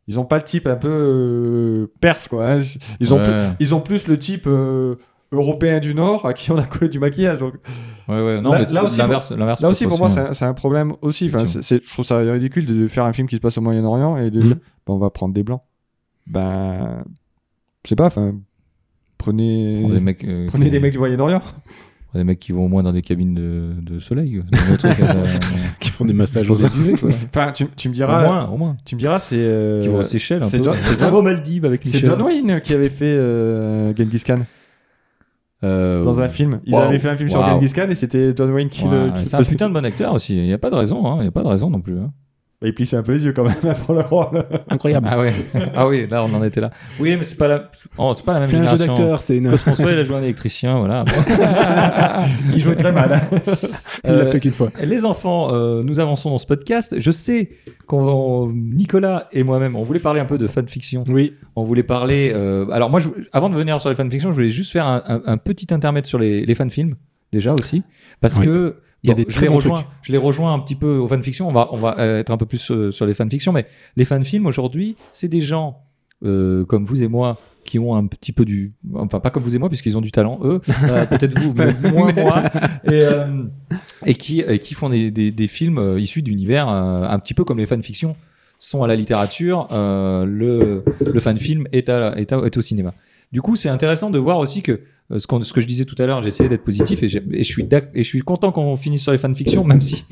Speaker 1: ils ont pas le type un peu euh, perse quoi. hein. Ils ont
Speaker 3: Ouais,
Speaker 1: plus, ils ont plus le type euh, européen du Nord à qui on a collé du maquillage. donc.
Speaker 3: ouais, ouais, non,
Speaker 1: Là-
Speaker 3: mais
Speaker 1: là aussi,
Speaker 3: l'inverse, l'inverse
Speaker 1: Là
Speaker 3: peut
Speaker 1: aussi,
Speaker 3: se
Speaker 1: pour moi, c'est
Speaker 3: passer,
Speaker 1: un, c'est un problème aussi. Enfin,
Speaker 3: Effectivement.
Speaker 1: c'est- c'est- je trouve ça ridicule de faire un film qui se passe au Moyen-Orient et de
Speaker 2: Mhm.
Speaker 1: dire, ben, on va prendre des blancs. Ben, je sais pas, enfin, prenez,
Speaker 3: ouais. Pour des mecs, euh,
Speaker 1: prenez
Speaker 3: qui-
Speaker 1: des mecs du Moyen-Orient.
Speaker 3: pour des mecs qui vont au moins dans des cabines de, de soleil. dans des trucs, euh,
Speaker 2: Qui font des massages
Speaker 3: Pour
Speaker 2: aux
Speaker 3: des
Speaker 2: yeux.
Speaker 1: Enfin, tu, tu me
Speaker 3: au
Speaker 1: diras,
Speaker 3: moins, au moins.
Speaker 1: tu me diras, c'est euh,
Speaker 3: Qui vont aux Seychelles. un
Speaker 1: c'est
Speaker 3: peu.
Speaker 1: John- c'est John-
Speaker 3: Au Maldives avec
Speaker 1: c'est
Speaker 3: Michel.
Speaker 1: John Wayne qui avait fait euh, Genghis Khan
Speaker 3: Euh,
Speaker 1: dans un film. Ils
Speaker 3: Wow.
Speaker 1: avaient fait un film sur
Speaker 3: Wow.
Speaker 1: Genghis Khan et c'était John Wayne qui
Speaker 3: ouais,
Speaker 1: le. qui
Speaker 3: c'est un
Speaker 1: faisait-
Speaker 3: putain de bon acteur aussi. Il n'y a pas de raison. hein, Il n'y a pas de raison non plus. hein.
Speaker 1: Bah, il plissait un peu les yeux quand même pour le rôle.
Speaker 2: Incroyable.
Speaker 3: Ah ouais. ah oui. Là, on en était là. Oui, mais c'est pas la. oh, c'est pas la même
Speaker 2: C'est un jeu
Speaker 3: génération.
Speaker 2: d'acteur, c'est une.
Speaker 3: Claude François, il a joué un électricien, voilà.
Speaker 1: Il jouait très mal. hein.
Speaker 2: Il l'a
Speaker 3: Euh,
Speaker 2: fait qu'une fois.
Speaker 3: Les enfants, euh, nous avançons dans ce podcast. Je sais qu'on Nicolas et moi-même, on voulait parler un peu de fanfiction.
Speaker 2: Oui.
Speaker 3: On voulait parler. euh, alors moi, je- avant de venir sur les fanfictions, je voulais juste faire un, un- un petit intermède sur les, les fanfilms déjà aussi, parce
Speaker 2: Oui.
Speaker 3: que
Speaker 2: Il y a des
Speaker 3: je
Speaker 2: très
Speaker 3: les
Speaker 2: bons
Speaker 3: rejoins.
Speaker 2: trucs.
Speaker 3: Je les rejoins un petit peu aux fanfictions. On va on va euh, être un peu plus sur, sur les fanfictions, mais les fanfilms aujourd'hui, c'est des gens euh, comme vous et moi qui ont un petit peu du, enfin pas comme vous et moi puisqu'ils ont du talent eux, Euh, peut-être vous, mais moins moi, et, euh, et qui et qui font des, des- des films euh, issus d'univers euh, un petit peu comme les fanfictions sont à la littérature, euh, le, le fan film est, à- est à- est au cinéma. Du coup, c'est intéressant de voir aussi que euh, ce, qu'on- ce que je disais tout à l'heure, j'ai essayé d'être positif et, j'ai- et je suis d'ac- et je suis content qu'on finisse sur les fanfictions, même si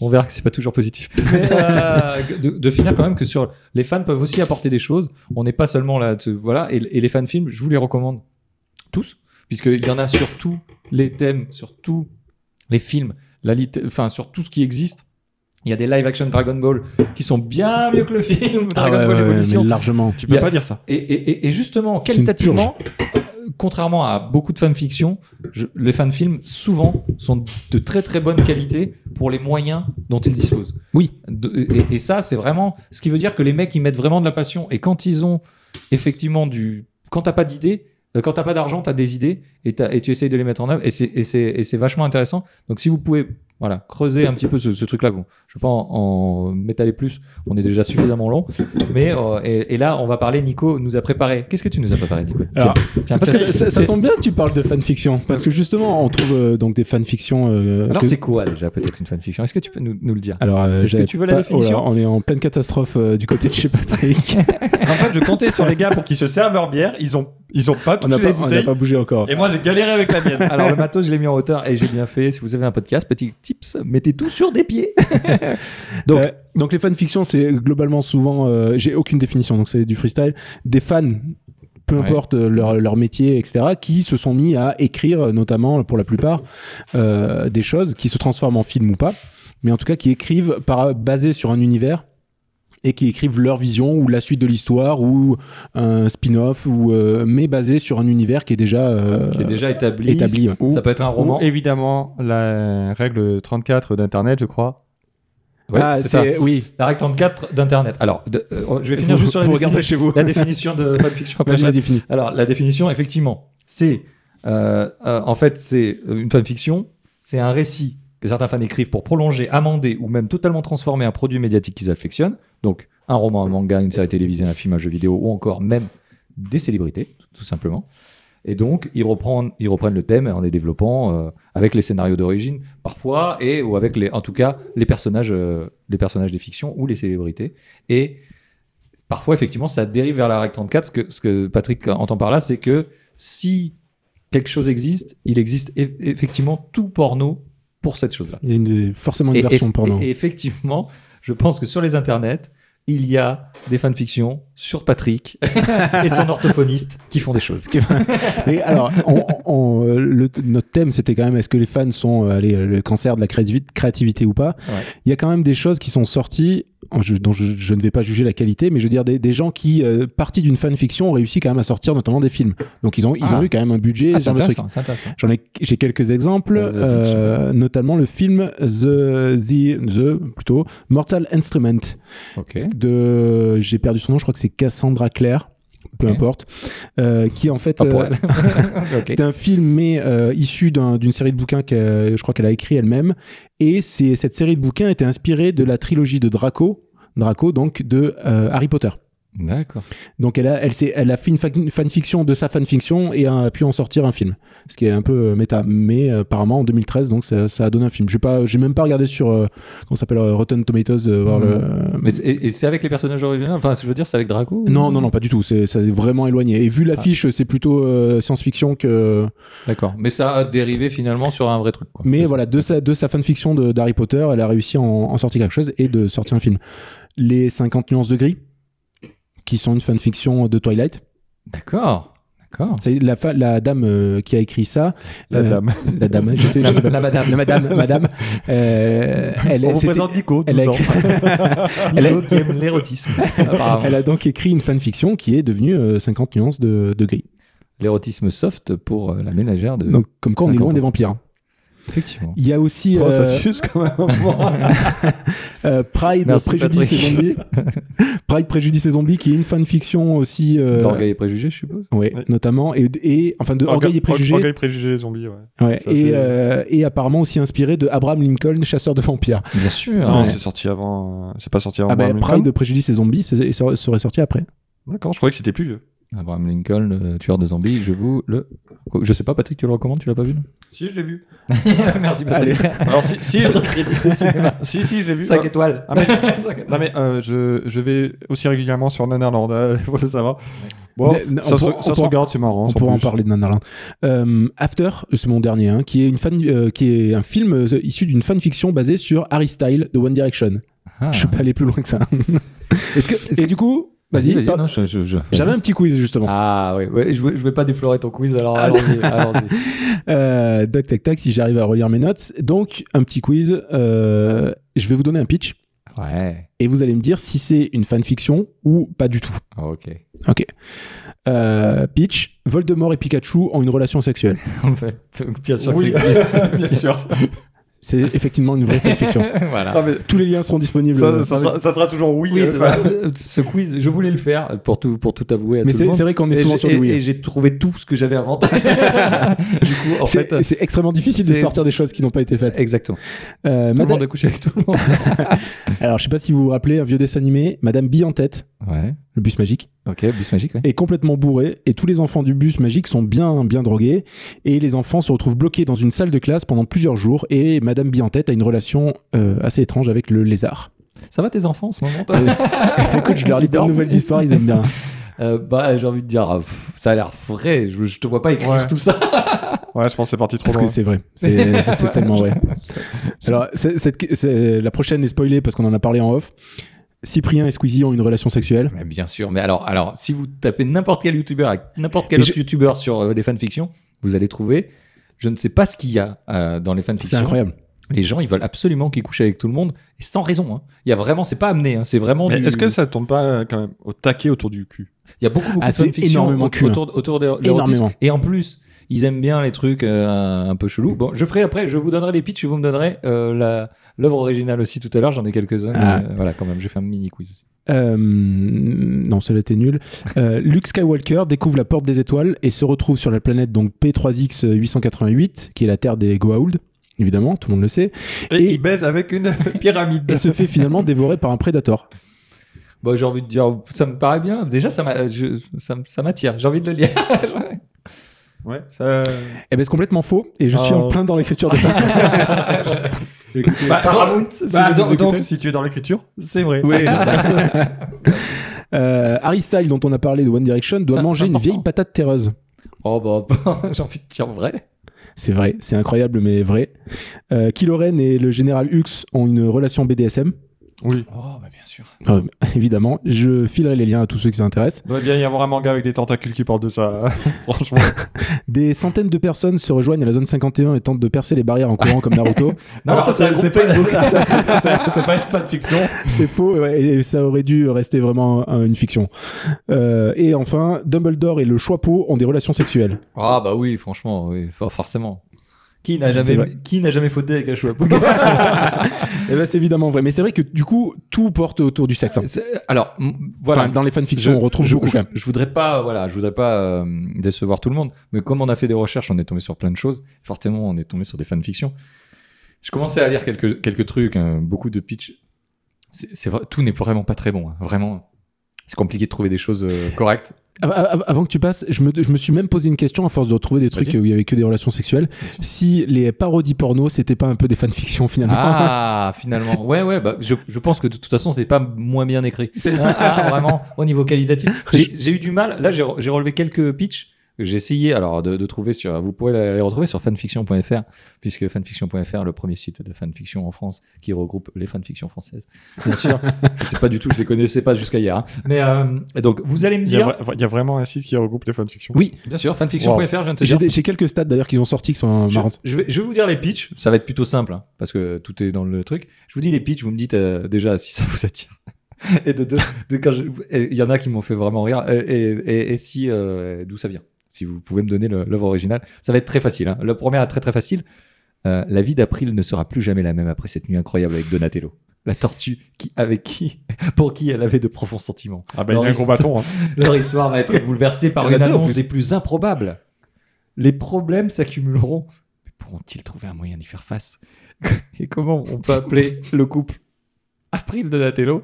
Speaker 3: on verra que c'est pas toujours positif. Mais, euh, de, de finir quand même que sur les fans peuvent aussi apporter des choses. On n'est pas seulement là, tu- voilà. Et, et les fan films, je vous les recommande tous, puisqu'il y en a sur tous les thèmes, sur tous les films, la lit- enfin sur tout ce qui existe. Il y a des live action Dragon Ball qui sont bien mieux que le film
Speaker 2: Ah,
Speaker 3: Dragon Ball Evolution.
Speaker 2: mais largement.
Speaker 1: Tu peux
Speaker 3: Yeah.
Speaker 1: pas dire ça.
Speaker 3: Et, et- et- et justement,
Speaker 2: C'est une purge.
Speaker 3: qualitativement, euh, contrairement à beaucoup de fanfictions, je- les fanfilms, souvent, sont de très très bonne qualité pour les moyens dont ils disposent.
Speaker 2: Oui.
Speaker 3: De- et, et ça, c'est vraiment ce qui veut dire que les mecs, ils mettent vraiment de la passion. Et quand ils ont effectivement du. Quand t'as pas d'idées, euh, quand t'as pas d'argent, t'as des idées et, t'as- et tu essayes de les mettre en œuvre. Et c'est- et c'est et c'est vachement intéressant. Donc si vous pouvez. voilà, Voilà, creusez un petit peu ce, ce truc-là. Bon, je ne vais pas en, en m'étaler plus, on est déjà suffisamment long. Mais, euh, et, et là, on va parler, Nico nous a préparé. Qu'est-ce que tu nous as préparé, Nico
Speaker 2: Alors,
Speaker 3: Tiens,
Speaker 2: Parce
Speaker 3: tiens,
Speaker 2: que
Speaker 3: c'est-
Speaker 2: ça, ça
Speaker 3: c'est-
Speaker 2: tombe bien que tu parles de fanfiction, parce que justement, on trouve euh, donc des fanfictions. euh,
Speaker 3: Alors,
Speaker 2: que-
Speaker 3: c'est quoi déjà peut-être une fanfiction Est-ce que tu peux nous, nous le dire
Speaker 2: Alors, euh,
Speaker 3: Est-ce que
Speaker 2: j'avais
Speaker 3: tu veux la
Speaker 2: pas-
Speaker 3: définition
Speaker 2: là, On est en pleine catastrophe euh, du côté de chez Patrick.
Speaker 1: En fait, je comptais sur les gars pour qu'ils se servent leur bière. Ils ont, ils ont pas touché
Speaker 2: on n'a
Speaker 1: les
Speaker 2: pas, on n'a
Speaker 1: bouteilles.
Speaker 2: pas bougé encore.
Speaker 1: Et moi, j'ai galéré avec la mienne.
Speaker 3: Alors, le matos, je l'ai mis en hauteur et j'ai bien fait. Si vous avez un podcast, petit tips, mettez tout sur des pieds.
Speaker 2: Donc,
Speaker 3: Donc-
Speaker 2: Euh, donc les fanfictions, c'est globalement souvent, euh, j'ai aucune définition, donc c'est du freestyle, des fans, peu
Speaker 3: Ouais.
Speaker 2: importe euh, leur, leur métier, etc., qui se sont mis à écrire, euh, notamment pour la plupart, euh, des choses qui se transforment en film ou pas, mais en tout cas qui écrivent par, basé sur un univers et qui écrivent leur vision ou la suite de l'histoire ou un spin-off ou euh, mais basé sur un univers qui est déjà, euh,
Speaker 3: Qui est déjà établi.
Speaker 2: établi. ouais.
Speaker 3: Ça peut être un
Speaker 1: Ou
Speaker 3: roman.
Speaker 1: évidemment, la règle 34 d'Internet, je crois.
Speaker 3: Ouais,
Speaker 2: ah,
Speaker 3: c'est ça.
Speaker 2: c'est oui.
Speaker 3: La règle 34 d'Internet. Alors, de- euh, je vais finir
Speaker 2: Vous-
Speaker 3: juste sur la,
Speaker 2: vous
Speaker 3: défini-
Speaker 2: regardez chez vous.
Speaker 3: la définition de fanfiction. après
Speaker 2: Vas-y,
Speaker 3: je
Speaker 2: vas-y, finis.
Speaker 3: Alors, la définition, effectivement, c'est. euh, euh, en fait, c'est une fanfiction, c'est un récit que certains fans écrivent pour prolonger, amender ou même totalement transformer un produit médiatique qu'ils affectionnent. Donc, un roman, un manga, une série télévisée, un film, un jeu vidéo ou encore même des célébrités, tout simplement. Et donc, ils reprennent, ils reprennent le thème en les développant euh, avec les scénarios d'origine, parfois, et ou avec les, en tout cas, les personnages, euh, les personnages des fictions ou les célébrités. Et parfois, effectivement, ça dérive vers la règle 34. Ce que, ce que Patrick entend par là, c'est que si quelque chose existe, il existe eff- effectivement tout porno pour cette chose-là.
Speaker 2: Il y a une- forcément une
Speaker 3: Et-
Speaker 2: version
Speaker 3: et-
Speaker 2: porno.
Speaker 3: et effectivement, je pense que sur les internets, il y a des fanfictions sur Patrick et son orthophoniste qui font des choses.
Speaker 2: Mais alors, on- on- euh, le- notre thème, c'était quand même est-ce que les fans sont euh, allez, euh, le cancer de la créativi- créativité ou pas
Speaker 3: Ouais.
Speaker 2: Il y a quand même des choses qui sont sorties, en- je, dont je, je ne vais pas juger la qualité, mais je veux dire des, des gens qui, euh, partis d'une fanfiction, ont réussi quand même à sortir notamment des films. Donc ils ont, ils
Speaker 3: Ah.
Speaker 2: ont eu quand même un budget,
Speaker 3: Ah,
Speaker 2: ce
Speaker 3: c'est
Speaker 2: genre de trucs.
Speaker 3: intéressant, c'est intéressant.
Speaker 2: J'en ai, j'ai quelques exemples,
Speaker 3: Euh, vas-y,
Speaker 2: euh, notamment le film The, The, The, plutôt, Mortal Instrument
Speaker 3: Ok.
Speaker 2: de, j'ai perdu son nom, je crois que c'est Cassandra Clare, peu
Speaker 3: Ok.
Speaker 2: importe, euh, qui en fait,
Speaker 3: Pas pour
Speaker 2: euh,
Speaker 3: elle. Ok.
Speaker 2: C'était un film, mais euh, issu d'un- d'une série de bouquins que je crois qu'elle a écrit elle-même. Et c'est- cette série de bouquins était inspirée de la trilogie de Draco, Draco donc de euh, Harry Potter.
Speaker 3: D'accord.
Speaker 2: Donc elle a, elle, s'est- elle a fait une fan- fanfiction de sa fanfiction et a pu en sortir un film, ce qui est un peu euh, méta. Mais euh, apparemment en 2013, donc ça, ça a donné un film. J'ai pas, j'ai même pas regardé sur euh, comment ça s'appelle euh, Rotten Tomatoes. euh, voir
Speaker 3: Mhm.
Speaker 2: le-
Speaker 3: Mais c'est- et, et c'est avec les personnages originaux Enfin, je veux dire, c'est avec Draco
Speaker 2: Non, non, non, pas du tout. C'est ça est vraiment éloigné. Et vu l'affiche, c'est plutôt euh, science-fiction que.
Speaker 3: D'accord. Mais ça a dérivé finalement sur un vrai truc. Quoi.
Speaker 2: Mais voilà, de sa, de sa fanfiction de- d'Harry Potter, elle a réussi à en, en sortir quelque chose et de sortir un film. Les 50 nuances de gris, qui sont une fanfiction de Twilight.
Speaker 3: D'accord. D'accord.
Speaker 2: C'est la, fa- la dame euh, qui a écrit ça.
Speaker 1: La
Speaker 2: euh,
Speaker 1: dame.
Speaker 2: La dame, je sais, je
Speaker 3: La,
Speaker 2: sais pas.
Speaker 3: la madame.
Speaker 2: La madame, madame. euh, elle,
Speaker 1: On vous
Speaker 2: c'était-
Speaker 1: présente Nico, 12
Speaker 2: elle a-
Speaker 1: ans.
Speaker 2: elle a-
Speaker 3: Nico qui aime l'érotisme. apparemment.
Speaker 2: elle a donc écrit une fanfiction qui est devenue euh, 50 nuances de, de gris.
Speaker 3: L'érotisme soft pour euh, la ménagère de.
Speaker 2: Donc, comme quoi, on est
Speaker 3: 50
Speaker 2: loin
Speaker 3: ans.
Speaker 2: des vampires.
Speaker 3: Effectivement.
Speaker 2: Il y a aussi
Speaker 1: Oh, ça
Speaker 2: euh,
Speaker 1: se suce quand même. un moment.
Speaker 2: euh, Pride,
Speaker 3: Merci,
Speaker 2: Préjudice et
Speaker 3: Patrick.
Speaker 2: Zombies. Pride, Préjudice et Zombies, qui est une fanfiction aussi. euh,
Speaker 3: D'orgueil et préjugé, je suppose.
Speaker 2: Ouais,
Speaker 1: Ouais.
Speaker 2: notamment et, et enfin de Orgueil et Préjugés
Speaker 1: Orgueil, préjugés, les zombies, ouais.
Speaker 2: Ouais,
Speaker 1: Ça,
Speaker 2: et,
Speaker 1: c'est-
Speaker 2: euh, et apparemment aussi inspiré de Abraham Lincoln, chasseur de vampires.
Speaker 3: Bien sûr.
Speaker 1: Non,
Speaker 2: Ouais.
Speaker 1: c'est sorti avant. euh, C'est pas sorti avant.
Speaker 2: Ah bah,
Speaker 1: Abraham
Speaker 2: Pride,
Speaker 1: Lincoln
Speaker 2: Préjudice et Zombies c'est- c'est- serait sorti après.
Speaker 1: D'accord, je croyais que c'était plus vieux.
Speaker 3: Abraham Lincoln, le tueur de zombies, je vous le. Je sais pas, Patrick, tu le recommandes Tu l'as pas vu non
Speaker 1: Si, je l'ai vu.
Speaker 3: Merci, Patrick.
Speaker 1: Alors, si, si, si, si, je l'ai vu.
Speaker 3: 5 étoiles.
Speaker 1: Ah, mais-
Speaker 3: Cinq étoiles.
Speaker 1: Non mais euh, je, je vais aussi régulièrement sur Nanarland, il faut le savoir. Bon,
Speaker 2: Mais, non,
Speaker 1: ça,
Speaker 2: on
Speaker 1: se,
Speaker 2: pourra-
Speaker 1: ça
Speaker 2: on
Speaker 1: se
Speaker 2: pourra-
Speaker 1: regarde, c'est marrant.
Speaker 2: On
Speaker 1: sans
Speaker 2: pourra en
Speaker 1: plus.
Speaker 2: parler de Nanarland. Euh, After, c'est mon dernier, hein, qui est une fan, euh, qui est un film euh, issu d'une fanfiction basée sur Harry Style de One Direction.
Speaker 3: Ah.
Speaker 2: Je suis pas allé plus loin que ça.
Speaker 3: Est-ce que.
Speaker 2: Et du coup, vas-y.
Speaker 3: Vas-y, vas-y.
Speaker 2: par-
Speaker 3: Non, je- je- je-
Speaker 2: J'avais un petit quiz justement.
Speaker 3: Ah oui, ouais, je, vais- je vais pas déflorer ton quiz, alors
Speaker 1: Ah,
Speaker 3: allons-y. allons-y.
Speaker 2: Euh, doc, tac, tac, si j'arrive à relire mes notes. Donc, un petit quiz. euh, je vais vous donner un pitch
Speaker 3: Ouais,
Speaker 2: et vous allez me dire si c'est une fanfiction ou pas du tout.
Speaker 3: Ah, ok.
Speaker 2: Euh, Peach, Voldemort et Pikachu ont une relation sexuelle.
Speaker 3: Bien sûr que
Speaker 1: Oui,
Speaker 3: ça existe.
Speaker 1: bien sûr.
Speaker 2: c'est effectivement une vraie fanfiction.
Speaker 3: voilà.
Speaker 1: Non, mais
Speaker 2: Tous les liens seront disponibles.
Speaker 1: ça,
Speaker 2: euh,
Speaker 1: ça sera, ça sera toujours oui.
Speaker 3: Oui,
Speaker 1: euh,
Speaker 3: c'est ça. Ce quiz, je voulais le faire pour tout, pour tout avouer à
Speaker 2: mais
Speaker 3: tout le
Speaker 2: c'est
Speaker 3: monde.
Speaker 2: c'est vrai qu'on est
Speaker 3: Et
Speaker 2: souvent
Speaker 3: j'ai-
Speaker 2: sur
Speaker 3: et-
Speaker 2: le oui.
Speaker 3: et j'ai trouvé tout ce que j'avais inventé. du coup, en fait, euh,
Speaker 2: C'est c'est extrêmement difficile de
Speaker 3: c'est-
Speaker 2: sortir des choses qui n'ont pas été faites.
Speaker 3: exactement.
Speaker 2: Euh,
Speaker 3: Tout le
Speaker 2: Madame-
Speaker 3: monde a couché avec tout le monde.
Speaker 2: Alors, je sais pas si vous vous rappelez un vieux dessin animé, Madame Bille en tête,
Speaker 3: Ouais.
Speaker 2: le bus magique,
Speaker 3: Ok, bus magique. Ouais.
Speaker 2: est complètement bourré et tous les enfants du bus magique sont bien, bien drogués et les enfants se retrouvent bloqués dans une salle de classe pendant plusieurs jours et Madame Bille en tête a une relation euh, assez étrange avec le lézard.
Speaker 3: Ça va tes enfants en ce moment toi
Speaker 2: Écoute, je leur lis
Speaker 3: Ils
Speaker 2: plein de
Speaker 3: dorment
Speaker 2: nouvelles histoires, ils aiment bien.
Speaker 3: Euh, Bah, j'ai envie de dire, euh, pff, ça a l'air vrai. Je, je te vois pas écrire
Speaker 1: Ouais.
Speaker 3: tout ça.
Speaker 1: Ouais, je pense que c'est parti trop
Speaker 2: Parce
Speaker 1: loin.
Speaker 2: que c'est vrai, c'est c'est tellement vrai. Alors, c'est- cette- c'est- la prochaine est spoilée parce qu'on en a parlé en off. Cyprien et Squeezie ont une relation sexuelle.
Speaker 3: Mais bien sûr. Mais alors, alors, si vous tapez n'importe quel youtubeur avec n'importe quel
Speaker 2: Mais
Speaker 3: autre youtubeur sur euh, des fanfictions, vous allez trouver. Je ne sais pas ce qu'il y a euh, dans les
Speaker 2: C'est
Speaker 3: fanfictions.
Speaker 2: incroyable.
Speaker 3: Les gens, ils veulent absolument qu'ils couchent avec tout le monde, et sans raison. hein. Il y a vraiment, c'est pas amené. hein, C'est vraiment.
Speaker 1: Mais
Speaker 3: du-
Speaker 1: est-ce que ça tombe pas euh, quand même au taquet autour du cul
Speaker 3: Il y a beaucoup, beaucoup
Speaker 2: Ah,
Speaker 3: de
Speaker 2: c'est
Speaker 3: fanfictions
Speaker 2: énormément
Speaker 3: au-
Speaker 2: cul, hein.
Speaker 3: autour, autour de de
Speaker 2: Énormément.
Speaker 3: l'autisme. Et en plus, ils aiment bien les trucs euh, un peu chelous. Bon, je ferai après, je vous donnerai des pitchs, et vous me donnerez euh, la- l'œuvre originale aussi tout à l'heure. J'en ai quelques-uns.
Speaker 2: Ah.
Speaker 3: mais, euh, voilà, quand même, j'ai fait un mini quiz aussi.
Speaker 2: Euh, non, cela était nul. Euh, Luke Skywalker découvre la porte des étoiles et se retrouve sur la planète donc P3X 888, qui est la terre des Goa'uld, évidemment, tout le monde le sait,
Speaker 1: Et,
Speaker 2: Et-
Speaker 1: il baise avec une pyramide.
Speaker 2: et se fait finalement dévorer par un prédateur.
Speaker 3: Bah, j'ai envie de dire, ça me paraît bien. Déjà, ça m'a- je- ça m- ça m'attire. J'ai envie de le lire.
Speaker 1: Ouais, ça...
Speaker 2: Eh ben c'est complètement faux, et je suis
Speaker 1: Oh.
Speaker 2: en plein dans l'écriture de ça.
Speaker 1: Bah,
Speaker 3: Paramount,
Speaker 1: donc-
Speaker 3: si
Speaker 1: bah,
Speaker 3: vous nous
Speaker 1: donc, donc,
Speaker 3: écoutez.
Speaker 1: si tu es dans l'écriture, c'est vrai.
Speaker 2: Euh, Harry Styles, dont on a parlé de One Direction, doit
Speaker 3: Ça-
Speaker 2: manger
Speaker 3: c'est
Speaker 2: une
Speaker 3: important.
Speaker 2: vieille patate terreuse.
Speaker 3: Oh, bah, j'ai envie de dire vrai.
Speaker 2: C'est vrai, c'est incroyable, mais vrai. Euh, Kylo Ren et le général Hux ont une relation BDSM.
Speaker 1: oui.
Speaker 3: Oh, bah, bien sûr.
Speaker 2: Euh, évidemment, je filerai les liens à tous ceux qui s'intéressent.
Speaker 1: Il doit bien y avoir un manga avec des tentacules qui parle de ça. hein. Franchement.
Speaker 2: Des centaines de personnes se rejoignent à la zone 51 et tentent de percer les barrières en courant comme Naruto.
Speaker 3: Non,
Speaker 1: Alors,
Speaker 3: ça, c'est un groupe Facebook.
Speaker 1: c'est- c'est pas une fanfiction.
Speaker 2: C'est faux ouais, et ça aurait dû rester vraiment euh, une fiction. Euh, et enfin, Dumbledore et le Choixpeau ont des relations sexuelles.
Speaker 3: Ah bah oui, franchement, oui, for- forcément. Qui n'a
Speaker 2: C'est
Speaker 3: jamais,
Speaker 2: vrai.
Speaker 3: qui n'a jamais fauté avec un chouette
Speaker 2: Et là, Eh ben, c'est évidemment vrai. Mais c'est vrai que du coup, tout porte autour du sexe. hein.
Speaker 3: Alors m- voilà.
Speaker 2: Enfin, dans les fanfictions, on retrouve
Speaker 3: je,
Speaker 2: beaucoup.
Speaker 3: je-
Speaker 2: quand même.
Speaker 3: je voudrais pas, voilà, je voudrais pas euh, décevoir tout le monde, mais comme on a fait des recherches, on est tombé sur plein de choses. Fortement, on est tombé sur des fanfictions. Je commençais à lire quelques quelques trucs, hein, beaucoup de pitch. C'est c'est vrai, tout n'est vraiment pas très bon, hein, vraiment. C'est compliqué de trouver des choses euh, correctes.
Speaker 2: Av- av- Avant que tu passes, je me, je me suis même posé une question à force de retrouver des trucs
Speaker 3: Vas-y.
Speaker 2: où il y avait que des relations sexuelles. Si les parodies porno, c'était pas un peu des fanfictions finalement
Speaker 3: Ah, finalement. Ouais, ouais, bah, je, je pense que de toute façon, c'est pas moins bien écrit. Ah, vraiment, au niveau qualitatif. J'ai j'ai eu du mal. Là, j'ai re- j'ai relevé quelques pitchs. J'ai essayé alors de, de trouver sur. Vous pouvez les retrouver sur fanfiction.fr, puisque fanfiction.fr, le premier site de fanfiction en France qui regroupe les fanfictions françaises. Bien sûr. je sais pas du tout, je les connaissais pas jusqu'à hier. hein. Mais euh, donc, vous allez me
Speaker 1: Il y, a,
Speaker 3: dire.
Speaker 1: vra- il y a vraiment un site qui regroupe les fanfictions.
Speaker 3: Oui, bien sûr, fanfiction.fr, je viens de te
Speaker 2: J'ai
Speaker 3: dire.
Speaker 2: des- j'ai quelques stats d'ailleurs qu'ils ont sortis qui sont euh,
Speaker 3: Je,
Speaker 2: marrantes.
Speaker 3: je vais, je vais vous dire les pitchs, ça va être plutôt simple, hein, parce que tout est dans le truc. Je vous dis les pitchs, vous me dites euh, déjà si ça vous attire. Et de deux, de quand je- et il y en a qui m'ont fait vraiment rire. Et, et- et- et si, euh, d'où ça vient Si vous pouvez me donner le- l'œuvre originale, ça va être très facile. hein. La première est très très facile. Euh, la vie d'April ne sera plus jamais la même après cette nuit incroyable avec Donatello. La tortue qui, avec qui, pour qui elle avait de profonds sentiments.
Speaker 1: Ah bah il y a un
Speaker 3: Loris.
Speaker 1: gros bâton. hein.
Speaker 3: Leur histoire va être bouleversée par
Speaker 2: Il y en
Speaker 3: une
Speaker 2: a deux, en
Speaker 3: annonce
Speaker 2: plus.
Speaker 3: des plus improbables. Les problèmes s'accumuleront. Mais pourront-ils trouver un moyen d'y faire face Et comment on peut appeler le couple April Donatello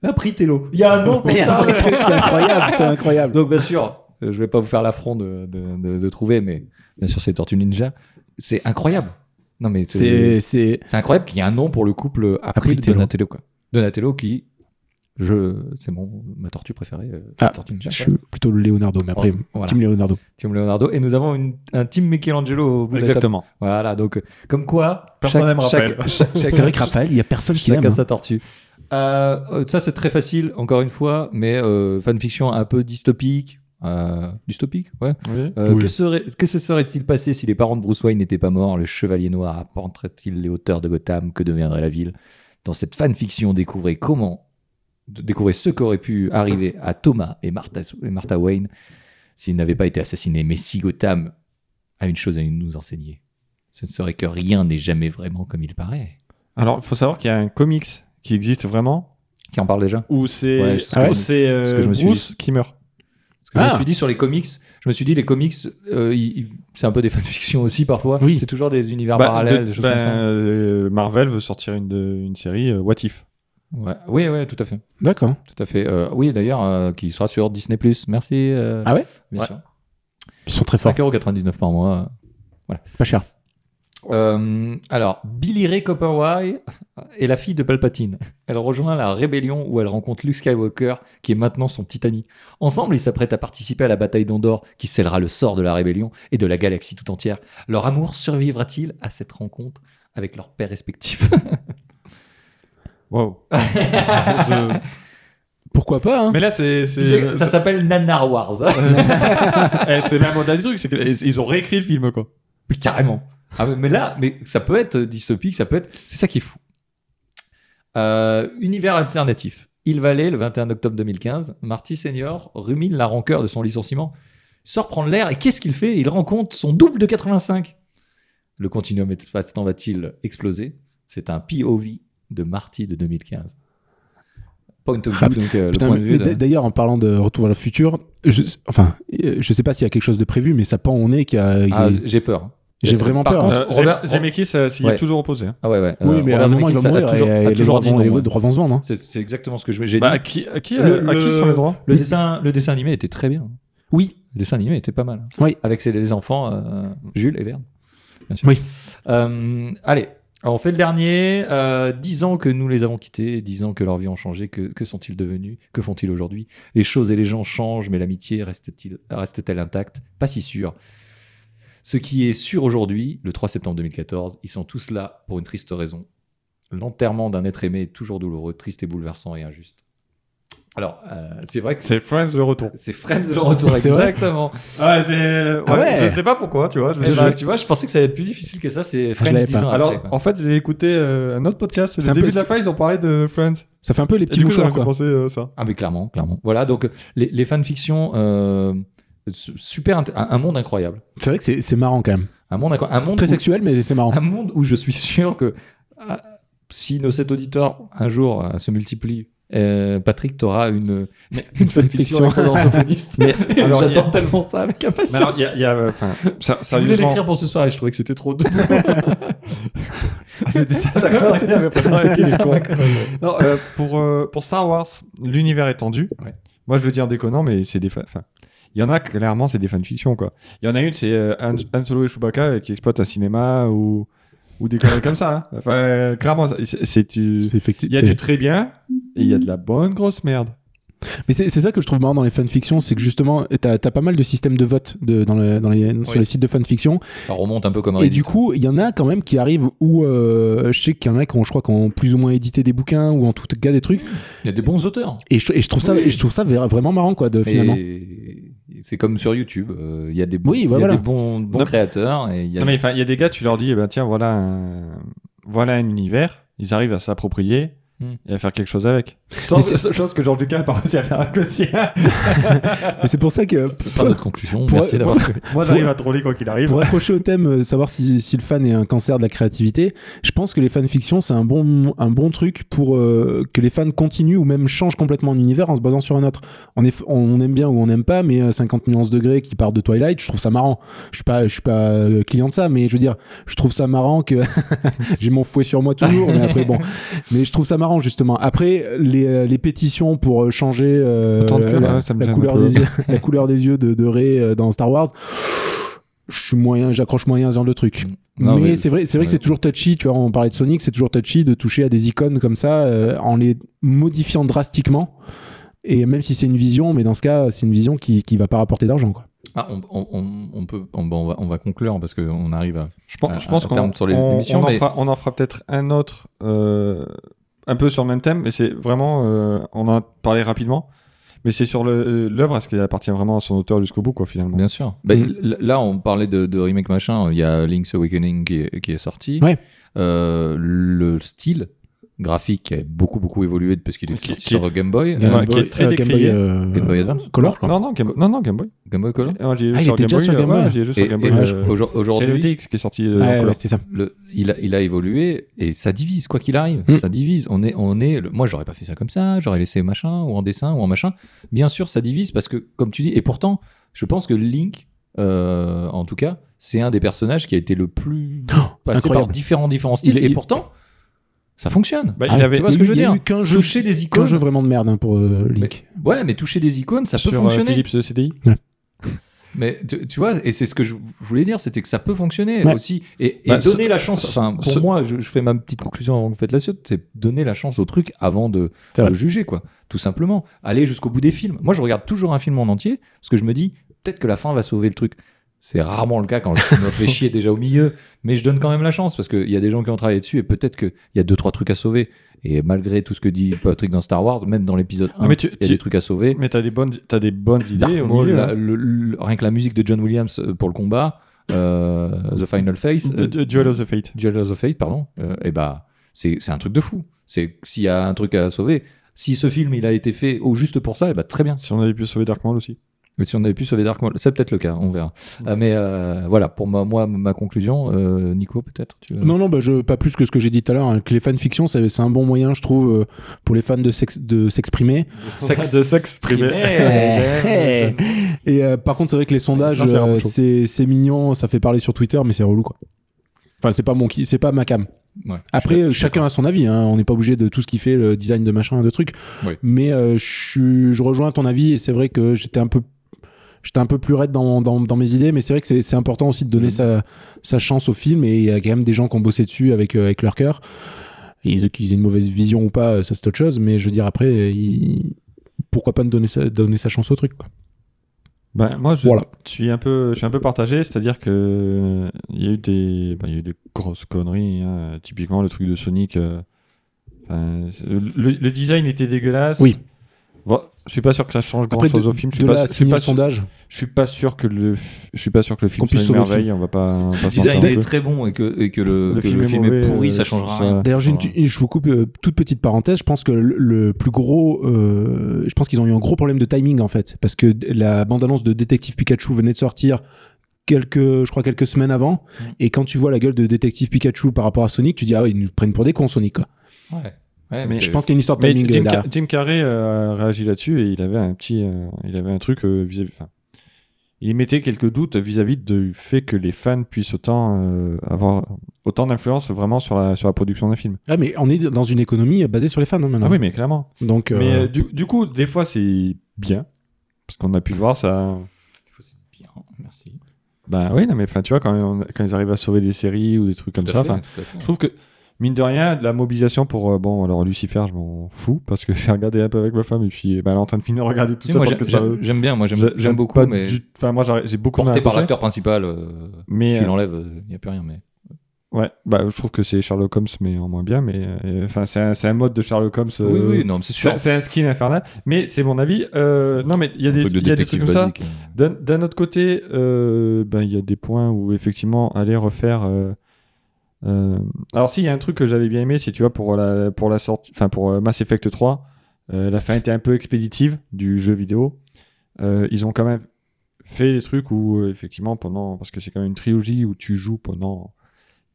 Speaker 3: Apritello. Il y a un nom pour
Speaker 2: Mais
Speaker 3: ça.
Speaker 2: attends, c'est incroyable, c'est incroyable.
Speaker 3: Donc bien sûr, euh, je vais pas vous faire l'affront de, de- de- de trouver, mais bien sûr c'est Tortue Ninja. C'est incroyable. Non mais
Speaker 2: C'est c'est
Speaker 3: c'est incroyable qu'il y ait un nom pour le couple euh, April
Speaker 2: Apritello.
Speaker 3: Donatello quoi. Donatello qui je c'est mon ma tortue préférée euh,
Speaker 2: Ah,
Speaker 3: Tortue Ninja.
Speaker 2: je suis plutôt le Leonardo mais après
Speaker 3: Voilà.
Speaker 2: team Leonardo.
Speaker 3: Team Leonardo. Et nous avons une- un team Michelangelo au bout de la table. Voilà, donc euh, comme quoi.
Speaker 1: Personne
Speaker 3: chaque-
Speaker 1: n'aime Raphaël.
Speaker 3: chaque- chaque- chaque-
Speaker 2: C'est vrai que Raphaël, il y a personne qui
Speaker 3: Chacun
Speaker 2: l'aime. hein.
Speaker 3: sa tortue. Euh, euh, ça, c'est très facile, encore une fois, mais euh, fanfiction un peu dystopique. Euh, dystopique, ouais.
Speaker 1: Oui.
Speaker 3: Euh,
Speaker 2: Oui.
Speaker 3: Que, serait, que se serait-il passé si les parents de Bruce Wayne n'étaient pas morts Le chevalier noir apprendrait-il les hauteurs de Gotham Que deviendrait la ville Dans cette fanfiction, découvrez comment de- découvrez ce qu'aurait pu arriver à Thomas et Martha, et Martha Wayne s'ils n'avaient pas été assassinés. Mais si Gotham a une chose à nous enseigner, ce ne serait que rien n'est jamais vraiment comme il paraît.
Speaker 1: Alors, il faut savoir qu'il y a un comics qui existe vraiment,
Speaker 3: Qui en parle déjà
Speaker 1: où c'est
Speaker 3: Ouais, c'est ce
Speaker 1: où
Speaker 3: que-
Speaker 1: c'est, euh,
Speaker 3: ce que je me suis
Speaker 1: Bruce qui meurt.
Speaker 3: Parce que je
Speaker 2: Ah.
Speaker 3: me suis dit sur les comics, je me suis dit les comics, euh, ils- ils- c'est un peu des fanfictions aussi parfois.
Speaker 2: Oui.
Speaker 3: C'est toujours des univers
Speaker 1: Bah,
Speaker 3: parallèles,
Speaker 1: de-
Speaker 3: des choses
Speaker 1: ben,
Speaker 3: comme ça.
Speaker 1: euh, Marvel veut sortir une, de- une série euh, What If.
Speaker 3: Ouais. Oui, oui, tout à fait,
Speaker 2: hein. D'accord.
Speaker 3: tout à fait. Euh, oui, d'ailleurs, euh, qui sera sur Disney+. Merci. euh,
Speaker 2: Ah ouais
Speaker 3: Bien
Speaker 1: Ouais.
Speaker 3: sûr.
Speaker 2: Ils sont très forts.
Speaker 3: 5,99€ par mois.
Speaker 2: Pas cher.
Speaker 3: Euh, alors, Billy Ray Copperwhite est la fille de Palpatine. Elle rejoint la rébellion où elle rencontre Luke Skywalker, qui est maintenant son petit ami. Ensemble, ils s'apprêtent à participer à la bataille d'Andorre, qui scellera le sort de la rébellion et de la galaxie tout entière. Leur amour survivra-t-il à cette rencontre avec leurs pères respectifs
Speaker 1: Wow. Je-
Speaker 2: Pourquoi pas, hein
Speaker 1: Mais là, c'est. c'est-
Speaker 3: Ça s'appelle Nanar Wars.
Speaker 1: Eh, c'est même au-delà du truc, c'est qu'ils ont réécrit le film, quoi.
Speaker 3: Mais Carrément. Ah, mais- mais là, mais ça peut être euh, dystopique, ça peut être. C'est ça qui est fou. Euh, univers alternatif. Il Valley, le 21 octobre 2015, Marty Senior rumine la rancœur de son licenciement, sort prendre l'air et qu'est-ce qu'il fait Il rencontre son double de 85. Le continuum espace-temps va-t-il exploser C'est un POV de Marty de 2015. Point of
Speaker 2: Ah,
Speaker 3: view, donc euh,
Speaker 2: Putain,
Speaker 3: le point
Speaker 2: mais-
Speaker 3: de vue.
Speaker 2: mais
Speaker 3: de-
Speaker 2: d'a- D'ailleurs, en parlant de retour vers le futur, je, enfin, euh, je sais pas s'il y a quelque chose de prévu, mais ça pend on est qui a. qui-
Speaker 3: Ah, J'ai peur.
Speaker 2: J'ai vraiment
Speaker 3: par
Speaker 2: peur. hein.
Speaker 3: contre-
Speaker 1: Euh,
Speaker 3: Robert-
Speaker 1: Zem- Zemeckis euh, s'y
Speaker 3: Ouais.
Speaker 1: est toujours opposé. hein.
Speaker 3: Ah ouais, ouais.
Speaker 2: oui,
Speaker 3: Euh,
Speaker 2: mais à
Speaker 3: Robert
Speaker 2: un moment, il
Speaker 3: Zemeckis
Speaker 2: va
Speaker 3: a- a
Speaker 2: mourir.
Speaker 3: toujours-
Speaker 2: et-
Speaker 3: a
Speaker 2: et les
Speaker 3: toujours
Speaker 2: droits
Speaker 3: dit
Speaker 2: vont-
Speaker 3: non,
Speaker 2: les
Speaker 3: ouais.
Speaker 2: droits vont se vendre. hein.
Speaker 3: C'est c'est exactement ce que je. J'ai
Speaker 1: Bah,
Speaker 3: dit-
Speaker 1: à qui, à qui,
Speaker 3: Le-
Speaker 1: euh, à qui
Speaker 3: le-
Speaker 1: sont les droits
Speaker 3: Le dessin, le dessin animé était très bien. Oui. Le dessin animé était pas mal.
Speaker 2: Oui.
Speaker 3: Avec ses, les enfants, euh, Jules et Verne. Bien sûr.
Speaker 2: Oui.
Speaker 3: Euh, allez, Alors, on fait le dernier. Euh, Dix ans que nous les avons quittés, dix ans que leur vie ont changé. Que, que sont-ils devenus Que font-ils aujourd'hui Les choses et les gens changent, mais l'amitié reste-t-il- reste-t-elle intacte Pas si sûr. Ce qui est sûr aujourd'hui, le 3 septembre 2014, ils sont tous là pour une triste raison. L'enterrement d'un être aimé est toujours douloureux, triste et bouleversant et injuste. Alors, euh, c'est vrai que
Speaker 1: C'est Friends le retour.
Speaker 3: c'est Friends le retour,
Speaker 2: C'est vrai
Speaker 3: exactement.
Speaker 1: Ah, c'est. ouais,
Speaker 2: Ah ouais.
Speaker 1: Je sais pas pourquoi, tu vois. je me
Speaker 3: Eh
Speaker 1: suis-
Speaker 3: ben, tu vois, je pensais que ça allait être plus difficile que ça, c'est Friends
Speaker 2: l'avais
Speaker 3: 10
Speaker 2: pas.
Speaker 3: ans
Speaker 1: Alors,
Speaker 3: après. quoi.
Speaker 1: en fait, j'ai écouté euh, un autre podcast.
Speaker 2: C'est
Speaker 1: le
Speaker 2: un peu-
Speaker 1: début de la fin, ils ont parlé de Friends.
Speaker 2: Ça fait un peu les
Speaker 1: Et
Speaker 2: petits
Speaker 1: du coup, ça m'a
Speaker 2: mouchoirs,
Speaker 1: fait
Speaker 2: quoi.
Speaker 1: penser euh, ça.
Speaker 3: Ah, mais clairement, clairement. Voilà, donc les, les fanfictions, euh, su- super, int- un, un monde incroyable.
Speaker 2: C'est vrai que c'est- c'est marrant quand même.
Speaker 3: Un monde, incro- un monde
Speaker 2: Très
Speaker 3: où-
Speaker 2: sexuel, mais c'est marrant.
Speaker 3: un monde où je suis sûr que ah, si nos sept auditeurs un jour euh, se multiplient, euh, Patrick, t'auras une, une fanfiction avec ton orthophoniste.
Speaker 1: alors, il y a-
Speaker 3: J'attends tellement ça avec impatience.
Speaker 1: Mais alors, il y a. il y a, euh, enfin, ça-
Speaker 3: je voulais
Speaker 1: sérieusement.
Speaker 3: l'écrire pour ce soir et je trouvais que c'était trop doux.
Speaker 1: Ah, C'était ça,
Speaker 3: Non,
Speaker 1: d'accord.
Speaker 3: c'était
Speaker 1: il avait préparé,
Speaker 3: c'était
Speaker 1: il est
Speaker 3: ça,
Speaker 1: con.
Speaker 3: ma connerie.
Speaker 1: Non, euh, pour, euh, pour Star Wars, l'univers étendu,
Speaker 3: Ouais.
Speaker 1: moi je veux dire déconnant, mais c'est des fa- enfin, Il y en a clairement, c'est des fanfictions quoi. Il y en a une, c'est euh, Han Han Solo et Chewbacca euh, qui exploitent un cinéma ou, ou des conneries comme ça. hein. Enfin, euh, clairement, c'est- c'est du-
Speaker 2: C'est effectif-
Speaker 1: il y a
Speaker 2: c'est-
Speaker 1: du très bien et il y a de la bonne grosse merde.
Speaker 2: Mais c'est c'est ça que je trouve marrant dans les fanfictions, c'est que justement, t'as as pas mal de systèmes de vote de- dans le- dans les- sur
Speaker 3: Oui.
Speaker 2: les sites de fanfiction.
Speaker 3: Ça remonte un peu comme un
Speaker 2: Et du coup, il y en a quand même qui arrivent où euh, je sais qu'il y en a qui ont, je crois, qui ont plus ou moins édité des bouquins ou en tout cas des trucs.
Speaker 3: Il y a des bons auteurs.
Speaker 2: Et je, et je trouve ça,
Speaker 3: Oui.
Speaker 2: et je trouve ça ver- vraiment marrant, quoi, de, Euh, finalement.
Speaker 3: Et c'est comme sur YouTube. euh, Il y a des bons,
Speaker 2: Oui,
Speaker 3: il y a
Speaker 2: voilà.
Speaker 3: des bons, bons
Speaker 1: Non.
Speaker 3: créateurs. Et il y a...
Speaker 1: Non mais enfin, il y a des gars, tu leur dis, eh ben tiens, voilà un, voilà un univers, ils arrivent à s'approprier.
Speaker 3: Hmm.
Speaker 1: Et à faire quelque chose avec. Sans,
Speaker 2: Mais c'est-
Speaker 1: chose que Georges Lucas a pas réussi à faire avec le sien.
Speaker 2: Et c'est pour ça que.
Speaker 3: euh, Ce sera notre conclusion.
Speaker 2: Pour-
Speaker 3: Merci d'avoir suivi.
Speaker 1: Moi, j'arrive à troller quoi qu'il arrive.
Speaker 2: Pour accrocher au thème, euh, savoir si, si le fan est un cancer de la créativité, je pense que les fanfictions, c'est un bon, un bon truc pour euh, que les fans continuent ou même changent complètement l'univers en se basant sur un autre. On, est, on aime bien ou on n'aime pas, mais euh, 50 nuances degrés qui part de Twilight, je trouve ça marrant. Je suis pas, je suis pas euh, client de ça, mais je veux dire, je trouve ça marrant que j'ai mon fouet sur moi toujours, mais après, bon. Mais je trouve ça marrant, justement. Après, les, euh, les pétitions pour euh, changer euh,
Speaker 1: Autant de
Speaker 2: la-
Speaker 1: cœur, ouais, ça me
Speaker 2: la
Speaker 1: gêne un
Speaker 2: couleur
Speaker 1: peu.
Speaker 2: des yeux la couleur des yeux de, de Ray euh, dans Star Wars. Je suis moyen, j'accroche moyen à ce genre de truc.
Speaker 1: Ah
Speaker 3: Non,
Speaker 2: mais
Speaker 3: mais-
Speaker 2: c'est vrai, c'est vrai que
Speaker 3: ouais.
Speaker 2: c'est toujours touchy. Tu vois, on parlait de Sonic, c'est toujours touchy de toucher à des icônes comme ça euh, en les modifiant drastiquement. Et même si c'est une vision, mais dans ce cas, c'est une vision qui, qui va pas rapporter d'argent, quoi.
Speaker 3: Ah, on, on- on- on peut, on, bon, on va, on va conclure parce qu'on arrive à.
Speaker 1: Je pense,
Speaker 3: à-
Speaker 1: je pense
Speaker 3: Euh, à
Speaker 1: qu'on
Speaker 3: terme sur les
Speaker 1: on-
Speaker 3: émissions,
Speaker 1: on en
Speaker 3: mais-
Speaker 1: fera, on en fera peut-être un autre euh, un peu sur le même thème, mais c'est vraiment, euh, on en a parlé rapidement, mais c'est sur le- euh, l'œuvre, est-ce qu'elle appartient vraiment à son auteur jusqu'au bout, quoi, finalement.
Speaker 3: Bien sûr.
Speaker 2: Mm.
Speaker 3: Ben, l- Là, on parlait de, de remake machin. Il y a Link's Awakening qui est, qui est sorti.
Speaker 2: Ouais.
Speaker 3: Euh, le style graphique qui a beaucoup beaucoup évolué depuis qu'il est
Speaker 1: Qui-
Speaker 3: sorti
Speaker 1: qui
Speaker 3: sur Game Boy.
Speaker 1: Il y en a un
Speaker 2: Game
Speaker 1: qui
Speaker 2: Boy-
Speaker 1: est très
Speaker 2: euh, Game Boy,
Speaker 1: décrié.
Speaker 2: euh,
Speaker 3: Game Boy Advance
Speaker 2: Color, quoi.
Speaker 1: Non, non, Game, non, non, Game Boy.
Speaker 3: Game Boy Color.
Speaker 1: Ah, j'ai eu
Speaker 2: Ah, il
Speaker 1: sur
Speaker 2: était
Speaker 1: Game
Speaker 2: déjà
Speaker 1: Boy,
Speaker 2: sur
Speaker 1: euh,
Speaker 2: Game
Speaker 1: ouais,
Speaker 2: Boy.
Speaker 1: j'ai eu sur
Speaker 3: Hein Et,
Speaker 1: Game
Speaker 3: et
Speaker 1: Boy.
Speaker 2: je-
Speaker 1: euh,
Speaker 3: aujourd-
Speaker 1: c'est le
Speaker 3: aujourd'hui,
Speaker 1: DX qui est sorti. euh, en
Speaker 2: Ouais,
Speaker 1: couleur.
Speaker 2: Ah, ouais, c'était ça.
Speaker 3: le- il, a, il a évolué et ça divise, quoi qu'il arrive.
Speaker 2: Mm.
Speaker 3: Ça divise. On est, on est, le- moi, j'aurais pas fait ça comme ça, j'aurais laissé machin, ou en dessin, ou en machin. Bien sûr, ça divise parce que, comme tu dis, et pourtant, je pense que Link, euh, en tout cas, c'est un des personnages qui a été le plus passé
Speaker 2: Oh, incroyable.
Speaker 3: par différents, différents styles.
Speaker 2: Il est-
Speaker 3: et pourtant, ça fonctionne.
Speaker 1: Bah,
Speaker 2: Ah,
Speaker 1: il avait
Speaker 3: vois ce que je veux
Speaker 2: Il y a
Speaker 3: dire
Speaker 2: eu qu'un jeu,
Speaker 3: toucher des
Speaker 2: qu'un
Speaker 3: icônes.
Speaker 2: jeu vraiment de merde hein, pour euh, Link.
Speaker 3: Ouais, mais toucher des icônes, ça peut
Speaker 1: sur euh,
Speaker 3: fonctionner.
Speaker 1: Philips CDI.
Speaker 3: Mais tu, tu vois, et c'est ce que je voulais dire, c'était que ça peut fonctionner
Speaker 2: Ouais.
Speaker 3: aussi. Et, et
Speaker 1: Bah,
Speaker 3: donner
Speaker 1: ce-
Speaker 3: la chance.
Speaker 1: ce-
Speaker 3: Enfin, pour
Speaker 1: ce-
Speaker 3: moi, je, je fais ma petite conclusion avant que vous faites la suite. C'est donner la chance au truc avant de
Speaker 2: C'est vrai.
Speaker 3: le juger, quoi. Tout simplement. Aller jusqu'au bout des films. Moi, je regarde toujours un film en entier parce que je me dis peut-être que la fin va sauver le truc. C'est rarement le cas quand je me fais chier déjà au milieu, mais je donne quand même la chance parce qu'il y a des gens qui ont travaillé dessus et peut-être qu'il y a deux trois trucs à sauver. Et malgré tout ce que dit Patrick dans Star Wars, même dans l'épisode
Speaker 1: Non,
Speaker 2: Ah.
Speaker 3: 1,
Speaker 1: mais tu-
Speaker 3: il y a
Speaker 1: tu-
Speaker 3: des trucs à sauver.
Speaker 1: Mais t'as des bonnes, t'as des bonnes
Speaker 3: Dark
Speaker 1: idées au
Speaker 3: Maul,
Speaker 1: milieu.
Speaker 3: la-
Speaker 1: hein.
Speaker 3: le- le- rien que la musique de John Williams euh, pour le combat, euh, The Final Face, euh,
Speaker 1: Euh, du- Duel of the Fate.
Speaker 3: Duel of the Fate, pardon, et bah c'est c'est un truc de fou. C'est s'il y a un truc à sauver, si ce film il a été fait au juste pour ça, et bah très bien.
Speaker 1: Si on avait pu sauver Dark Maul aussi.
Speaker 3: Mais si on avait pu sauver Dark Maul, c'est peut-être le cas, on verra. Euh, mais euh, voilà, pour ma, moi ma conclusion, euh, Nico peut-être. tu veux-
Speaker 2: Non, non, bah, je, pas plus que ce que j'ai dit tout à l'heure. hein, que les fanfictions, c'est c'est un bon moyen, je trouve, euh, pour les fans de sex- de s'exprimer.
Speaker 1: de s'exprimer.
Speaker 3: Hey, j'aime.
Speaker 2: Et euh, par contre, c'est vrai que les sondages,
Speaker 1: Non, c'est vraiment
Speaker 2: euh,
Speaker 1: chaud.
Speaker 2: c'est c'est mignon, ça fait parler sur Twitter, mais c'est relou, quoi. Enfin, c'est pas mon qui, c'est pas ma cam.
Speaker 3: Ouais.
Speaker 2: Après, euh, chacun a son avis. hein, On n'est pas obligé de tout ce qui fait le design de machin, de trucs.
Speaker 3: Oui.
Speaker 2: Mais euh, je, suis- je rejoins ton avis et c'est vrai que j'étais un peu, j'étais un peu plus raide dans, dans, dans mes idées. Mais c'est vrai que c'est c'est important aussi de donner
Speaker 3: Mhm.
Speaker 1: Mmh.
Speaker 2: sa, sa chance au film. Et il y a quand même des gens qui ont bossé dessus avec, euh, avec leur cœur. Ils, qu'ils aient une mauvaise vision ou pas, euh, ça c'est autre chose. Mais je veux dire, après, euh, il- pourquoi pas ne donner sa, donner sa chance au truc quoi.
Speaker 1: Ben, moi, je
Speaker 2: Voilà.
Speaker 1: suis un peu, je suis un peu partagé, c'est-à-dire que euh, il y a eu des, ben, il y a eu des grosses conneries. hein. Typiquement, le truc de Sonic. euh, enfin, c'est- le, le design était dégueulasse.
Speaker 2: Oui.
Speaker 1: Bon, je suis pas sûr que ça change
Speaker 2: Après,
Speaker 1: grand-chose
Speaker 2: de-
Speaker 1: au film. Je suis
Speaker 2: de là
Speaker 1: pas,
Speaker 2: à
Speaker 1: je suis
Speaker 2: signer
Speaker 1: pas
Speaker 2: un
Speaker 1: sûr-
Speaker 2: sondage.
Speaker 1: je suis pas sûr que le, f- je suis pas sûr que le
Speaker 2: Qu'on
Speaker 1: film
Speaker 2: puisse
Speaker 1: soit une
Speaker 2: sauver le
Speaker 1: merveille. On va pas, on va
Speaker 3: Si
Speaker 1: pas
Speaker 3: le
Speaker 1: se mentir
Speaker 3: design
Speaker 1: non
Speaker 3: est
Speaker 1: plus.
Speaker 3: très bon et que, et que le, que le film,
Speaker 1: mauvais,
Speaker 3: est pourri,
Speaker 1: euh,
Speaker 3: ça changera rien.
Speaker 2: D'ailleurs, j'ai une,
Speaker 1: changera.
Speaker 2: tu- je vous coupe euh, toute petite parenthèse. Je pense que le, le plus gros, euh, je pense qu'ils ont eu un gros problème de timing en fait, parce que d- la bande-annonce de Détective Pikachu venait de sortir quelques, je crois quelques semaines avant.
Speaker 3: Mm.
Speaker 2: Et quand tu vois la gueule de Détective Pikachu par rapport à Sonic, tu dis ah ouais, ils nous prennent pour des cons Sonic. Quoi.
Speaker 3: Ouais. Ouais, mais
Speaker 1: Mais
Speaker 3: c'est-
Speaker 2: Je pense qu'il y a une histoire de
Speaker 1: Mais
Speaker 2: timing euh,
Speaker 1: Jim,
Speaker 2: derrière.
Speaker 1: Car- Jim Carrey euh, a réagi là-dessus et il avait un petit, euh, il avait un truc euh, vis-à-vis. enfin, il émettait quelques doutes vis-à-vis du fait que les fans puissent autant euh, avoir autant d'influence vraiment sur la sur la production d'un film.
Speaker 2: Ah, mais on est dans une économie euh, basée sur les fans hein, maintenant.
Speaker 1: Ah oui, mais clairement.
Speaker 2: Donc euh,
Speaker 1: Mais euh, du, du coup, des fois c'est bien parce qu'on a pu le voir ça.
Speaker 3: Bien, hein, merci.
Speaker 1: Bah oui, non mais enfin tu vois quand, on- quand ils arrivent à sauver des séries ou des trucs comme
Speaker 3: Tout
Speaker 1: ça.
Speaker 3: à fait,
Speaker 1: enfin,
Speaker 3: tout à fait.
Speaker 1: Je trouve que, mine de rien, la mobilisation pour. euh, bon, alors Lucifer, je m'en fous, parce que j'ai regardé un peu avec ma femme, et puis eh ben, elle est en train de finir de regarder tout
Speaker 3: Si,
Speaker 1: ça.
Speaker 3: moi,
Speaker 1: parce
Speaker 3: j'ai-
Speaker 1: que ça-
Speaker 3: j'aime j'aime bien, moi
Speaker 1: ça-
Speaker 3: j'aime j'aime beaucoup,
Speaker 1: pas
Speaker 3: mais
Speaker 1: du- Enfin, moi, j'ai j'ai beaucoup
Speaker 3: porté
Speaker 1: mal
Speaker 3: par
Speaker 1: accroché,
Speaker 3: l'acteur principal. euh,
Speaker 1: Bah, Mais.
Speaker 3: Si tu
Speaker 1: euh,
Speaker 3: l'enlèves, il n'y a plus rien. Mais...
Speaker 1: ouais, bah, je trouve que c'est Sherlock Holmes, mais en moins bien, mais. euh, et, Enfin, c'est un, c'est un mode de Sherlock Holmes. euh,
Speaker 3: oui, oui, non, mais c'est sûr.
Speaker 1: c'est c'est un skin infernal, mais c'est mon avis. Euh, non, mais il y a
Speaker 3: un
Speaker 1: des,
Speaker 3: truc de
Speaker 1: il y a des
Speaker 3: détective
Speaker 1: trucs comme ça.
Speaker 3: basique. euh.
Speaker 1: D'un- D'un autre côté, euh, ben, il y a des points où effectivement aller refaire. euh, euh, Alors si, il y a un truc que j'avais bien aimé, c'est tu vois pour la pour la sortie, enfin pour euh, Mass Effect 3, euh, la fin était un peu expéditive du jeu vidéo. Euh, ils ont quand même fait des trucs où euh, effectivement pendant parce que c'est quand même une trilogie où tu joues pendant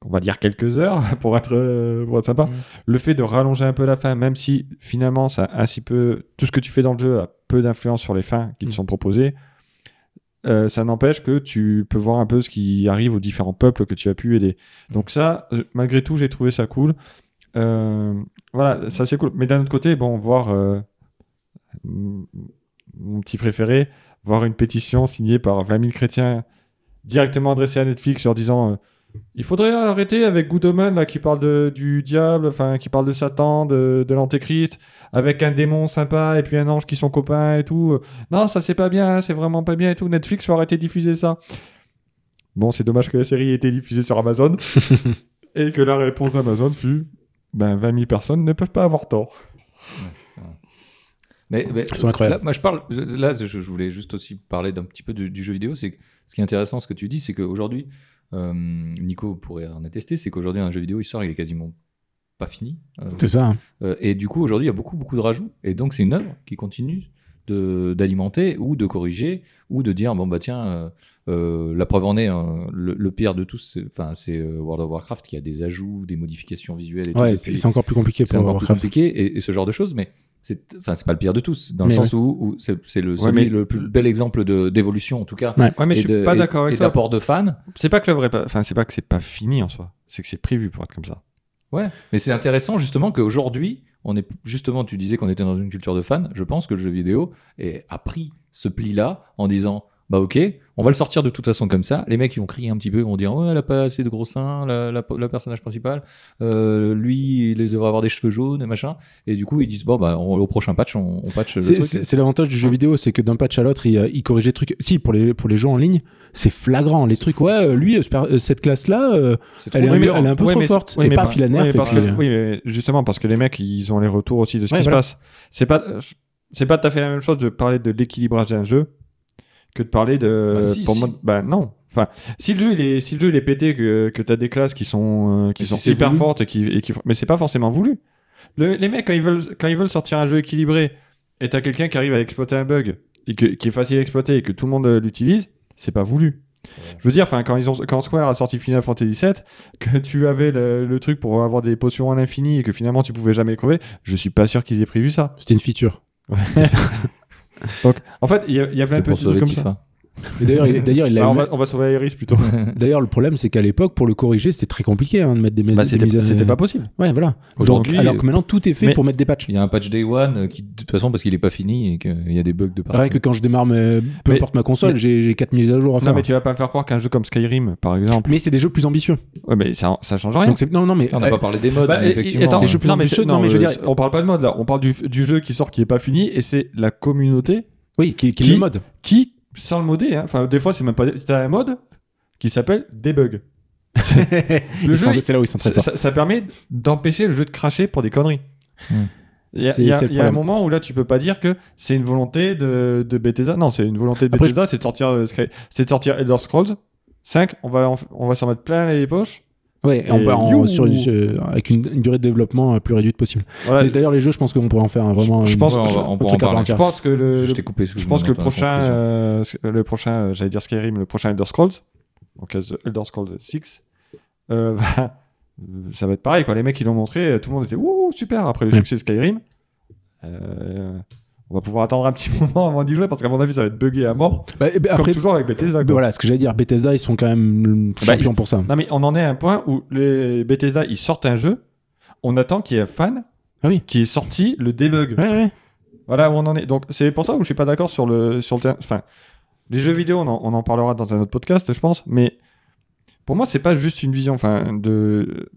Speaker 1: on va dire quelques heures pour être euh, pour être sympa.
Speaker 3: Mm.
Speaker 1: Le fait de rallonger un peu la fin, même si finalement ça a ainsi peu tout ce que tu fais dans le jeu a peu d'influence sur les fins qui
Speaker 2: Mm.
Speaker 1: te sont proposées. Euh, ça n'empêche que tu peux voir un peu ce qui arrive aux différents peuples que tu as pu aider. Donc ça, euh, malgré tout, j'ai trouvé ça cool. Euh, voilà, ça c'est cool. Mais d'un autre côté, bon, voir euh, m- mon petit préféré, voir une pétition signée par 20 000 chrétiens directement adressée à Netflix leur disant euh, il faudrait arrêter avec Good Omen, là, qui parle de- du diable, enfin, qui parle de Satan, de, de l'Antéchrist, avec un démon sympa et puis un ange qui sont copains et tout. euh, Non, ça c'est pas bien, hein, c'est vraiment pas bien et tout. Netflix, faut arrêter de diffuser ça. Bon, c'est dommage que la série ait été diffusée sur Amazon et que la réponse d'Amazon fut ben 20 000 personnes ne peuvent pas avoir tort.
Speaker 3: Mais, mais-
Speaker 2: Ils sont incroyables.
Speaker 3: Là, moi, je parle. Là, je, je voulais juste aussi parler d'un petit peu du, du jeu vidéo. C'est que ce qui est intéressant, ce que tu dis, c'est qu'aujourd'hui, euh, Nico pourrait en attester, c'est qu'aujourd'hui, un jeu vidéo, il sort, il est quasiment pas fini. Euh,
Speaker 2: C'est ça. hein.
Speaker 3: euh, et du coup, aujourd'hui, il y a beaucoup, beaucoup de rajouts. Et donc, c'est une œuvre qui continue de- d'alimenter ou de corriger ou de dire bon, bah tiens, euh, euh, la preuve en est, hein, le, le pire de tous, c'est- enfin, c'est euh, World of Warcraft qui a des ajouts, des modifications visuelles et tout.
Speaker 2: Ouais,
Speaker 3: Et
Speaker 2: c'est c'est encore plus compliqué
Speaker 3: c'est
Speaker 2: pour
Speaker 3: encore plus
Speaker 2: Warcraft.
Speaker 3: compliqué et, et ce genre de choses, mais c'est enfin c'est pas le pire de tous, dans le
Speaker 2: Mais
Speaker 3: sens où, où c'est c'est le, celui-
Speaker 1: mais-
Speaker 3: le plus bel exemple de- d'évolution en tout cas.
Speaker 2: Ouais.
Speaker 1: Ouais, mais
Speaker 3: et
Speaker 1: je suis
Speaker 3: de-
Speaker 1: pas
Speaker 3: et-
Speaker 1: d'accord avec
Speaker 3: et
Speaker 1: toi.
Speaker 3: d'apport de fans.
Speaker 1: C'est pas que l'œuvre est pas. Enfin, c'est pas que c'est pas fini en soi. C'est que c'est prévu pour être comme ça.
Speaker 3: Ouais. Mais c'est intéressant justement qu'aujourd'hui, on est justement, tu disais qu'on était dans une culture de fans. Je pense que le jeu vidéo est- a pris ce pli-là en disant. Bah ok, on va le sortir de toute façon comme ça. Les mecs ils vont crier un petit peu, ils vont dire ouais elle a pas assez de gros seins, la, la- la personnage principal, euh, lui il devrait avoir des cheveux jaunes et machin. Et du coup ils disent bon bah on- au prochain patch on, on patch le
Speaker 2: C'est-
Speaker 3: truc.
Speaker 2: C'est c'est l'avantage du jeu vidéo, c'est que d'un patch à l'autre, il, euh, il corrige des trucs. Si, pour les, pour les jeux en ligne, c'est flagrant. Les trucs, ouais, euh, lui, euh, ce per- euh, cette classe-là, euh,
Speaker 3: C'est
Speaker 2: elle, est
Speaker 3: trop
Speaker 2: un-
Speaker 3: dur.
Speaker 2: elle est un peu
Speaker 1: Ouais,
Speaker 2: trop
Speaker 1: mais c'est-
Speaker 2: forte.
Speaker 1: ouais,
Speaker 2: et
Speaker 1: mais
Speaker 2: paf,
Speaker 1: par-
Speaker 2: il la nerf.
Speaker 1: ouais,
Speaker 2: et
Speaker 1: parce
Speaker 2: puis,
Speaker 1: que-
Speaker 2: euh,
Speaker 1: oui, mais justement, parce que les mecs, ils ont les retours aussi de ce
Speaker 2: Ouais,
Speaker 1: qui
Speaker 2: voilà.
Speaker 1: se passe. C'est pas, c'est pas tout à fait la même chose de parler de l'équilibrage d'un jeu que de parler de.
Speaker 3: Bah, si,
Speaker 1: pour
Speaker 3: si.
Speaker 1: moi, bah non. Enfin, si le jeu il est, si le jeu il est pété, que, que t'as des classes qui sont, euh, qui
Speaker 3: Et
Speaker 1: sont
Speaker 3: si c'est
Speaker 1: hyper
Speaker 3: voulu.
Speaker 1: fortes, et qui, et qui- mais c'est pas forcément voulu. Le- les mecs, quand ils veulent, quand ils veulent sortir un jeu équilibré, et t'as quelqu'un qui arrive à exploiter un bug et que- qui est facile à exploiter et que tout le monde euh, l'utilise, c'est pas voulu. Je veux dire, enfin, quand, ils ont, quand Square a sorti Final Fantasy VII, que tu avais le, le truc pour avoir des potions à l'infini et que finalement tu pouvais jamais crever, je suis pas sûr qu'ils aient prévu ça.
Speaker 2: C'était une feature.
Speaker 1: Donc, en fait, il y a, il y a plein de
Speaker 3: C'était pour
Speaker 1: petits trucs
Speaker 3: sauver
Speaker 1: comme ça.
Speaker 3: Tifa.
Speaker 2: Et D'ailleurs, il- d'ailleurs, il l'a
Speaker 1: Bah, on,
Speaker 2: eu-
Speaker 1: va, on va sauver Iris plutôt.
Speaker 2: D'ailleurs, le problème, c'est qu'à l'époque, pour le corriger, c'était très compliqué hein, de mettre des, mes-
Speaker 1: Bah,
Speaker 2: des
Speaker 1: c'était
Speaker 2: mises à-
Speaker 1: c'était pas possible.
Speaker 2: Ouais, voilà.
Speaker 3: Aujourd'hui,
Speaker 2: Donc, alors que maintenant, tout est fait
Speaker 1: mais-
Speaker 2: pour mettre des patchs.
Speaker 3: Il y a un patch Day One euh, qui, de toute façon, parce qu'il est pas fini et qu'il y a des bugs de partout.
Speaker 2: Rien que quand je démarre, mes- peu
Speaker 1: Mais-
Speaker 2: importe ma console, j'ai j'ai 4 mises à jour à faire.
Speaker 1: Non, mais tu vas pas me faire croire qu'un jeu comme Skyrim, par exemple,
Speaker 2: Mais c'est des jeux plus ambitieux.
Speaker 1: ouais, mais ça, ça change rien.
Speaker 2: Donc c'est- non, non, mais
Speaker 3: On n'a
Speaker 2: euh,
Speaker 3: pas parlé des modes,
Speaker 1: Bah,
Speaker 3: mais
Speaker 1: et- et-
Speaker 3: effectivement.
Speaker 1: attends,
Speaker 2: Des
Speaker 3: euh,
Speaker 2: jeux plus
Speaker 1: non, mais
Speaker 2: ambitieux,
Speaker 1: c'est-
Speaker 2: non, mais je veux dire-
Speaker 1: on parle pas de mode là, on parle du, du jeu qui sort qui est pas fini et c'est la communauté
Speaker 2: oui, qui, qui,
Speaker 1: Qui-
Speaker 2: le mode.
Speaker 1: qui, sans le modder, hein, enfin des fois c'est même pas. T'as un mode qui s'appelle debug.
Speaker 2: Ils
Speaker 1: le jeu,
Speaker 2: sont- C'est là où ils sont très
Speaker 1: ça,
Speaker 2: forts.
Speaker 1: ça- ça permet d'empêcher le jeu de cracher pour des conneries.
Speaker 3: Hmm.
Speaker 1: Il y a,
Speaker 2: C'est-
Speaker 1: il y a-
Speaker 2: c'est le
Speaker 1: il y a un
Speaker 2: problème.
Speaker 1: moment où là tu peux pas dire que c'est une volonté de, de Bethesda. Non, c'est une volonté de
Speaker 2: Après,
Speaker 1: Bethesda, c'est de sortir euh, Sky- c'est de sortir Elder Scrolls 5. On va en f- on va s'en mettre plein les poches.
Speaker 2: Ouais, on
Speaker 1: Et
Speaker 2: part en-
Speaker 1: you-
Speaker 2: sur une- sur- avec une, une durée de développement euh, plus réduite possible.
Speaker 1: Voilà.
Speaker 2: Mais D'ailleurs, les jeux, je pense qu'on pourrait en faire un- vraiment.
Speaker 1: Je- je
Speaker 2: une-
Speaker 1: pense-
Speaker 3: ouais, on
Speaker 2: je-
Speaker 3: va- on
Speaker 2: un
Speaker 3: pourra
Speaker 2: truc
Speaker 3: en
Speaker 2: à part
Speaker 3: parler.
Speaker 1: Je
Speaker 2: entière.
Speaker 1: pense que Euh, le,
Speaker 3: je
Speaker 1: le-
Speaker 3: t'ai coupé. excuse-moi,
Speaker 1: je pense que le
Speaker 3: dans ta
Speaker 1: prochain
Speaker 3: conclusion.
Speaker 1: euh, le prochain euh, j'allais dire Skyrim, le prochain Elder Scrolls, donc euh, Elder Scrolls 6 euh, va- ça va être pareil quoi. Les mecs qui l'ont montré, euh, tout le monde était ouh super après le
Speaker 2: Ouais.
Speaker 1: succès de Skyrim. Euh, on va pouvoir attendre un petit moment avant d'y jouer parce qu'à mon avis ça va être buggé à mort.
Speaker 2: Bah, et-
Speaker 1: Comme
Speaker 2: après,
Speaker 1: toujours avec Bethesda. quoi.
Speaker 2: bah, voilà, ce que j'allais dire, Bethesda, ils sont quand même
Speaker 1: Bah,
Speaker 2: champions pour ça.
Speaker 1: Non mais on en est à un point où les Bethesda ils sortent un jeu, on attend qu'il y ait un fan
Speaker 2: Ah oui.
Speaker 1: qui est sorti le debug.
Speaker 2: Ouais, ouais.
Speaker 1: Voilà où on en est. Donc c'est pour ça où je suis pas d'accord sur le sur le terme. Enfin, les jeux vidéo, on en, on en parlera dans un autre podcast, je pense. Mais pour moi, c'est pas juste une vision. Enfin, de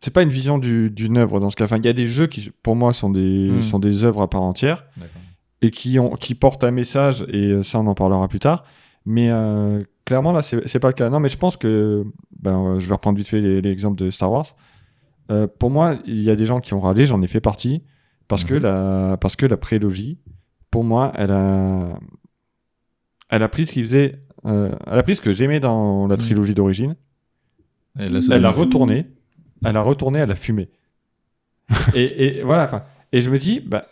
Speaker 1: c'est pas une vision du- d'une œuvre dans ce cas. Enfin, il y a des jeux qui, pour moi, sont des
Speaker 3: Hmm.
Speaker 1: sont des œuvres à part entière
Speaker 3: D'accord.
Speaker 1: et qui ont qui portent un message. Et euh, ça, on en parlera plus tard. Mais euh, clairement, là, c'est c'est pas le cas. Non, mais je pense que ben, euh, je vais reprendre vite fait les- l'exemple de Star Wars. Euh, pour moi, il y a des gens qui ont râlé, j'en ai fait partie, parce, que
Speaker 3: Mhm.
Speaker 1: la, parce que la prélogie, pour moi, elle a, elle a pris ce qu'il faisait, euh, elle a pris ce que j'aimais dans la
Speaker 3: Mhm.
Speaker 1: trilogie d'origine,
Speaker 3: Elle a
Speaker 1: elle
Speaker 3: sodomisé.
Speaker 1: l'a retourné, elle l'a retourné, elle l'a fumé. et, et voilà, enfin, et je me dis, bah,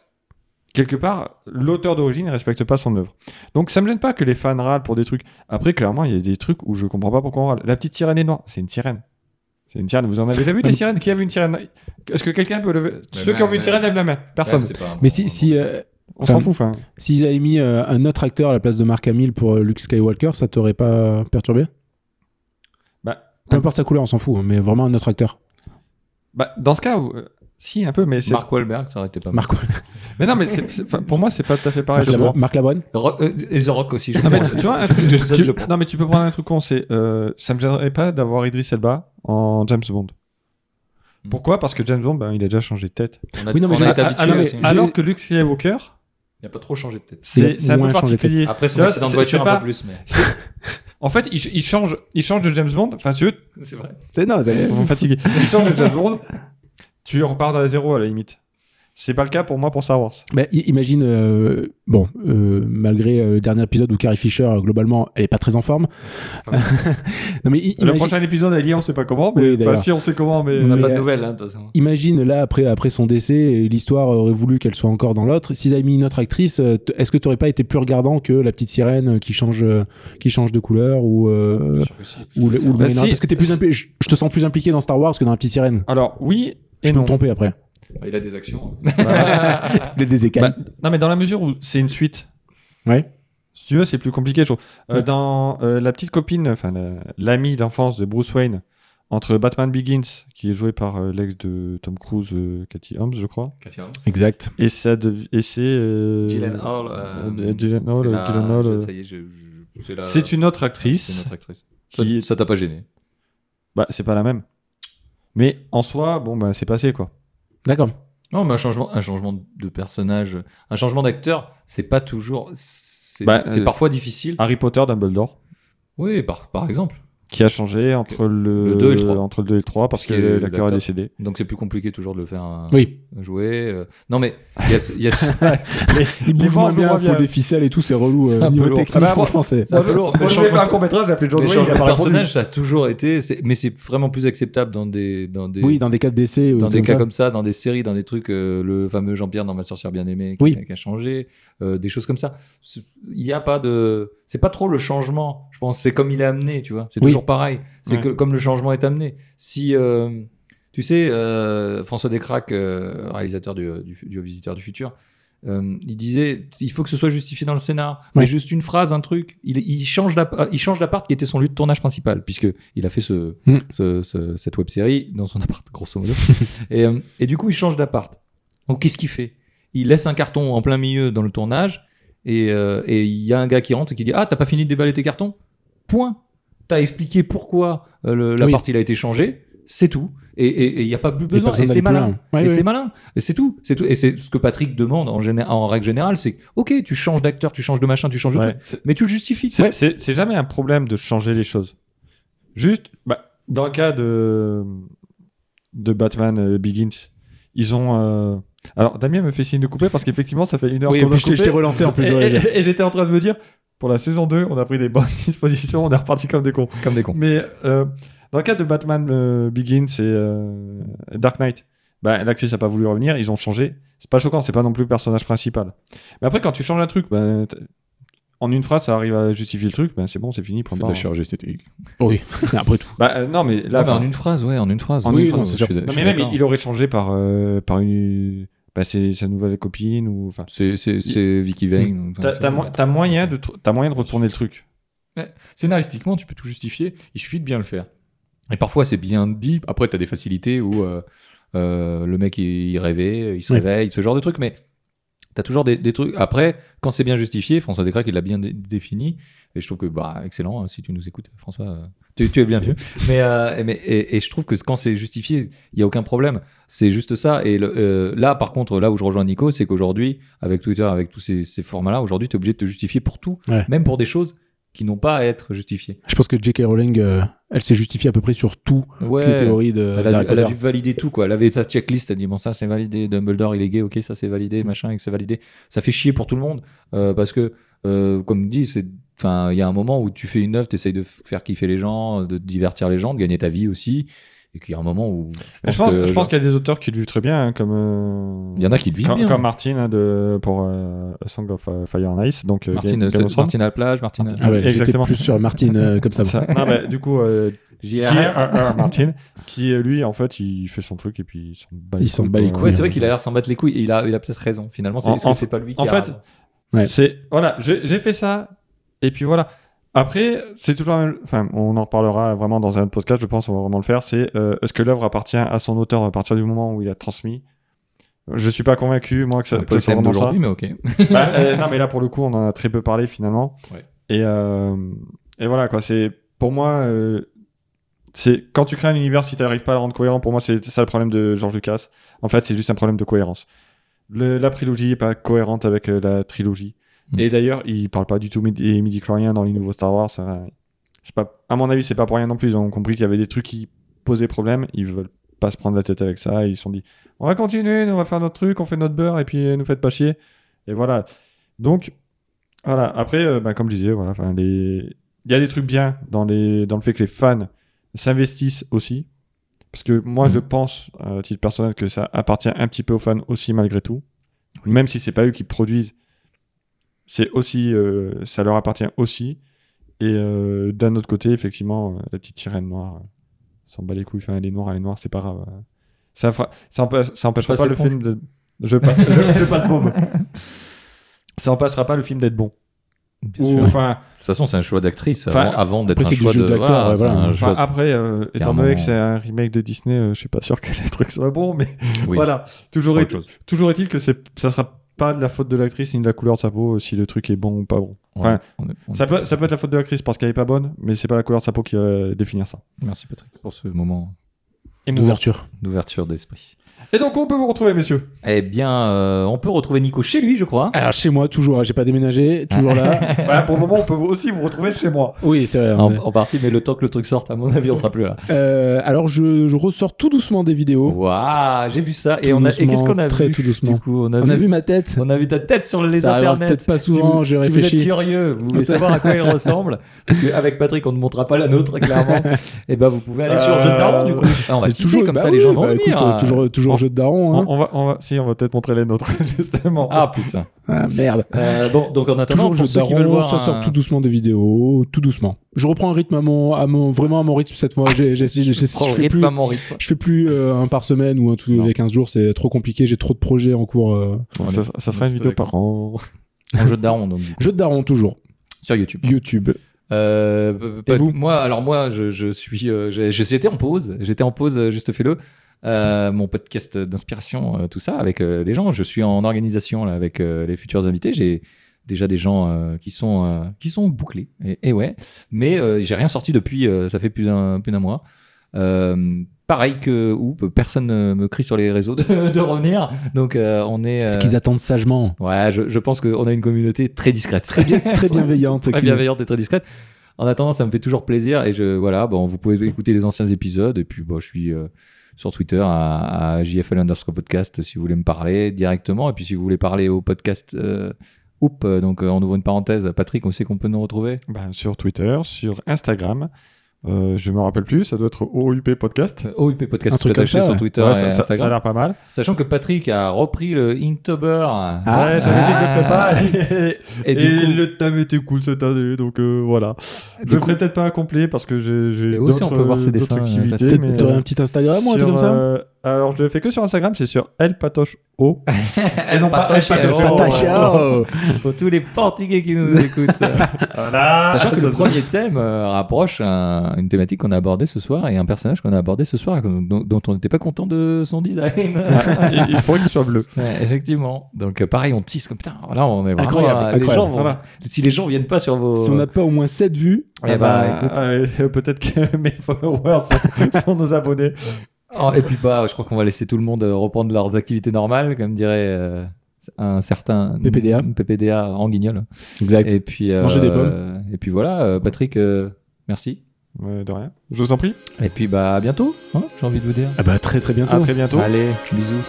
Speaker 1: quelque part, l'auteur d'origine ne respecte pas son œuvre. Donc ça me gêne pas que les fans râlent pour des trucs. Après, clairement, il y a des trucs où je comprends pas pourquoi on râle. La petite sirène est noire, c'est une sirène. C'est une sirène. Vous en avez déjà vu des
Speaker 2: mais-
Speaker 1: sirènes Qui a vu une sirène Est-ce que quelqu'un peut lever
Speaker 3: Mais
Speaker 1: Ceux qui ont
Speaker 3: mais-
Speaker 1: vu une sirène lèvent la main. Personne.
Speaker 3: Ouais, c'est pas un
Speaker 2: Mais
Speaker 3: bon-
Speaker 2: si, si, euh,
Speaker 1: on s'en
Speaker 2: enfin,
Speaker 1: fout. Enfin,
Speaker 2: S'ils avaient mis euh, un autre acteur à la place de Mark Hamill pour euh, Luke Skywalker, ça t'aurait pas euh, perturbé
Speaker 1: Bah,
Speaker 2: Peu importe sa couleur, on s'en fout, hein, mais vraiment un autre acteur.
Speaker 1: bah, dans ce cas, euh, si un peu, mais c'est.
Speaker 3: Mark Wahlberg, ça aurait été pas mal.
Speaker 2: Marc,
Speaker 1: Mais non, mais c'est- c'est- enfin, pour moi, c'est pas tout à fait pareil.
Speaker 2: Marc,
Speaker 1: je
Speaker 2: Labo-
Speaker 1: comprends.
Speaker 2: Marc Lavoine
Speaker 3: Rock- euh, et The Rock aussi. je
Speaker 1: Non, Ah, mais
Speaker 3: pense.
Speaker 1: tu- tu vois, un truc-
Speaker 3: Je- ça, je
Speaker 1: tu-
Speaker 3: le prends.
Speaker 1: non, mais tu peux prendre un truc con, c'est euh, ça me gênerait pas d'avoir Idris Elba en James Bond.
Speaker 3: Hmm.
Speaker 1: Pourquoi Parce que James Bond, ben, il a déjà changé de tête.
Speaker 3: On a-
Speaker 2: Oui, non, mais
Speaker 3: on
Speaker 2: je-
Speaker 3: a été
Speaker 2: ah,
Speaker 3: habitué
Speaker 2: ah, non, mais-
Speaker 3: aussi.
Speaker 2: J'ai-
Speaker 1: Alors que Luke Skywalker,
Speaker 3: Il a pas trop changé de tête.
Speaker 1: c'est
Speaker 2: Il a
Speaker 1: c'est un peu
Speaker 2: moins changé de tête.
Speaker 1: particulier.
Speaker 3: Après son
Speaker 1: Tu vois,
Speaker 3: accident de
Speaker 1: c'est-
Speaker 3: voiture,
Speaker 1: c'est
Speaker 3: un peu
Speaker 1: pas-
Speaker 3: plus. Mais...
Speaker 1: En fait, il, il change, il change de James Bond. Enfin, si tu veux,
Speaker 3: C'est vrai.
Speaker 2: C'est non, c'est-
Speaker 1: vous me fatiguez. Il change de James Bond. Tu repars à zéro à la limite. C'est pas le cas pour moi pour Star Wars.
Speaker 2: Bah, i- imagine, euh, bon, euh, malgré euh, le dernier épisode où Carrie Fisher, euh, globalement, elle est pas très en forme. non, mais i-
Speaker 1: Le
Speaker 2: imagine,
Speaker 1: prochain épisode, elle y est, on sait pas comment, mais
Speaker 2: Oui,
Speaker 1: enfin,
Speaker 2: d'ailleurs.
Speaker 1: si on sait comment, mais
Speaker 3: On n'a
Speaker 2: Mais,
Speaker 3: pas de
Speaker 2: euh,
Speaker 3: nouvelles, hein, de toute façon.
Speaker 2: imagine, là, après, après son décès, et l'histoire aurait voulu qu'elle soit encore dans l'autre. S'ils avaient mis une autre actrice, euh, t- est-ce que tu aurais pas été plus regardant que la petite sirène euh, qui change, euh, qui change de couleur ou, euh, ou le, ou
Speaker 1: Bah,
Speaker 2: le Moyen
Speaker 1: si,
Speaker 2: Âge Parce que t'es plus
Speaker 1: si-
Speaker 2: impli- je, je te sens plus impliqué dans Star Wars que dans la petite sirène.
Speaker 1: alors oui et
Speaker 2: Je peux
Speaker 1: non.
Speaker 2: me tromper après.
Speaker 3: Il a des actions. hein,
Speaker 2: Les des écailles.
Speaker 1: Bah, non, mais dans la mesure où c'est une suite.
Speaker 2: Ouais.
Speaker 1: Si tu veux, c'est plus compliqué, je trouve. Euh,
Speaker 2: Ouais.
Speaker 1: Dans euh, la petite copine, enfin la- l'amie d'enfance de Bruce Wayne, entre Batman Begins, qui est joué par euh, l'ex de Tom Cruise, euh, Cathy Holmes, je crois,
Speaker 3: Cathy Holmes.
Speaker 2: Exact.
Speaker 1: et, ça dev- et c'est. euh,
Speaker 3: Gyllenhaal, euh,
Speaker 1: euh, Gyllenhaal,
Speaker 3: c'est la-
Speaker 1: Gyllenhaal, euh,
Speaker 3: Ça y est, je- je- c'est la-
Speaker 1: C'est une autre
Speaker 3: c'est
Speaker 1: actrice.
Speaker 3: notre actrice. Ça-
Speaker 1: Qui...
Speaker 3: Ça t'a pas gêné
Speaker 1: Bah, c'est pas la même. Mais en soi, bon, bah, c'est passé quoi.
Speaker 2: D'accord.
Speaker 3: Non, mais un changement, un changement de personnage, un changement d'acteur, c'est pas toujours. C'est
Speaker 1: Bah,
Speaker 3: c'est
Speaker 1: euh,
Speaker 3: parfois difficile.
Speaker 1: Harry Potter, Dumbledore,
Speaker 3: Oui, par, par exemple.
Speaker 1: qui a changé entre le,
Speaker 3: Le deux et le trois.
Speaker 1: Entre le 2 et le 3 parce
Speaker 3: Parce
Speaker 1: que
Speaker 3: que
Speaker 1: l'acteur est
Speaker 3: l'acteur-
Speaker 1: décédé.
Speaker 3: Donc c'est plus compliqué toujours de le faire euh,
Speaker 2: Oui.
Speaker 3: jouer. euh. Non, mais il y a, il y a- c'est
Speaker 2: Il
Speaker 1: bouge
Speaker 2: bouge
Speaker 1: moins
Speaker 2: moins
Speaker 1: bien,
Speaker 2: bien,
Speaker 1: faut
Speaker 2: faut des ficelles et tout, c'est relou.
Speaker 3: C'est euh, un peu niveau
Speaker 2: niveau
Speaker 3: lourd. technique,
Speaker 2: technique,
Speaker 1: Ah bah, franchement,
Speaker 2: franchement, c'est.
Speaker 3: un peu lourd.
Speaker 1: Moi, je
Speaker 3: Les
Speaker 1: vais faire
Speaker 3: changements-
Speaker 1: un court métrage, j'ai appelé John
Speaker 3: les
Speaker 1: Wayne, il
Speaker 3: changements
Speaker 1: a
Speaker 3: de
Speaker 1: pas répondu.
Speaker 3: personnage, ça a toujours été. c'est- Mais c'est vraiment plus acceptable dans des dans des
Speaker 2: Oui, dans des cas de décès.
Speaker 3: dans
Speaker 2: ou
Speaker 3: des
Speaker 2: comme
Speaker 3: cas
Speaker 2: ça.
Speaker 3: comme ça, dans des séries, dans des trucs, euh, le fameux Jean-Pierre dans Ma sorcière bien aimée qui,
Speaker 2: Oui.
Speaker 3: qui a changé, euh, des choses comme ça. C'est- Il n'y a pas de, c'est pas trop le changement. Je pense c'est comme il est amené, tu vois. C'est
Speaker 2: Oui.
Speaker 3: toujours pareil. C'est
Speaker 1: Ouais.
Speaker 3: que comme le changement est amené. Si euh, tu sais, euh, François Descraques, euh, réalisateur du, du- du Visiteur du futur. euh, il disait, il faut que ce soit justifié dans le scénar, mais
Speaker 2: Ouais.
Speaker 3: juste une phrase, un truc. Il, il change l'app- il change l'appart qui était son lieu de tournage principal, puisque il a fait ce,
Speaker 2: Mm.
Speaker 3: ce- ce- cette web série dans son appart, grosso modo. Et, euh, et du coup, il change d'appart. Donc, qu'est-ce qu'il fait Il laisse un carton en plein milieu dans le tournage. Et euh, et il y a un gars qui rentre et qui dit Ah, t'as pas fini de déballer tes cartons Point. T'as expliqué pourquoi euh, le- l'appart il a été changé. C'est tout. Et- Et et il n'y a pas
Speaker 2: Il y
Speaker 3: plus
Speaker 2: a pas
Speaker 3: besoin. Et
Speaker 2: besoin
Speaker 3: c'est
Speaker 2: d'aller plus
Speaker 3: malin.
Speaker 2: loin. Ouais,
Speaker 3: et
Speaker 2: ouais.
Speaker 3: c'est malin. Et c'est tout. C'est tout. Et c'est ce que Patrick demande en, géné- en règle générale c'est Ok, tu changes d'acteur, tu changes de machin, tu changes de
Speaker 1: Ouais.
Speaker 3: truc. Mais tu le justifies.
Speaker 1: C'est- C'est c'est jamais un problème de changer les choses. Juste, bah, dans le cas de, de Batman euh, Begins, ils ont. euh, Alors, Damien me fait signe de couper parce qu'effectivement, ça fait une heure
Speaker 2: Oui,
Speaker 1: qu'on
Speaker 2: en plus,
Speaker 1: a
Speaker 2: je t'ai- je
Speaker 1: coupé.
Speaker 2: t'ai relancé en plus.
Speaker 1: Et,
Speaker 2: ouais, j'ai-
Speaker 1: et- et j'étais en train de me dire, pour la saison 2, on a pris des bonnes dispositions, on est reparti comme des cons.
Speaker 3: Comme des cons.
Speaker 1: Mais euh, dans le cas de Batman euh, Begins et euh, Dark Knight, bah, l'actrice n'a pas voulu revenir, ils ont changé. C'est pas choquant, c'est pas non plus le personnage principal. Mais après, quand tu changes un truc, bah, t- en une phrase, ça arrive à justifier le truc, bah, c'est bon, c'est fini, point barre.
Speaker 2: Oui, après tout.
Speaker 1: Bah, euh, non, mais là,
Speaker 3: Ah, bah,
Speaker 1: enfin,
Speaker 3: en une phrase, ouais, en une phrase.
Speaker 1: En
Speaker 3: Oui,
Speaker 1: une
Speaker 3: non,
Speaker 2: phrase,
Speaker 3: je
Speaker 2: c'est
Speaker 3: suis-
Speaker 2: sûr.
Speaker 3: je
Speaker 1: non,
Speaker 3: suis
Speaker 1: mais même,
Speaker 3: d'accord.
Speaker 1: il, il aurait changé par, euh, par une, bah, c'est sa nouvelle copine ou. enfin,
Speaker 3: C'est- C'est c'est Vicky Vane. donc,
Speaker 1: T'as
Speaker 3: ça,
Speaker 1: t'as
Speaker 3: ouais.
Speaker 1: mo- t'as moyen de, tr- t'as moyen de retourner le truc.
Speaker 3: Scénaristiquement, tu peux tout justifier, il suffit de bien le faire. Et parfois, c'est bien dit. Après, tu as des facilités où euh, euh, le mec, il, il rêvait, il se
Speaker 2: Oui.
Speaker 3: réveille, ce genre de truc, mais tu as toujours des, des trucs. Après, quand c'est bien justifié, François Descraques, il l'a bien dé- défini. Et je trouve que, bah, excellent, hein, si tu nous écoutes, François, euh, tu, tu es bien vieux. Mais, euh, mais- et, et je trouve que quand c'est justifié, il n'y a aucun problème. C'est juste ça. Et le- euh, là, par contre, là où je rejoins Nico, c'est qu'aujourd'hui, avec Twitter, avec tous ces, ces formats-là, aujourd'hui, tu es obligé de te justifier pour tout,
Speaker 2: Ouais.
Speaker 3: même pour des choses qui n'ont pas à être justifiées.
Speaker 2: Je pense que J.K. Rowling, euh, elle s'est justifiée à peu près sur tout.
Speaker 3: Ouais.
Speaker 2: les théories de
Speaker 3: euh, Elle a,
Speaker 2: d'Harry
Speaker 3: dû, elle a
Speaker 2: Potter.
Speaker 3: dû valider tout, quoi. Elle avait sa checklist, elle dit bon, ça c'est validé, Dumbledore il est gay, ok, ça c'est validé,
Speaker 1: Mm.
Speaker 3: machin, et que c'est validé. Ça fait chier pour tout le monde euh, parce que, euh, comme dit, c'est. Enfin, il y a un moment où tu fais une œuvre, tu essayes de f- faire kiffer les gens, de divertir les gens, de gagner ta vie aussi. Et qu'il y a un moment où.
Speaker 1: Mais Je pense,
Speaker 3: que-
Speaker 1: je pense qu'il y a des auteurs qui le vivent très bien, hein, comme. euh,
Speaker 3: Il y en a qui le vivent
Speaker 1: comme,
Speaker 3: bien.
Speaker 1: comme Martin hein, de, pour euh, A Song of euh, Fire and Ice. Donc, euh,
Speaker 3: Martine,
Speaker 1: Game- Game of
Speaker 3: c'est-
Speaker 1: Thrones.
Speaker 3: Martine à la plage, Martine.
Speaker 2: Ah ouais, j'étais
Speaker 1: Exactement.
Speaker 2: plus sur Martine euh, comme ça. moi.
Speaker 1: Ça- non, mais du coup, euh, J.R.R. Martin, qui euh, lui, en fait, il fait son truc et puis il s'en bat les
Speaker 2: Il s'en
Speaker 1: couilles,
Speaker 2: bat les
Speaker 1: quoi.
Speaker 3: Ouais,
Speaker 2: couilles.
Speaker 3: c'est vrai qu'il a l'air s'en battre les couilles et il a, il a peut-être raison. Finalement, c'est
Speaker 1: En-
Speaker 3: est-ce que
Speaker 1: en-
Speaker 3: c'est pas lui qui
Speaker 1: en
Speaker 3: a
Speaker 1: fait,
Speaker 3: raison
Speaker 2: Ouais.
Speaker 1: C'est voilà, j'ai j'ai fait ça et puis voilà. Après, c'est toujours, la même- enfin, on en reparlera vraiment dans un autre podcast, je pense, on va vraiment le faire. C'est euh, est-ce que l'œuvre appartient à son auteur à partir du moment où il a transmis Je suis pas convaincu, moi, que
Speaker 3: C'est
Speaker 1: ça,
Speaker 3: un
Speaker 1: que
Speaker 3: peu
Speaker 1: ça
Speaker 3: le
Speaker 1: soit
Speaker 3: thème
Speaker 1: vraiment ça.
Speaker 3: d'aujourd'hui, mais ok.
Speaker 1: Bah, euh, non, mais là, pour le coup, on en a très peu parlé finalement.
Speaker 3: Ouais.
Speaker 1: Et, euh, et voilà, quoi. C'est pour moi, euh, c'est quand tu crées un univers, si tu n'arrives pas à le rendre cohérent, pour moi, c'est ça le problème de George Lucas. En fait, c'est juste un problème de cohérence. Le- la prélogie n'est pas cohérente avec euh, la trilogie.
Speaker 3: Mm.
Speaker 1: Et d'ailleurs, il parle pas du tout midi, midi chlorien dans les nouveaux Star Wars. ça- c'est pas, à mon avis, c'est pas pour rien non plus. Ils ont compris qu'il y avait des trucs qui posaient problème. Ils veulent pas se prendre la tête avec ça. Ils se sont dit, on va continuer, nous, on va faire notre truc, on fait notre beurre et puis euh, nous faites pas chier. Et voilà. Donc, voilà. Après, euh, bah, comme je disais, voilà, enfin, les... il y a des trucs bien dans, les... dans le fait que les fans s'investissent aussi. Parce que moi,
Speaker 3: Mhm.
Speaker 1: je pense, euh, à titre personnel, que ça appartient un petit peu aux fans aussi, malgré tout. Même si c'est pas eux qui produisent, c'est aussi, euh, ça leur appartient aussi. Et euh, d'un autre côté, effectivement, euh, la petite sirène noire, euh, s'en bat les couilles. Enfin, elle est noire, elle est noire, c'est pas grave. euh. Ça, fera- ça, empê- ça empêchera
Speaker 3: passe
Speaker 1: pas le
Speaker 3: l'éponge.
Speaker 1: film de. Je passe, je, je passe bombe. Ça empêchera pas le film d'être bon.
Speaker 3: Bien
Speaker 1: Ou,
Speaker 3: sûr.
Speaker 1: enfin,
Speaker 3: De toute façon, c'est un choix d'actrice
Speaker 1: Enfin,
Speaker 3: avant, avant d'être
Speaker 2: après,
Speaker 3: un
Speaker 2: c'est du
Speaker 3: choix
Speaker 2: jeu
Speaker 3: de. Ah,
Speaker 2: d'acteur, ouais,
Speaker 3: c'est
Speaker 2: voilà.
Speaker 3: un
Speaker 1: enfin,
Speaker 3: choix-
Speaker 1: après, euh,
Speaker 3: y a un
Speaker 1: étant donné
Speaker 3: moment-
Speaker 1: que c'est un remake de Disney, euh, je suis pas sûr que les trucs soient bons, mais
Speaker 3: oui,
Speaker 1: voilà.
Speaker 3: c'est
Speaker 1: Toujours,
Speaker 3: autre
Speaker 1: est,
Speaker 3: chose.
Speaker 1: toujours est-il que c'est, ça sera pas de la faute de l'actrice ni de la couleur de sa peau euh, si le truc est bon ou pas bon. Enfin,
Speaker 3: On est- on est-
Speaker 1: ça, peut, ça peut être la faute de l'actrice parce qu'elle est pas bonne, mais c'est pas la couleur de sa peau qui va définir ça.
Speaker 3: Merci Patrick pour ce moment
Speaker 2: D'ouverture.
Speaker 3: d'ouverture d'esprit.
Speaker 1: Et donc, on peut vous retrouver, messieurs.
Speaker 3: Eh bien, euh, on peut retrouver Nico chez lui, je crois.
Speaker 2: Alors chez moi toujours, hein, j'ai pas déménagé, toujours là.
Speaker 1: Voilà, pour le moment, on peut vous- aussi vous retrouver chez moi.
Speaker 2: Oui, c'est vrai. hein,
Speaker 3: En,
Speaker 2: mais-
Speaker 3: en partie, mais le temps que le truc sorte, à mon avis, on sera plus là.
Speaker 2: Euh, alors je, je ressors tout doucement des vidéos.
Speaker 3: Waouh, Ah, j'ai vu ça. Et,
Speaker 2: Tout
Speaker 3: on a, et
Speaker 2: doucement,
Speaker 3: qu'est-ce qu'on a
Speaker 2: très
Speaker 3: vu
Speaker 2: tout doucement.
Speaker 3: Du coup, on a,
Speaker 2: On
Speaker 3: vu,
Speaker 2: a vu ma tête.
Speaker 3: on a vu ta tête sur les
Speaker 2: Ça arrivera
Speaker 3: internets.
Speaker 2: peut-être pas
Speaker 3: Si
Speaker 2: souvent,
Speaker 3: vous-
Speaker 2: je
Speaker 3: si vous
Speaker 2: réfléchis.
Speaker 3: êtes curieux, vous voulez savoir à quoi elle ressemble, parce qu'avec Patrick, on ne montrera pas la nôtre, clairement. Et ben, vous pouvez aller sur
Speaker 1: Euh,
Speaker 3: Jeux de Daron, du coup. Ah, on va
Speaker 2: Mais
Speaker 3: tisser comme
Speaker 2: bah
Speaker 3: ça, les
Speaker 2: oui,
Speaker 3: gens vont
Speaker 2: bah,
Speaker 3: venir.
Speaker 2: écoute, euh, toujours toujours
Speaker 1: on-
Speaker 2: jeu de daron. hein.
Speaker 1: On, on va, on va, si, on va peut-être montrer les nôtres, justement.
Speaker 3: Ah putain.
Speaker 2: Ah, merde.
Speaker 3: Euh, bon, donc en attendant,
Speaker 2: Toujours
Speaker 3: pour
Speaker 2: jeu de
Speaker 3: ceux qui veulent
Speaker 2: daron,
Speaker 3: voir,
Speaker 2: ça sort
Speaker 3: un-
Speaker 2: tout doucement des vidéos, tout doucement. Je reprends un rythme à mon, à mon vraiment à mon rythme cette fois. J'ai- j'ai- j'ai- j'ai- je
Speaker 3: Prends le
Speaker 2: fais
Speaker 3: rythme,
Speaker 2: plus,
Speaker 3: pas mon rythme.
Speaker 2: je fais plus euh, un par semaine ou un tous
Speaker 3: Non.
Speaker 2: les 15 jours, c'est trop compliqué. J'ai trop de projets en cours. euh.
Speaker 1: Donc, ça, ça sera une vidéo par an.
Speaker 3: Un jeu de daron, donc, du coup,
Speaker 2: Jeu de daron toujours.
Speaker 3: sur YouTube.
Speaker 2: YouTube.
Speaker 3: Euh,
Speaker 2: Et
Speaker 3: pas-
Speaker 2: vous
Speaker 3: moi, alors moi, je, je suis, euh, j'ai- j'ai- j'étais en pause, j'étais en pause, euh, juste fais-le. Euh, mon podcast d'inspiration, euh, tout ça, avec euh, des gens. Je suis en organisation là, avec euh, les futurs invités. J'ai déjà des gens euh, qui sont euh, qui sont bouclés. Et, et ouais, mais euh, j'ai rien sorti depuis. euh, ça fait plus d'un plus d'un mois. Euh, pareil que Oup, personne ne me crie sur les réseaux de, de revenir. Donc euh, on est.
Speaker 2: C'est
Speaker 3: euh,
Speaker 2: qu'ils attendent sagement.
Speaker 3: Ouais, je, je pense qu'on a une communauté très discrète. Très bien,
Speaker 2: Très bienveillante.
Speaker 3: très bienveillante et très discrète. En attendant, ça me fait toujours plaisir et je voilà, bon, vous pouvez écouter les anciens épisodes et puis bon, je suis euh, sur Twitter à, à JFL underscore podcast si vous voulez me parler directement et puis si vous voulez parler au podcast euh, Oup, euh, donc euh, on ouvre une parenthèse, Patrick, on sait qu'on peut nous retrouver.
Speaker 1: Ben, sur Twitter, sur Instagram. Euh, je me rappelle plus, ça doit être OUP Podcast.
Speaker 3: Euh, OUP podcast
Speaker 2: Un truc
Speaker 3: tout attaché
Speaker 2: comme ça,
Speaker 3: sur
Speaker 2: ouais.
Speaker 3: Twitter
Speaker 1: Ouais,
Speaker 3: et
Speaker 1: ça, ça- ça a
Speaker 3: Instagram.
Speaker 1: l'air pas mal.
Speaker 3: Sachant que Patrick a repris le Inktober.
Speaker 2: Ah,
Speaker 1: ouais, j'avais dit que je le ferais pas. Et,
Speaker 3: et, du coup,
Speaker 1: le thème était cool cette année, donc euh, voilà.
Speaker 3: du
Speaker 1: je le
Speaker 3: coup-
Speaker 1: ferai peut-être pas accompli parce que j'ai j'ai
Speaker 3: Et aussi,
Speaker 1: d'autres
Speaker 3: on peut voir ses
Speaker 1: d'autres
Speaker 3: dessins, euh,
Speaker 1: activités.
Speaker 3: Patrick.
Speaker 1: mais,
Speaker 2: T'aurais
Speaker 1: euh,
Speaker 2: un petit Instagram ou
Speaker 1: sur,
Speaker 2: un truc comme ça
Speaker 1: euh, alors, je le fais que sur Instagram, c'est sur El Patoche O.
Speaker 3: Elle
Speaker 1: non, pas-
Speaker 3: partage
Speaker 1: elle
Speaker 3: chez
Speaker 1: partage
Speaker 3: elle.
Speaker 1: partage chez
Speaker 2: Patachao
Speaker 3: oh, Pour tous les Portugais qui nous écoutent.
Speaker 1: Voilà.
Speaker 3: Sachant que le
Speaker 1: Ah, Ça, ça-
Speaker 3: premier thème euh, rapproche un- une thématique qu'on a abordée ce soir et un personnage qu'on a abordé ce soir dont, dont on n'était pas content de son design.
Speaker 1: il, il faudrait qu'il soit bleu.
Speaker 3: Ouais, effectivement. Donc euh, pareil, on tisse comme putain. Là, on est vraiment.
Speaker 2: Incroyable,
Speaker 3: euh, les
Speaker 2: incroyable.
Speaker 3: gens vont-
Speaker 1: Voilà.
Speaker 3: Si les gens viennent pas sur vos.
Speaker 2: Si on n'a pas au moins 7 vues,
Speaker 3: Eh
Speaker 1: Ah
Speaker 3: bah,
Speaker 1: bah,
Speaker 3: écoute.
Speaker 1: euh, Peut-être que mes followers sont, sont nos abonnés.
Speaker 3: Oh, et puis bah, je crois qu'on va laisser tout le monde euh, reprendre leurs activités normales, comme dirait euh, un certain
Speaker 2: PPDA.
Speaker 3: PPDA en guignol.
Speaker 2: exact.
Speaker 3: Et puis. euh,
Speaker 2: Manger des
Speaker 3: Et puis voilà, euh, Patrick, euh, merci.
Speaker 1: Euh, de rien. Je vous en prie.
Speaker 3: Et puis bah à bientôt. hein, J'ai envie de vous dire.
Speaker 2: Ah bah très très bientôt.
Speaker 1: À très bientôt.
Speaker 3: Allez, bisous.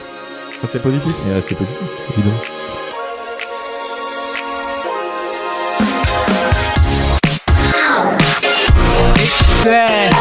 Speaker 1: C'est positif.
Speaker 3: Et restez positifs.
Speaker 2: Évidemment.
Speaker 4: bad.